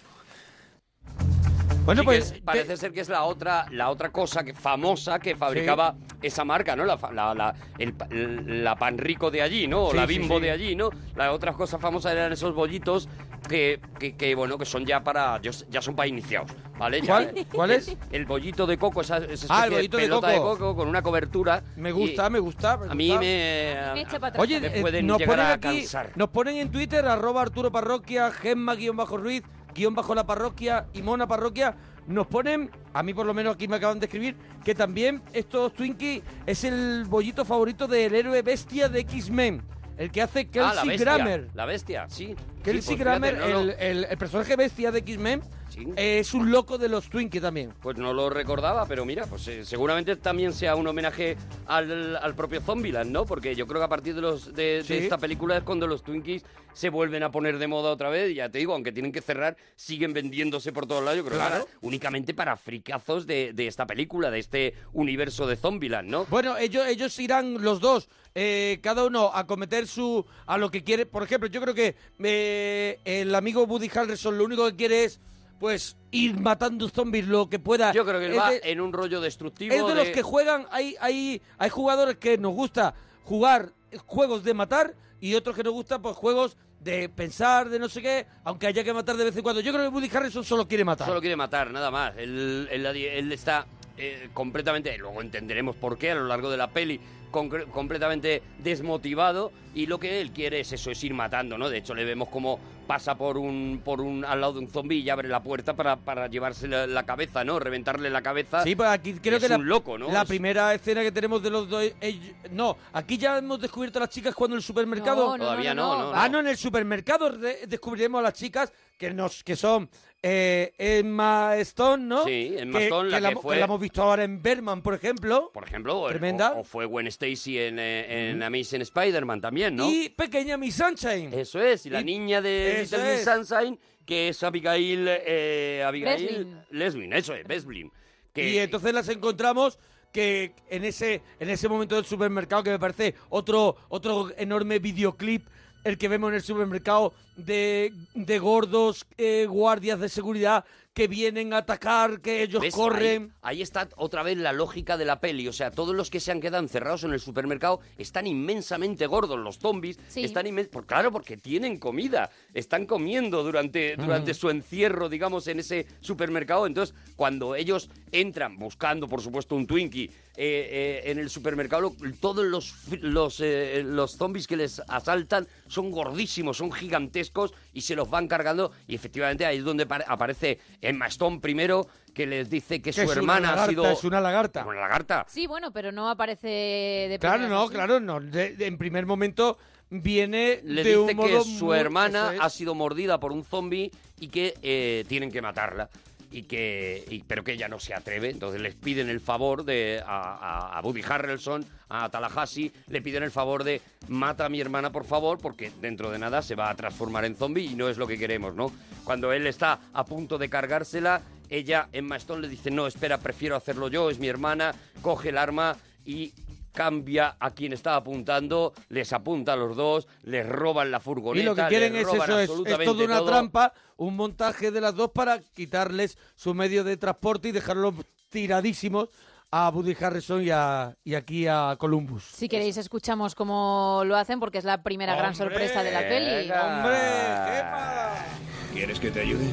Bueno, pues parece eh, ser que es la otra la otra cosa que famosa que fabricaba esa marca, ¿no? La, fa- la, la- el pa- la pan rico de allí, ¿no? O Sí, la sí, bimbo sí. de allí, ¿no? Las otras cosas famosas eran esos bollitos que, que, que, bueno que son ya para yo- ya son para iniciados, ¿vale? Ya- ¿Cuál? ¿Cuál es? El bollito de coco, esa, esa Ah, especie el de bollito de pelota coco. con una cobertura. Me gusta, me gusta. me A mí gusta. me- a- Me echa para atrás. Oye, me eh, pueden nos llegar ponen a aquí, cansar. nos ponen en Twitter arroba Arturo Parroquia, Gemma guión bajo Ruiz, guión bajo la parroquia y Mona Parroquia. Nos ponen, a mí por lo menos aquí me acaban de escribir, que también estos Twinkies es el bollito favorito del héroe bestia de X-Men. El que hace Ah, la Kelsey bestia, Grammer. La bestia, sí. Kelsey Sí, pues fíjate, Grammer, no lo- El, el- el personaje bestia de X-Men, eh, es un loco de los Twinkies también. Pues no lo recordaba, pero mira, pues eh, seguramente también sea un homenaje al, al propio Zombieland, ¿no? Porque yo creo que a partir de los de, de Sí. esta película es cuando los Twinkies se vuelven a poner de moda otra vez. Y ya te digo, aunque tienen que cerrar, siguen vendiéndose por todos lados. Yo creo que Claro. ahora únicamente para fricazos de, de esta película, de este universo de Zombieland, ¿no? Bueno, ellos, ellos irán los dos, eh, cada uno a cometer su. a lo que quiere. Por ejemplo, yo creo que eh, el amigo Woody Harrelson lo único que quiere es, pues, ir matando zombies lo que pueda. Yo creo que Es va de- en un rollo destructivo. es de los que juegan, hay, hay, hay jugadores que nos gusta jugar juegos de matar y otros que nos gustan pues juegos de pensar, de no sé qué, aunque haya que matar de vez en cuando. Yo creo que Woody Harrison solo quiere matar. Solo quiere matar, nada más. Él, él- él está eh, completamente, luego entenderemos por qué a lo largo de la peli, concre- completamente desmotivado y lo que él quiere es eso, es ir matando, ¿no? De hecho le vemos como pasa por un, por un, al lado de un zombi y abre la puerta para, para llevarse la, la cabeza, ¿no? Reventarle la cabeza. Sí, pues aquí creo es que la, un loco, ¿no? la Es- primera escena que tenemos de los dos. ellos- no, aquí ya hemos descubierto a las chicas cuando en el supermercado. No, no, Todavía no, no, no, no, no. Ah, no, en el supermercado re- descubriremos a las chicas que nos que son eh, Emma Stone, ¿no? Sí, Emma Stone, la que mo- fue- la hemos visto ahora en Berman, por ejemplo. por ejemplo, o- Tremenda. O, o fue Gwen Stacy en, eh, en Amazing Spider-Man también, ¿no? Y pequeña Miss Sunshine. Eso es, y la niña de Eso Little Miss es. Sunshine, que es Abigail, eh, Abigail Breslin. Leslin, eso es, Breslin. Que, Y entonces las encontramos que en ese, en ese momento del supermercado, que me parece otro, otro enorme videoclip, el que vemos en el supermercado de, de gordos eh, guardias de seguridad que vienen a atacar, que ellos ¿Ves? corren. Ahí, ahí está otra vez la lógica de la peli. O sea, todos los que se han quedado encerrados en el supermercado están inmensamente gordos. Los zombies Sí. están inmensamente... claro, porque tienen comida. Están comiendo durante, eh, durante su encierro, digamos, en ese supermercado. Entonces, cuando ellos entran buscando, por supuesto, un Twinkie eh, eh, en el supermercado, lo- todos los, fi- los, eh, los zombies que les asaltan son gordísimos, son gigantescos y se los van cargando. Y efectivamente ahí es donde pare- aparece Emma Stone primero, que les dice que Que su es una hermana ha lagarta, sido. es una lagarta. Una lagarta. Sí, bueno, pero no aparece de Claro, primeras, no, ¿sí? claro, no. De- de- en primer momento viene Le de dice un que modo su muy- hermana eso es. ha sido mordida por un zombie y que eh, tienen que matarla. Y que, y- pero que ella no se atreve, entonces les piden el favor de a, a, a Woody Harrelson, a Tallahassee, le piden el favor de mata a mi hermana por favor, porque dentro de nada se va a transformar en zombie y no es lo que queremos, ¿no? Cuando él está a punto de cargársela, ella, Emma Stone, le dice, no, espera, prefiero hacerlo yo, es mi hermana, coge el arma y cambia a quien está apuntando, les apunta a los dos, les roban la furgoneta. Y lo que quieren les es eh, roban eso, es, es absolutamente toda una todo. trampa, un montaje de las dos para quitarles su medio de transporte y dejarlos tiradísimos a Woody Harrison y, a, y aquí a Columbus. Si queréis escuchamos cómo lo hacen porque es la primera gran sorpresa de la peli. ¿Quieres que te ayude?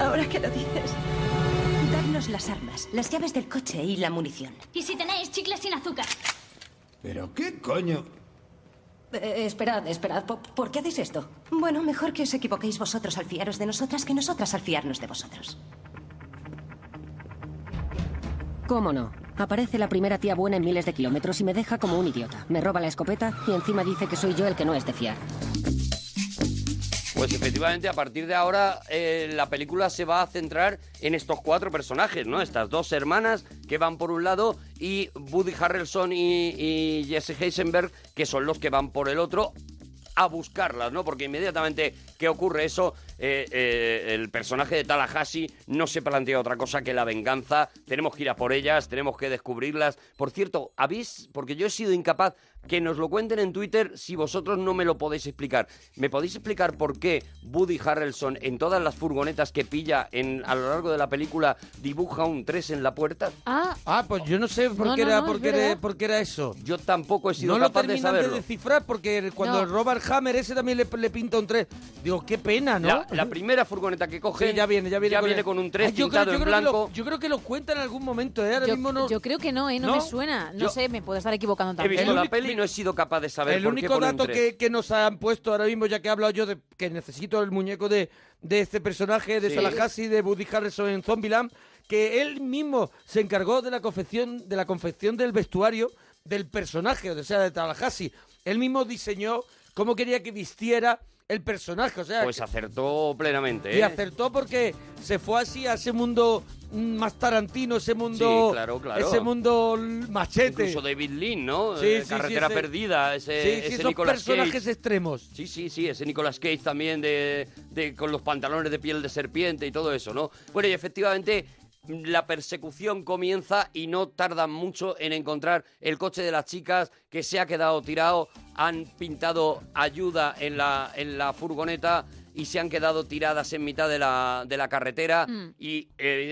Ahora que lo dices. Darnos las armas, las llaves del coche y la munición. Y si tenéis chicles sin azúcar. ¿Pero qué coño? Eh, esperad, esperad. ¿Por, por qué hacéis esto? Bueno, mejor que os equivoquéis vosotros al fiaros de nosotras que nosotras al fiarnos de vosotros. ¿Cómo no? Aparece la primera tía buena en miles de kilómetros y me deja como un idiota. Me roba la escopeta y encima dice que soy yo el que no es de fiar. Pues efectivamente, a partir de ahora eh, la película se va a centrar en estos cuatro personajes, ¿no? Estas dos hermanas que van por un lado y Woody Harrelson y, y Jesse Heisenberg, que son los que van por el otro a buscarlas, ¿no? Porque inmediatamente que ocurre eso, eh, eh, el personaje de Tallahassee no se plantea otra cosa que la venganza. Tenemos que ir a por ellas, tenemos que descubrirlas. Por cierto, habéis, porque yo he sido incapaz que nos lo cuenten en Twitter si vosotros no me lo podéis explicar. ¿Me podéis explicar por qué Woody Harrelson en todas las furgonetas que pilla en, a lo largo de la película dibuja un 3 en la puerta? Ah, Ah, pues yo no sé por, No, qué, no, era, no, por, es qué, era, verdad. por qué era eso. Yo tampoco he sido no capaz lo de terminan saberlo. de descifrar porque cuando No. Robert Hammer ese también le, le pinta un 3. Digo, qué pena, ¿no? La, la primera furgoneta que coge Sí, ya viene, ya viene, ya viene el- con un 3 Ah, yo creo- pintado yo en creo que lo- blanco. yo creo que lo cuenta en algún momento, ¿eh? Ahora Yo, mismo no... yo creo que no, ¿eh? No, ¿No? me suena. No Yo- sé, me puedo estar equivocando He también. visto la peli y no he sido capaz de saber el por qué único pone un dato tres. que, que nos han puesto ahora mismo, ya que he hablado yo de que necesito el muñeco de, de este personaje, de Sí. Tallahassee, de Woody Harrelson en Zombieland, que él mismo se encargó de la confección, de la confección del vestuario del personaje, o sea, de Tallahassee. Él mismo diseñó cómo quería que vistiera el personaje, o sea, Pues que- acertó plenamente. y ¿eh? acertó porque se fue así a ese mundo mm, más tarantino, ese mundo, Sí, claro, claro. ese mundo l- machete. Incluso David Lean, ¿no? Sí, Eh, sí, Carretera sí, ese- perdida, ese, Sí, sí, ese esos Nicolas personajes Cage. extremos. Sí, sí, sí, ese Nicolas Cage también de, de- con los pantalones de piel de serpiente y todo eso, ¿no? Bueno, y efectivamente la persecución comienza y no tardan mucho en encontrar el coche de las chicas que se ha quedado tirado, han pintado ayuda en la, en la furgoneta y se han quedado tiradas en mitad de la, de la carretera Mm. y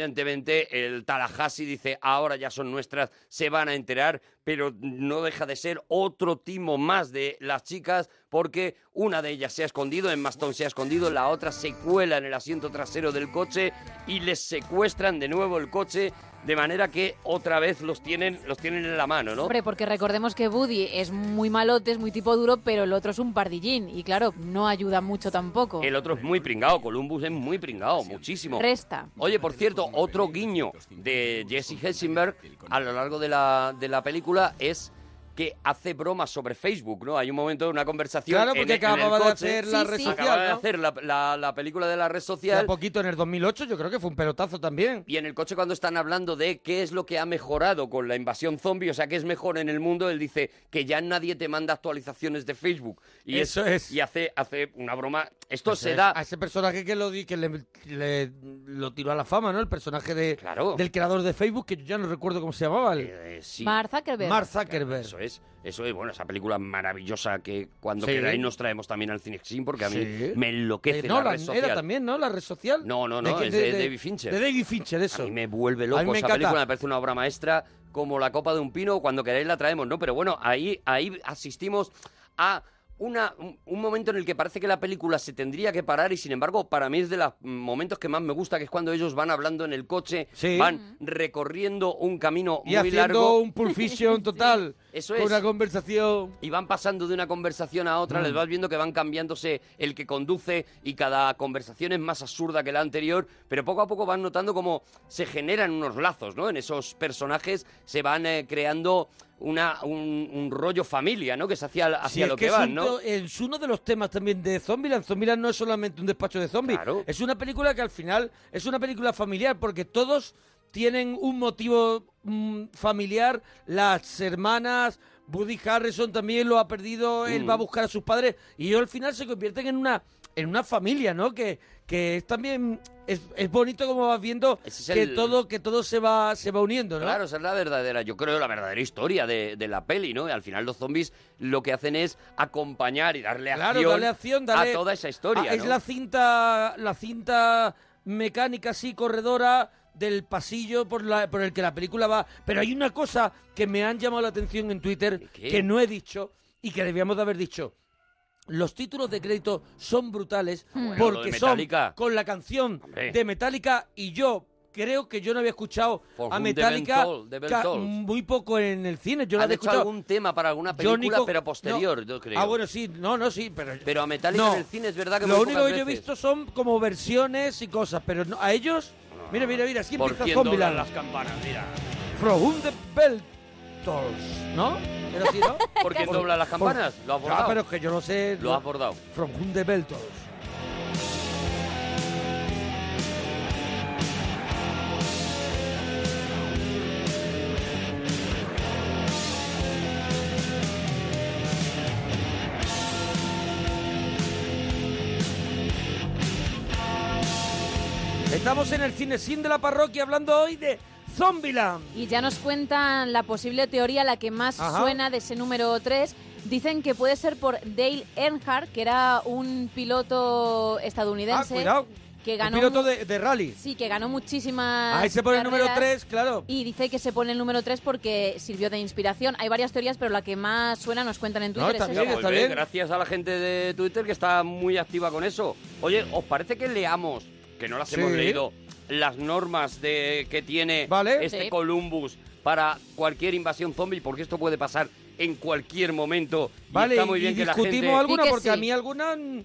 evidentemente el Tallahassee dice ahora ya son nuestras, se van a enterar, pero no deja de ser otro timo más de las chicas porque una de ellas se ha escondido, en Maston se ha escondido, la otra se cuela en el asiento trasero del coche y les secuestran de nuevo el coche de manera que otra vez los tienen, los tienen en la mano, ¿no? Hombre, porque recordemos que Woody es muy malote, es muy tipo duro, pero el otro es un pardillín. Y claro, no ayuda mucho tampoco. El otro es muy pringado, Columbus es muy pringado, muchísimo. Resta. Oye, por cierto, otro guiño de Jesse Heisenberg a lo largo de la, de la película es que hace bromas sobre Facebook, ¿no? Hay un momento de una conversación Claro, porque en, en el acababa de coche. hacer la Sí, red sí. social, Acababa de ¿no? hacer la, la- la película de la red Hace social poquito, en el 2008, yo creo que fue un pelotazo también. y en el coche cuando están hablando de qué es lo que ha mejorado con la invasión zombie, o sea, qué es mejor en el mundo, él dice que ya nadie te manda actualizaciones de Facebook. Y Eso es. Y hace, hace una broma. Esto Eso se pues es, da A ese personaje que lo di, que le, le- lo tiró a la fama, ¿no? El personaje de, Ah, del creador de Facebook, que yo ya no recuerdo cómo se llamaba. el- Eh, sí. Mark Zuckerberg. Mark Zuckerberg. Eso es, eso es, bueno, esa película maravillosa que cuando Sí. queráis nos traemos también al Cinexin porque a mí Sí. me enloquece Eh, la no, red la- social. era también, ¿no? La red social. No, no, no, que- es de, David Fincher. De David Fincher, eso. A mí me vuelve A mí loco me esa encanta. película, me parece una obra maestra como la copa de un pino, cuando queráis la traemos, ¿no? Pero bueno, ahí, ahí asistimos a una, un- un momento en el que parece que la película se tendría que parar y sin embargo para mí es de los momentos que más me gusta, que es cuando ellos van hablando en el coche, Sí. van recorriendo un camino Y muy haciendo largo. un Pulp Fiction [laughs] total. Eso con es. Una conversación. Y van pasando de una conversación a otra, Mm. les vas viendo que van cambiándose el que conduce y cada conversación es más absurda que la anterior, pero poco a poco van notando cómo se generan unos lazos, ¿no? En esos personajes se van eh, creando una, un, un rollo familia, ¿no? Que se hacia, hacia Sí, es lo que, es van, un ¿no? to- eh, Es uno de los temas también de Zombieland. Zombieland no es solamente un despacho de zombies. Es una película que al final es una película familiar porque todos tienen un motivo mm, familiar. Las hermanas, Woody Harrison también lo ha perdido. Él Mm. va a buscar a sus padres y ellos al final se convierten en una en una familia, ¿no? Que, que es también es, es bonito como vas viendo es que el- todo que todo se va se va uniendo, ¿no? Claro, esa es la verdadera, yo creo, la verdadera historia de, de la peli, ¿no? Y al final los zombies lo que hacen es acompañar y darle Claro, acción, dale acción, dale- a toda esa historia, Ah, Es ¿no? la cinta, la cinta mecánica así corredora del pasillo por, la, por el que la película va. Pero hay una cosa que me han llamado la atención en Twitter que no he dicho y que debíamos de haber dicho. Los títulos de crédito son brutales bueno, lo porque de son Metallica. con la canción Hombre. de Metallica y yo creo que yo no había escuchado For a whom the Metallica bell toll, the bell ca- tolls. muy poco en el cine. Yo la Han había hecho escuchado algún tema para alguna Yo película, Nico- pero posterior, no. yo creo. Ah, bueno, sí, no, no, sí, pero... Pero a Metallica en el cine es verdad que Lo muy único que pocas yo he veces. visto son como versiones y cosas, pero no- a ellos... Mira, mira, mira, aquí Por empieza 100 dólares Zombieland. las campanas, mira. Prohunde Peltors, ¿no? Era así, [laughs] ¿no? ¿Por quién dobla las campanas? Lo has Ah, bordado. pero es que yo no sé... Lo has bordado. Prohunde Peltors. Estamos en el cine sin de la parroquia hablando hoy de Zombieland. Y ya nos cuentan la posible teoría, la que más Ajá. suena de ese número 3. Dicen que puede ser por Dale Earnhardt, que era un piloto Ah, estadounidense. cuidado. Que Un ganó piloto mu- de, de rally. Sí, que ganó muchísimas. Ahí se pone el número carreras. 3, claro. Y dice que se pone el número 3 porque sirvió de inspiración. Hay varias teorías, pero la que más suena nos cuentan en Twitter. es Muy esa. bien, Gracias a la gente de Twitter que está muy activa con eso. Oye, ¿os parece que leamos, que no las Sí. hemos leído, las normas de que tiene este Sí. Columbus para cualquier invasión zombie? Porque esto puede pasar en cualquier momento. y Vale, está muy y bien que la discutimos gente- alguna porque a mí alguna mm,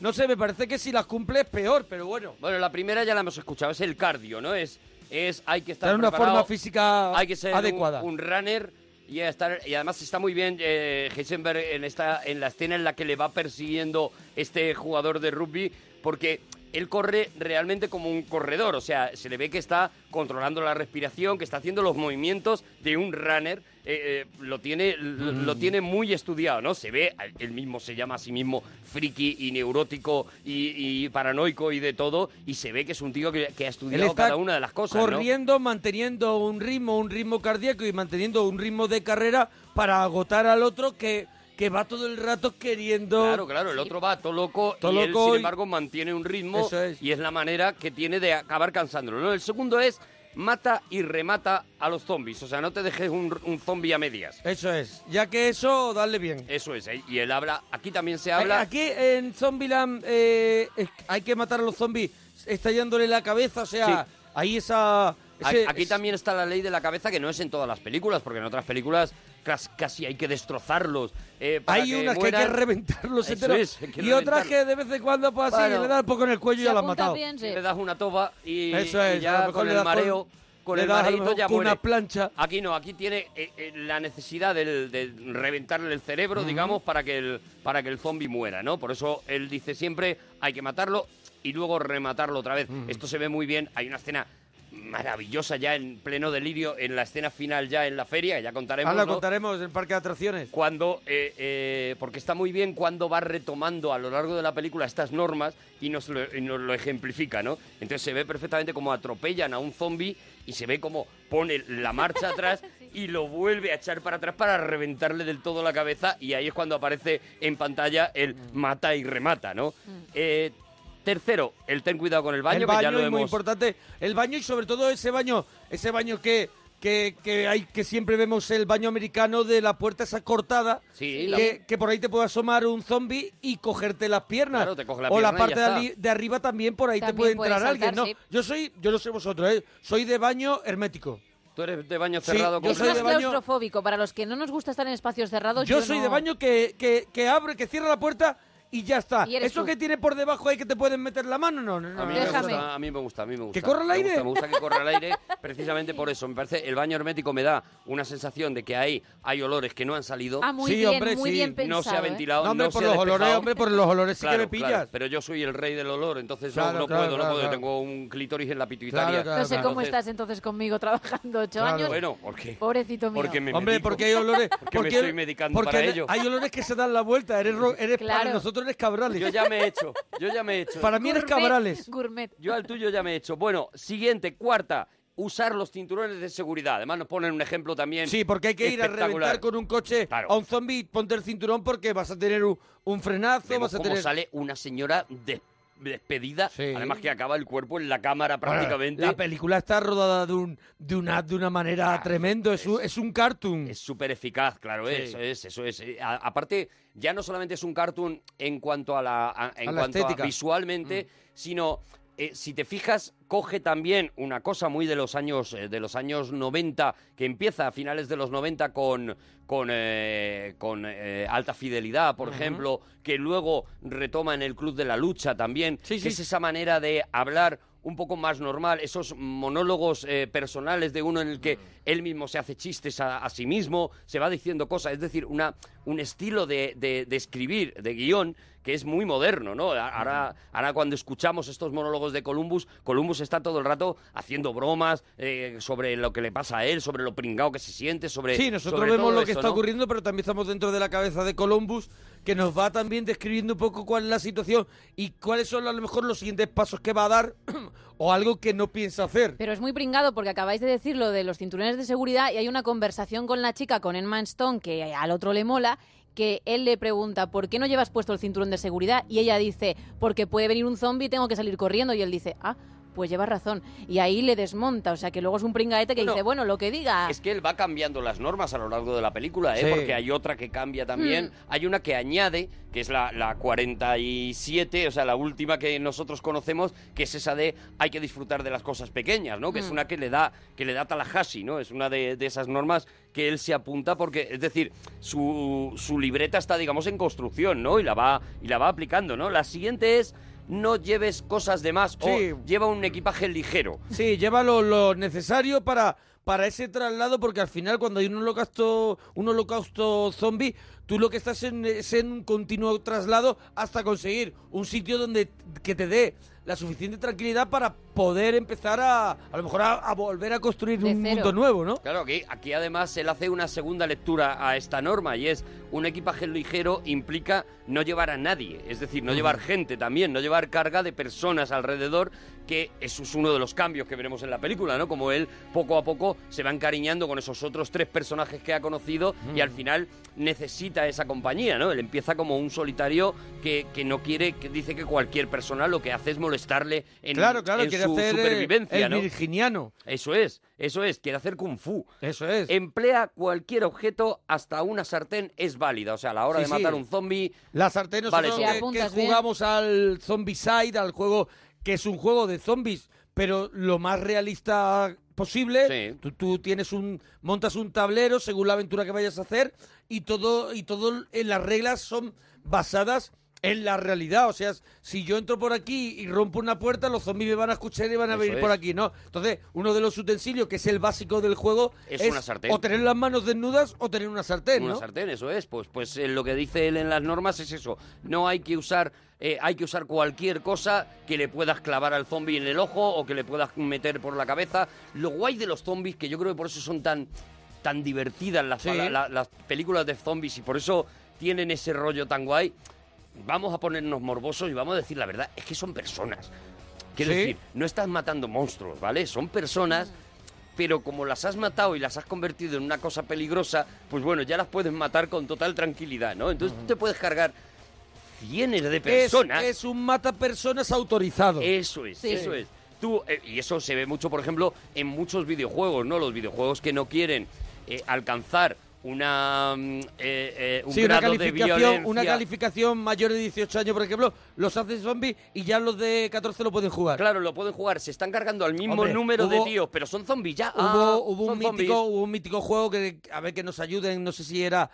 no sé, me parece que si las cumple es peor, pero bueno. Bueno, la primera ya la hemos escuchado, es el cardio, ¿no? Es, es hay que estar Tener una preparado, forma física hay que ser un- adecuada. Un, runner y estar y además está muy bien eh, Heisenberg en esta en la escena en la que le va persiguiendo este jugador de rugby porque él corre realmente como un corredor, o sea, se le ve que está controlando la respiración, que está haciendo los movimientos de un runner, eh, eh, lo tiene lo, Mm. lo tiene muy estudiado, ¿no? Se ve, él mismo se llama a sí mismo friki y neurótico y, y paranoico y de todo, y se ve que es un tío que, que ha Él estudiado está cada una de las cosas, ¿no? corriendo, manteniendo un ritmo, un ritmo cardíaco y manteniendo un ritmo de carrera para agotar al otro que, que va todo el rato queriendo. Claro, claro, el otro va todo loco Todo y él, loco sin y- embargo, mantiene un ritmo Eso es. y es la manera que tiene de acabar cansándolo. ¿no? El segundo es mata y remata a los zombies, o sea, no te dejes un, un zombie a medias. Eso es. Ya que eso, dale bien. Eso es, ¿eh? y él habla, aquí también se habla... Aquí en Zombieland eh, es- hay que matar a los zombies estallándole la cabeza, o sea, ahí esa... A- ese- Aquí es- también está la ley de la cabeza que no es en todas las películas, porque en otras películas clas- casi hay que destrozarlos. eh, para Hay unas que hay que mueran. reventarlos Eso enteros es, hay que y otras reventarlos. que de vez en cuando pues así Bueno, le das un poco en el cuello y se ya la has apunta matado. bien, sí. Le das una toba y, Eso y es, a lo ya mejor con le el das con- mareo, con le el das a lo mareito mejor ya con una muere. plancha. Aquí no, aquí tiene eh, eh, la necesidad del- de reventarle el cerebro, digamos, para que el para que el zombie muera, ¿no? Por eso él dice siempre hay que matarlo y luego rematarlo otra vez. Esto se ve muy bien. Hay una escena maravillosa ya en pleno delirio en la escena final ya en la feria, ya contaremos. Ah, la ¿no? contaremos en el parque de atracciones. Cuando, eh, eh, porque está muy bien cuando va retomando a lo largo de la película estas normas y nos lo, y nos lo ejemplifica, ¿no? Entonces se ve perfectamente como atropellan a un zombi y se ve como pone la marcha atrás y lo vuelve a echar para atrás para reventarle del todo la cabeza y ahí es cuando aparece en pantalla el Mm. mata y remata, ¿no? Eh, tercero, el ten cuidado con el baño, el baño que ya lo es muy hemos... importante. El baño y sobre todo ese baño, ese baño que, que, que hay que siempre vemos el baño americano de la puerta esa cortada. Sí, la- que, que por ahí te puede asomar un zombie y cogerte las piernas. Claro, te coge la o la pierna y parte ya de, está. ali- de arriba también por ahí te También puede puede entrar alguien, ¿no? saltar, sí. Yo soy, yo no sé vosotros, ¿eh? soy de baño hermético. Tú eres de baño Sí, cerrado. yo con- soy de Es baño claustrofóbico. Para los que no nos gusta estar en espacios cerrados, yo, Yo soy no. de baño que, que, que abre, que cierra la puerta y ya está. Y eres Eso tú. que tiene por debajo ahí que te pueden meter la mano, no, no, no. A mí, no. me gusta, a mí me gusta, a mí me gusta. ¿Que corra el Me aire? gusta, Me gusta, que corra el aire, [laughs] precisamente por eso. Me parece, el baño hermético me da una sensación de que ahí hay olores que no han salido. Ah, muy Sí, bien, hombre, muy sí. bien No se ha pensado, ¿eh? ventilado, No, hombre, se por ha los olores, despejado. hombre, por los olores sí que Claro, me pillas. claro, pero yo soy el rey del olor, entonces no- Claro, no, claro, puedo, claro, no puedo. claro. Tengo un clitoris en la pituitaria. Claro, No sé cómo Entonces- estás entonces conmigo [laughs] trabajando ocho Claro. años. Bueno, ¿por qué? Pobrecito mío. Porque me Hombre, medico. porque hay [laughs] olores. Porque me porque estoy medicando porque para hay- ello. Hay olores que se dan la vuelta. Eres, ro- eres Claro. para nosotros eres cabrales. Yo ya me he hecho, yo ya me he hecho. Para mí eres Gourmet. cabrales. Gourmet. Yo al tuyo ya me he hecho. Bueno, siguiente, cuarta, usar los cinturones de seguridad. Además nos ponen un ejemplo también [laughs] Sí, porque hay que ir a espectacular. reventar con un coche a un zombie, ponte el cinturón porque vas a tener un, un frenazo, Vemos vas a cómo tener... sale una señora de- despedida, además que acaba el cuerpo en la cámara Bueno, prácticamente. La película está rodada de, un, de, una, de una manera tremendo. Es un, es un cartoon. Es súper eficaz, claro, Sí. eso es, eso es. Eh, a- aparte, ya no solamente es un cartoon en cuanto a la, a- en A la cuanto estética. Mm. visualmente, sino eh, si te fijas, coge también una cosa muy de los años eh, de los años 90, que empieza a finales de los 90 con, con, eh, con eh, alta fidelidad, por Ujú. ejemplo, que luego retoma en el Club de la Lucha también, que sí. es esa manera de hablar un poco más normal, esos monólogos eh, personales de uno en el Mm. que él mismo se hace chistes a, a sí mismo, se va diciendo cosas, es decir, una, un estilo de, de- de escribir, de guión, que es muy moderno, ¿no? A- Ahora, Mm. ahora cuando escuchamos estos monólogos de Columbus, Columbus está todo el rato haciendo bromas eh, sobre lo que le pasa a él, sobre lo pringado que se siente, sobre... Sí, nosotros sobre vemos todo lo que eso, está ¿no? ocurriendo, pero también estamos dentro de la cabeza de Columbus, que nos va también describiendo un poco cuál es la situación y cuáles son a lo mejor los siguientes pasos que va a dar [clears throat] o algo que no piensa hacer. Pero es muy pringado porque acabáis de decir lo de los cinturones de seguridad y hay una conversación con la chica, con Emma Stone, que al otro le mola, que él le pregunta, ¿por qué no llevas puesto el cinturón de seguridad? Y ella dice, porque puede venir un zombie y tengo que salir corriendo. Y él dice, ah, pues llevas razón. Y ahí le desmonta, o sea que luego es un pringaete que dice, bueno, lo que diga. Es que él va cambiando las normas a lo largo de la película, ¿eh? Sí. porque hay otra que cambia también. Mm. Hay una que añade, que es la, la 47, o sea, la última que nosotros conocemos, que es esa de hay que disfrutar de las cosas pequeñas, ¿no? Que es Mm. una que le da, que le da Tallahassee, ¿no? Es una de, de esas normas que él se apunta porque, es decir, su, su libreta está, digamos, en construcción, ¿no? Y la va, y la va aplicando, ¿no? La siguiente es no lleves cosas de más Sí. o lleva un equipaje ligero. Sí, lleva lo, lo necesario para, para ese traslado, porque al final cuando hay un holocausto, un holocausto zombie, tú lo que estás en, es en un continuo traslado hasta conseguir un sitio donde que te dé la suficiente tranquilidad para poder empezar a, a lo mejor a, a volver a construir un mundo nuevo, ¿no? Claro, aquí, aquí además él hace una segunda lectura a esta norma y es un equipaje ligero implica no llevar a nadie, es decir, no llevar gente también, no llevar carga de personas alrededor, que eso es uno de los cambios que veremos en la película, ¿no? Como él poco a poco se va encariñando con esos otros tres personajes que ha conocido y Mm. al final necesita esa compañía, ¿no? Él empieza como un solitario que, que no quiere, que dice que cualquier persona lo que hace es molestarle en, claro, claro, en quiere su hacer eh, supervivencia, el ¿no? virginiano. Eso es, eso es, quiere hacer kung fu. Eso es. Emplea cualquier objeto, hasta una sartén es válida. O sea, a la hora Sí, de matar sí. un zombie. La sartén vale, nosotros sí. que- que, jugamos al Zombicide, al juego que es un juego de zombies, pero lo más realista posible. Tú, tú tienes un montas un tablero según la aventura que vayas a hacer y todo y todo en las reglas son basadas en la realidad, o sea, si yo entro por aquí y rompo una puerta, los zombies me van a escuchar y van a Eso venir es. por aquí, ¿no? Entonces, uno de los utensilios que es el básico del juego Es una sartén. o tener las manos desnudas o tener una sartén, Una ¿no? sartén, eso es. Pues, pues eh, lo que dice él en las normas es eso. No hay que usar, eh, hay que usar cualquier cosa que le puedas clavar al zombie en el ojo o que le puedas meter por la cabeza. Lo guay de los zombies, que yo creo que por eso son tan, tan divertidas las, Sí. la- la- las películas de zombies y por eso tienen ese rollo tan guay. Vamos a ponernos morbosos y vamos a decir la verdad, es que son personas. Quiero Sí. decir, no estás matando monstruos, ¿vale? Son personas pero como las has matado y las has convertido en una cosa peligrosa, pues bueno, ya las puedes matar con total tranquilidad, ¿no? Entonces tú te puedes cargar cientos de Es- personas. es un mata personas autorizado. Eso es, Sí. eso es. Tú, eh, y eso se ve mucho, por ejemplo, en muchos videojuegos, ¿no? Los videojuegos que no quieren eh, alcanzar una mm, eh, eh, un sí, una grado de calificación, violencia una calificación mayor de 18 años, por ejemplo, los hace zombies y ya los de 14 lo pueden jugar. Claro, lo pueden jugar. Se están cargando al mismo Hombre, número hubo- de tíos, pero son zombies ya. Hubo, Ah, hubo un son zombies. mítico, hubo un mítico juego que, a ver, que nos ayuden, no sé si era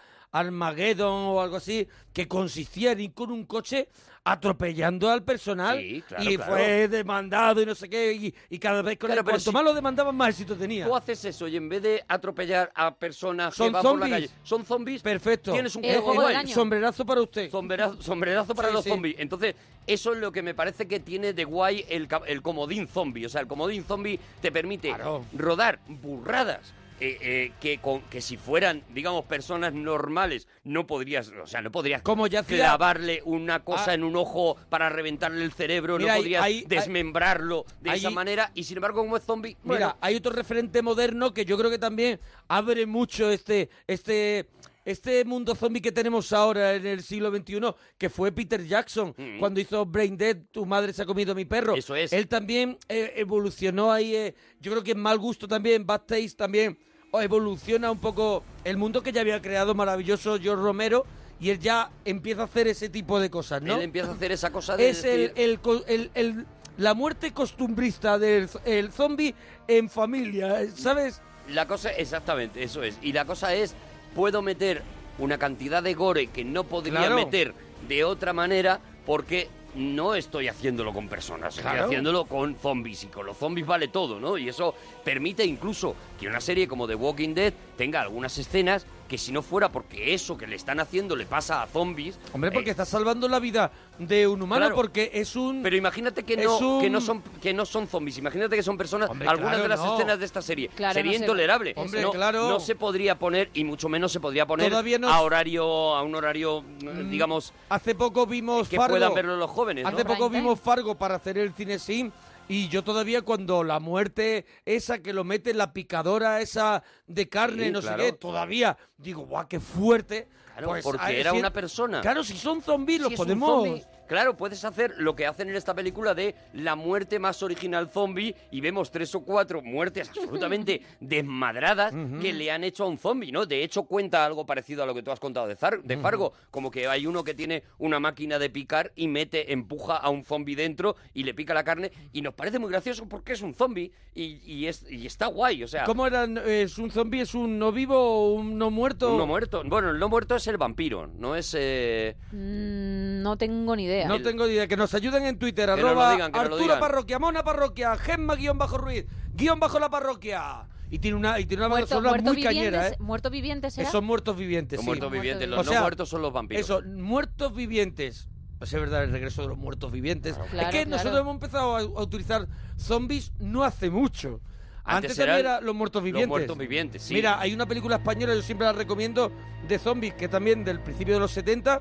Armageddon o algo así, que consistía en ir con un coche atropellando al personal Sí, claro, y claro. fue demandado y no sé qué, y, y cada vez con Claro, el- pero cuanto si- más lo demandaban, más éxito tenía. Tú haces eso y en vez de atropellar a personas que Son van por la zombies. calle, son zombies. Perfecto. Tienes un Eh, juego eh, guay. Sombrerazo para usted. Sombrerazo, sombrerazo para Sí, los sí. zombies. Entonces, eso es lo que me parece que tiene de guay el, ca- el comodín zombie. O sea, el comodín zombie te permite rodar burradas. eh, eh, que, con, que si fueran, digamos, personas normales, no podrías, o sea, no podrías Como ya hacía- Ah. clavarle una cosa en un ojo para reventarle el cerebro, Mira, no ahí- podrías ahí- ahí- desmembrarlo de esa ahí- manera, y sin embargo, como es zombie, Mira, hay otro referente moderno que yo creo que también abre mucho este, este, este mundo zombie que tenemos ahora en el siglo XXI, que fue Peter Jackson, Mm. cuando hizo Brain Dead, tu madre se ha comido a mi perro. Eso es. Él también eh, evolucionó ahí, eh, yo creo que en mal gusto también, Bad Taste también, o evoluciona un poco el mundo que ya había creado maravilloso George Romero, y él ya empieza a hacer ese tipo de cosas, ¿no? Él empieza a hacer esa cosa de Es el- decir- el co- el- el- la muerte costumbrista del z- el zombie en familia, ¿sabes? La cosa, exactamente, eso es. Y la cosa es, puedo meter una cantidad de gore que no podría Claro. meter de otra manera porque no estoy haciéndolo con personas, estoy Claro. haciéndolo con zombies y con los zombies vale todo, ¿no? Y eso permite incluso que una serie como The Walking Dead tenga algunas escenas que si no fuera porque eso que le están haciendo le pasa a zombies... Hombre, porque eh, está salvando la vida de un humano Claro. porque es un... Pero imagínate que es no, un- que, no son, que no son zombies, imagínate que son personas, Hombre, algunas claro, de las no. escenas de esta serie. Claro, sería no se- intolerable. Hombre, no, claro. no se podría poner, y mucho menos se podría poner Todavía no- Mm, a horario, a un horario, digamos, Hace poco vimos que Fargo. puedan verlo los jóvenes. ¿no? Hace poco vimos Fargo para hacer el cine sim y yo todavía cuando la muerte esa que lo mete en la picadora esa de carne, Sí, no claro. sé qué, todavía digo, guau, qué fuerte. Claro, Pues, porque ah, era si- una persona. Claro, si son zombies los Si es un podemos... zombi, Claro, puedes hacer lo que hacen en esta película de la muerte más original zombie y vemos tres o cuatro [laughs] muertes absolutamente desmadradas que le han hecho a un zombie, ¿no? De hecho, cuenta algo parecido a lo que tú has contado de, Zar- de Ujú. Fargo, como que hay uno que tiene una máquina de picar y mete, empuja a un zombie dentro y le pica la carne y nos parece muy gracioso porque es un zombie y, y es, y está guay, o sea... ¿Cómo era? ¿Es un zombie? ¿Es un no vivo o un no muerto? Un no muerto. Bueno, el no muerto es el vampiro, no es... eh, Mm, no tengo ni idea. No tengo ni idea. Que nos ayuden en Twitter. Que nos lo Arroba digan, que nos lo Arturo digan. Parroquia, Mona Parroquia, Gemma guión bajo Ruiz, guión bajo la parroquia. Y tiene una, y tiene una banda Muerto, sonora muerto muy cañera, vivientes, ¿eh? muerto vivientes será. Son muertos vivientes. Los sí. muertos vivientes, los O no sea, muertos son los vampiros. Eso, muertos vivientes. Pues es verdad, el regreso de los muertos vivientes. Claro, es que claro. nosotros hemos empezado a, a utilizar zombies no hace mucho. Antes, Antes también eran era los muertos los vivientes. muertos vivientes, sí. Mira, hay una película española, yo siempre la recomiendo, de zombies, que también del principio de los 70,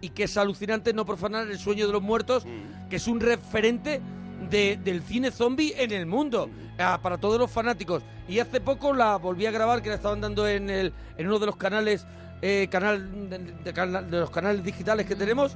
y que es alucinante no profanar el sueño de los muertos, Mm. que es un referente de- del cine zombie en el mundo, ah, para todos los fanáticos. Y hace poco la volví a grabar, que la estaban dando en, el, en uno de los canales, eh, canal de, de cana- de los canales digitales que tenemos,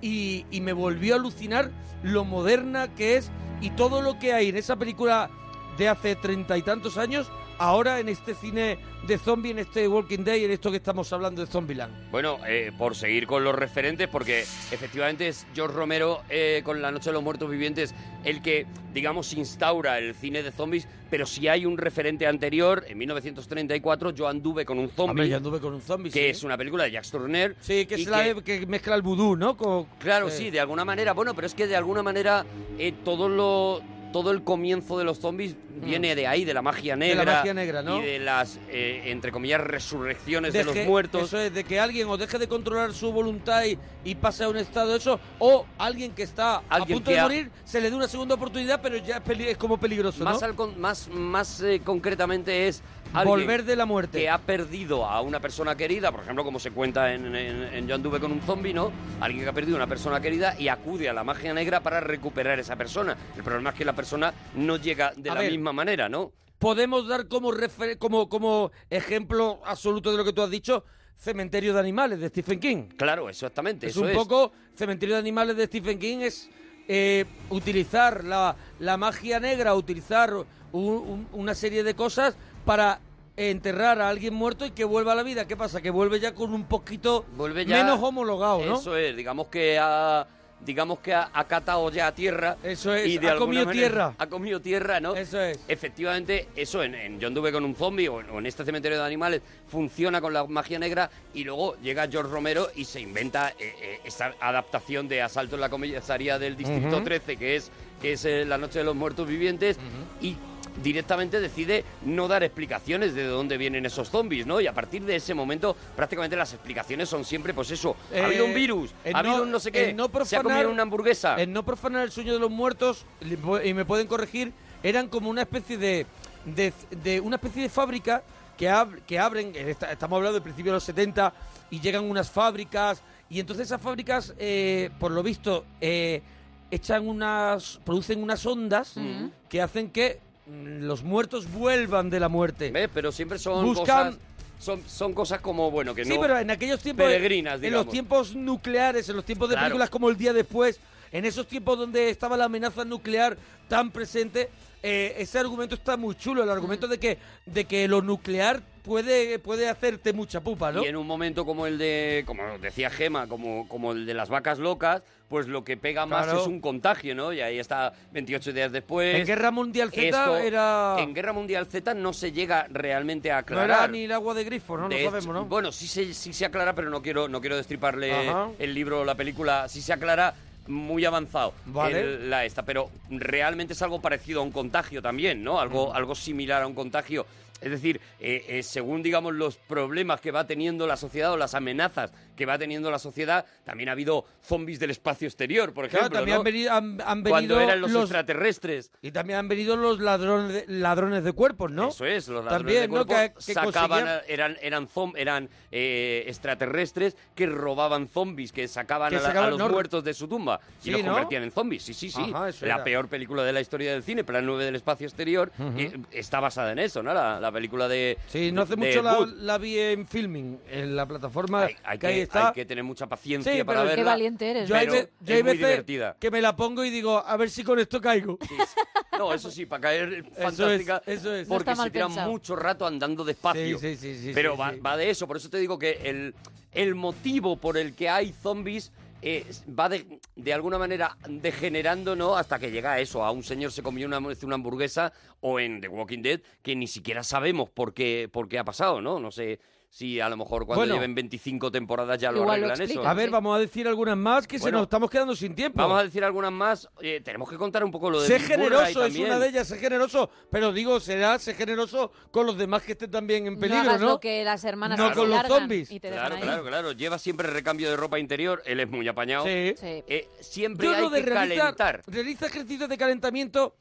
y, y me volvió a alucinar lo moderna que es y todo lo que hay en esa película de hace treinta y tantos años, ahora en este cine de zombie, en este Walking Day, en esto que estamos hablando de Zombieland. Bueno, eh, por seguir con los referentes, porque efectivamente es George Romero eh, con La Noche de los Muertos Vivientes el que, digamos, instaura el cine de zombies, pero si hay un referente anterior, en 1934 yo anduve con un zombie, Hombre, yo anduve con un zombie. que es una película de Jacques Tourneur. Sí, que y es la de- que mezcla el vudú, ¿no? Con- Claro, eh, sí, de alguna manera. Bueno, pero es que de alguna manera eh, todo lo todo el comienzo de los zombies viene de ahí, de la magia Mm. De la negra. magia negra, ¿no? Y de las, eh, entre comillas, resurrecciones de, de los que- muertos. Eso es, de que alguien o deje de controlar su voluntad y, y pase a un estado eso, o alguien que está Alguien a punto que de ha- morir, se le dé una segunda oportunidad, pero ya es, peli- es como peligroso, Más, ¿no? al con- más, más eh, concretamente es alguien Volver de la muerte. que ha perdido a una persona querida, por ejemplo, como se cuenta en, en- en Yo anduve con un zombi, ¿no? Alguien que ha perdido a una persona querida y acude a la magia negra para recuperar esa persona. El problema es que la persona no llega de A la ver. misma manera, ¿no? Podemos dar como, refer- como, como ejemplo absoluto de lo que tú has dicho, Cementerio de Animales, de Stephen King. Claro, exactamente. Es eso un poco Cementerio de Animales de Stephen King es eh, utilizar la, la magia negra, utilizar un- un- una serie de cosas para enterrar a alguien muerto y que vuelva a la vida. ¿Qué pasa? Que vuelve ya con un poquito Vuelve ya- menos homologado, ¿no? Eso es, digamos que ha digamos que ha, ha catado ya tierra. Eso es, y de ha alguna comido manera- tierra. Ha comido tierra, ¿no? Eso es. Efectivamente, eso en, en John Dube con un zombie o, en- o en este cementerio de animales funciona con la magia negra y luego llega George Romero y se inventa eh, eh, esta adaptación de Asalto en la comisaría del Distrito Ujú. 13, que es, que es eh, La Noche de los Muertos Vivientes, y directamente decide no dar explicaciones de dónde vienen esos zombies, ¿no? Y a partir de ese momento, prácticamente las explicaciones son siempre, pues eso, ha habido Eh, un virus, el ha habido un no sé qué, el no se ha profanar- comido una hamburguesa. El no profanar el sueño de los muertos, le po- y me pueden corregir, eran como una especie de, de, de- una especie de fábrica que, ab- que abren, eh, esta- estamos hablando del principio de los 70, y llegan unas fábricas, y entonces esas fábricas, eh, por lo visto, eh, echan unas, producen unas ondas Ujú. que hacen que mm, los muertos vuelvan de la muerte. Pero siempre son Buscan- cosas... Son, son cosas como, bueno, que no... Sí, pero en aquellos tiempos. Peregrinas, En los digamos. tiempos nucleares, en los tiempos de Claro. películas como El Día Después, en esos tiempos donde estaba la amenaza nuclear tan presente, eh, ese argumento está muy chulo, el argumento de que, de que lo nuclear puede, puede hacerte mucha pupa, ¿no? Y en un momento como el de, como decía Gema, como, como el de las vacas locas, pues lo que pega más Claro. es un contagio, ¿no? Y ahí está 28 días después. En Guerra Mundial Z Esto- era- En Guerra Mundial Z no se llega realmente a No aclarar. era ni el agua de grifo, pues ¿no? De no hecho, sabemos, ¿no? Bueno, sí se, sí se aclara, pero no quiero, no quiero destriparle Ajá. el libro o la película. Sí se aclara muy avanzado Vale. el- la esta, pero realmente es algo parecido a un contagio también, ¿no? Algo, Mm. algo similar a un contagio. Es decir, eh, eh, según digamos los problemas que va teniendo la sociedad o las amenazas que va teniendo la sociedad, también ha habido zombies del espacio exterior, por ejemplo. Claro, también ¿no? han venido, han- han Cuando venido eran los, los- extraterrestres. Y también han venido los ladrones de, ladrones de cuerpos, ¿no? Eso es, los También, ladrones de ¿no? cuerpo Que- que sacaban, conseguían- eran, eran, zom- eran eh, extraterrestres que robaban zombies, que sacaban, Que a la- a, sacaban, los ¿no? muertos de su tumba y Sí, los ¿no? convertían en zombies. Sí, sí, sí. Ajá, eso la era. peor película de la historia del cine, Plan 9 del espacio exterior, eh, está basada en eso, ¿no? La, la película de Sí, no hace de mucho la, Wood. la vi en filming, en la plataforma Hay que que, ahí está. hay que tener mucha paciencia Sí, para pero- verla. Qué valiente eres. yo hay, pero ve- yo hay es muy veces divertida. que me la pongo y digo, a ver si con esto caigo. No, eso sí, para caer es, fantástica. eso es. No Porque está mal se tiran pensado. mucho rato andando despacio. Sí, sí, sí, sí, pero sí, va, sí. va de eso. Por eso te digo que el, el motivo por el que hay zombies eh, va de, de alguna manera degenerando, ¿no? Hasta que llega a eso. A un señor se comió una, una hamburguesa o en The Walking Dead que ni siquiera sabemos por qué, por qué ha pasado, ¿no? No sé si a lo mejor cuando Bueno. lleven 25 temporadas ya lo arreglan eso. A ver, vamos a decir algunas más que se Bueno. nos estamos quedando sin tiempo. Vamos a decir algunas más. Eh, tenemos que contar un poco lo de Sé Bill Murray generoso, es también. una de ellas, sé generoso. Pero digo, será sé generoso con los demás que estén también en no peligro, hagas ¿no? lo que las hermanas No te con los largan zombies. Y te dejan Claro, ahí. claro, claro. Lleva siempre recambio de ropa interior. Él es muy apañado. Sí. Eh, siempre Yo hay lo de que realizar, calentar. realiza ejercicios de calentamiento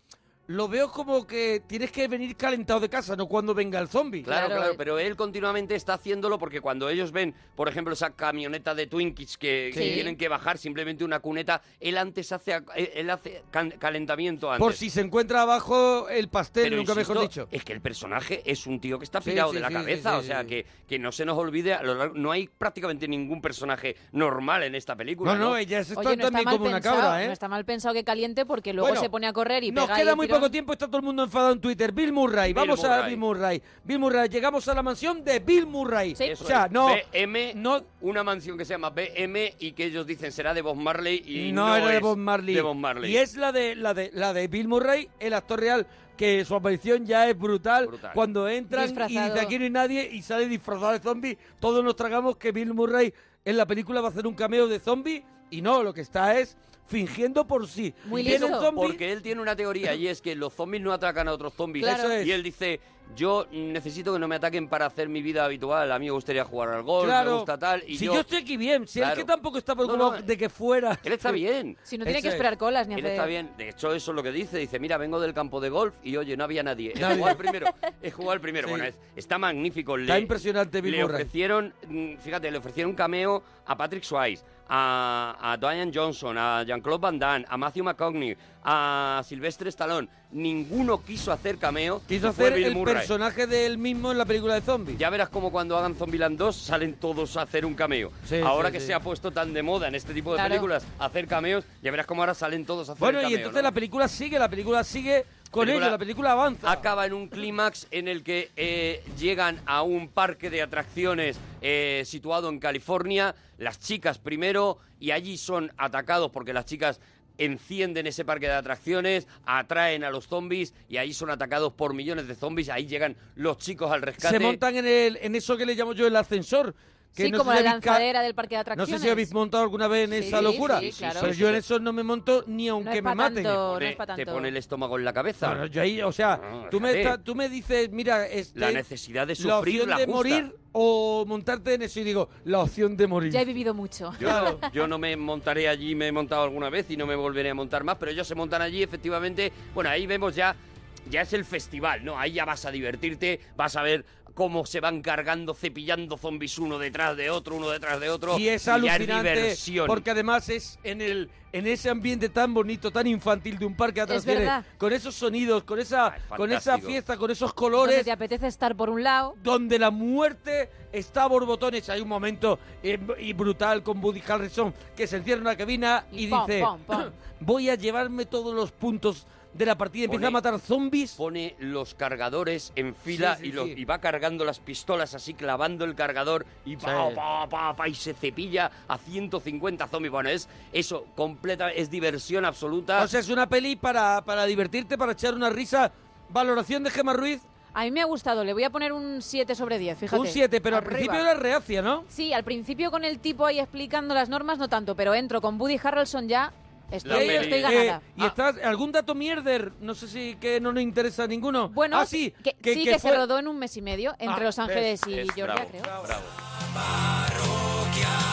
lo veo como que tienes que venir calentado de casa, no cuando venga el zombie. Claro, claro, eh. pero él continuamente está haciéndolo porque cuando ellos ven, por ejemplo, esa camioneta de Twinkies que, que Sí. tienen que bajar simplemente una cuneta, él antes hace, a- él él hace can- calentamiento antes. Por si se encuentra abajo el pastel, Pero nunca insisto, mejor dicho. Es que el personaje es un tío que está Sí, pirado sí, de la sí, cabeza. sí, o sí, sea, sí. Que, que no se nos olvide. a lo largo- no hay prácticamente ningún personaje normal en esta película. No, no, ella se Oye, no está mal pensado, no está mal pensado que caliente porque luego ¿eh? Bueno, se pone a correr y Nos pega queda ahí muy tirón. poco tiempo, está todo el mundo enfadado en Twitter. Bill Murray, Bill vamos a Murray. Bill Murray. Bill Murray, llegamos a la mansión de Bill Murray. Eso o sea, es. no, BM, una mansión que se llama BM y que ellos dicen será de Bob Marley y no, no, era de es Bob Marley. de Bob Marley. Y es la de, la de la de Bill Murray, el actor real, que su aparición ya es brutal. Cuando entran y Disfrazado. dice aquí no hay nadie y sale disfrazado de zombie, todos nos tragamos que Bill Murray en la película va a hacer un cameo de zombie y no, lo que está es fingiendo por sí. Viene el zombie- Porque él tiene una teoría y es que los zombies no atacan a otros zombies. Claro. Eso es. Y él dice, yo necesito que no me ataquen para hacer mi vida habitual. A mí me gustaría jugar al golf, me Claro. gusta tal. Y si yo... estoy aquí bien, si Claro. es que tampoco está por No, no, de que fuera. Él está bien. Si no tiene que esperar colas ni Él hacer- está bien. De hecho, eso es lo que dice. Dice, mira, vengo del campo de golf y oye, no había nadie. He Nadie. jugado al primero. He jugado al primero. Bueno, es- está magnífico. Está Le- impresionante Bill Le Murray. ofrecieron, mm, fíjate, le ofrecieron un cameo a Patrick Swayze, a, a Dwayne Johnson, a Jean-Claude Van Damme, a Matthew McConaughey, a Silvestre Stallone. Ninguno quiso hacer cameo. Quiso y fue hacer Bill el Murray. personaje de él mismo en la película de zombies. Ya verás como cuando hagan Zombieland 2 salen todos a hacer un cameo. Sí, ahora sí, que sí. se ha puesto tan de moda en este tipo de Claro. películas hacer cameos, ya verás cómo ahora salen todos a hacer Bueno, el y cameo. entonces ¿no? la película sigue, la película sigue con Película- ello, la película avanza. Acaba en un clímax en el que eh, llegan a un parque de atracciones eh, situado en California, las chicas primero, y allí son atacados porque las chicas encienden ese parque de atracciones, atraen a los zombies y ahí son atacados por millones de zombies, ahí llegan los chicos al rescate. Se montan en, el, en eso que le llamo yo el ascensor. Que Sí, no como sé la si habéis ca- lanzadera del parque de No atracciones. sé si habéis montado alguna vez en Sí, esa locura. sí, claro. Pero Sí, yo sí, en sí. eso no me monto ni aunque es me pa' maten. tanto, no es pa' te tanto. pone el estómago en la cabeza. Bueno, yo ahí, o sea, No, tú, me déjate. estás- tú me dices, mira, este, La necesidad de la sufrir opción la de justa. morir o montarte en eso y digo, la opción de morir. Ya he vivido mucho. Yo, [laughs] yo no me montaré allí, me he montado alguna vez y no me volveré a montar más, pero ellos se montan allí, efectivamente. Bueno, ahí vemos ya, ya es el festival, ¿no? Ahí ya vas a divertirte, vas a ver cómo se van cargando, cepillando zombies uno detrás de otro, uno detrás de otro. Y es ya alucinante diversión. porque además es en el en ese ambiente tan bonito, tan infantil de un parque de Es atracciones, verdad. con esos sonidos, con esa con esa Ah, fantástico. fiesta, con esos Donde colores, Pues te apetece estar por un lado. donde la muerte está a borbotones. Hay un momento eh, y brutal con Woody Harrelson que se encierra en una cabina y, Y pom, dice, pom, pom. [clears throat] voy a llevarme todos los puntos de la partida. Empieza a Pone- matar zombies. Pone los cargadores en fila Sí, sí, y, los- sí. y va cargando las pistolas así, clavando el cargador y pa, Sí. pa, pa, pa, y se cepilla a 150 zombies. Bueno, es eso, completa, es diversión absoluta. O sea, es una peli para, para divertirte, para echar una risa. Valoración de Gemma Ruiz, A mí me ha gustado, le voy a poner un 7 sobre 10, fíjate. un 7, pero al Arriba. principio era reacia, ¿no? Sí, al principio con el tipo ahí explicando las normas no tanto, pero entro con Woody Harrelson ya Estoy, estoy ganada. Ah. Eh, y estás, algún dato mierder, no sé si que no nos interesa a ninguno. Bueno, Ah, sí, que, sí, que se rodó en un mes y medio entre Ah, Los Ángeles ves, y es Georgia, bravo, creo. bravo. Parroquia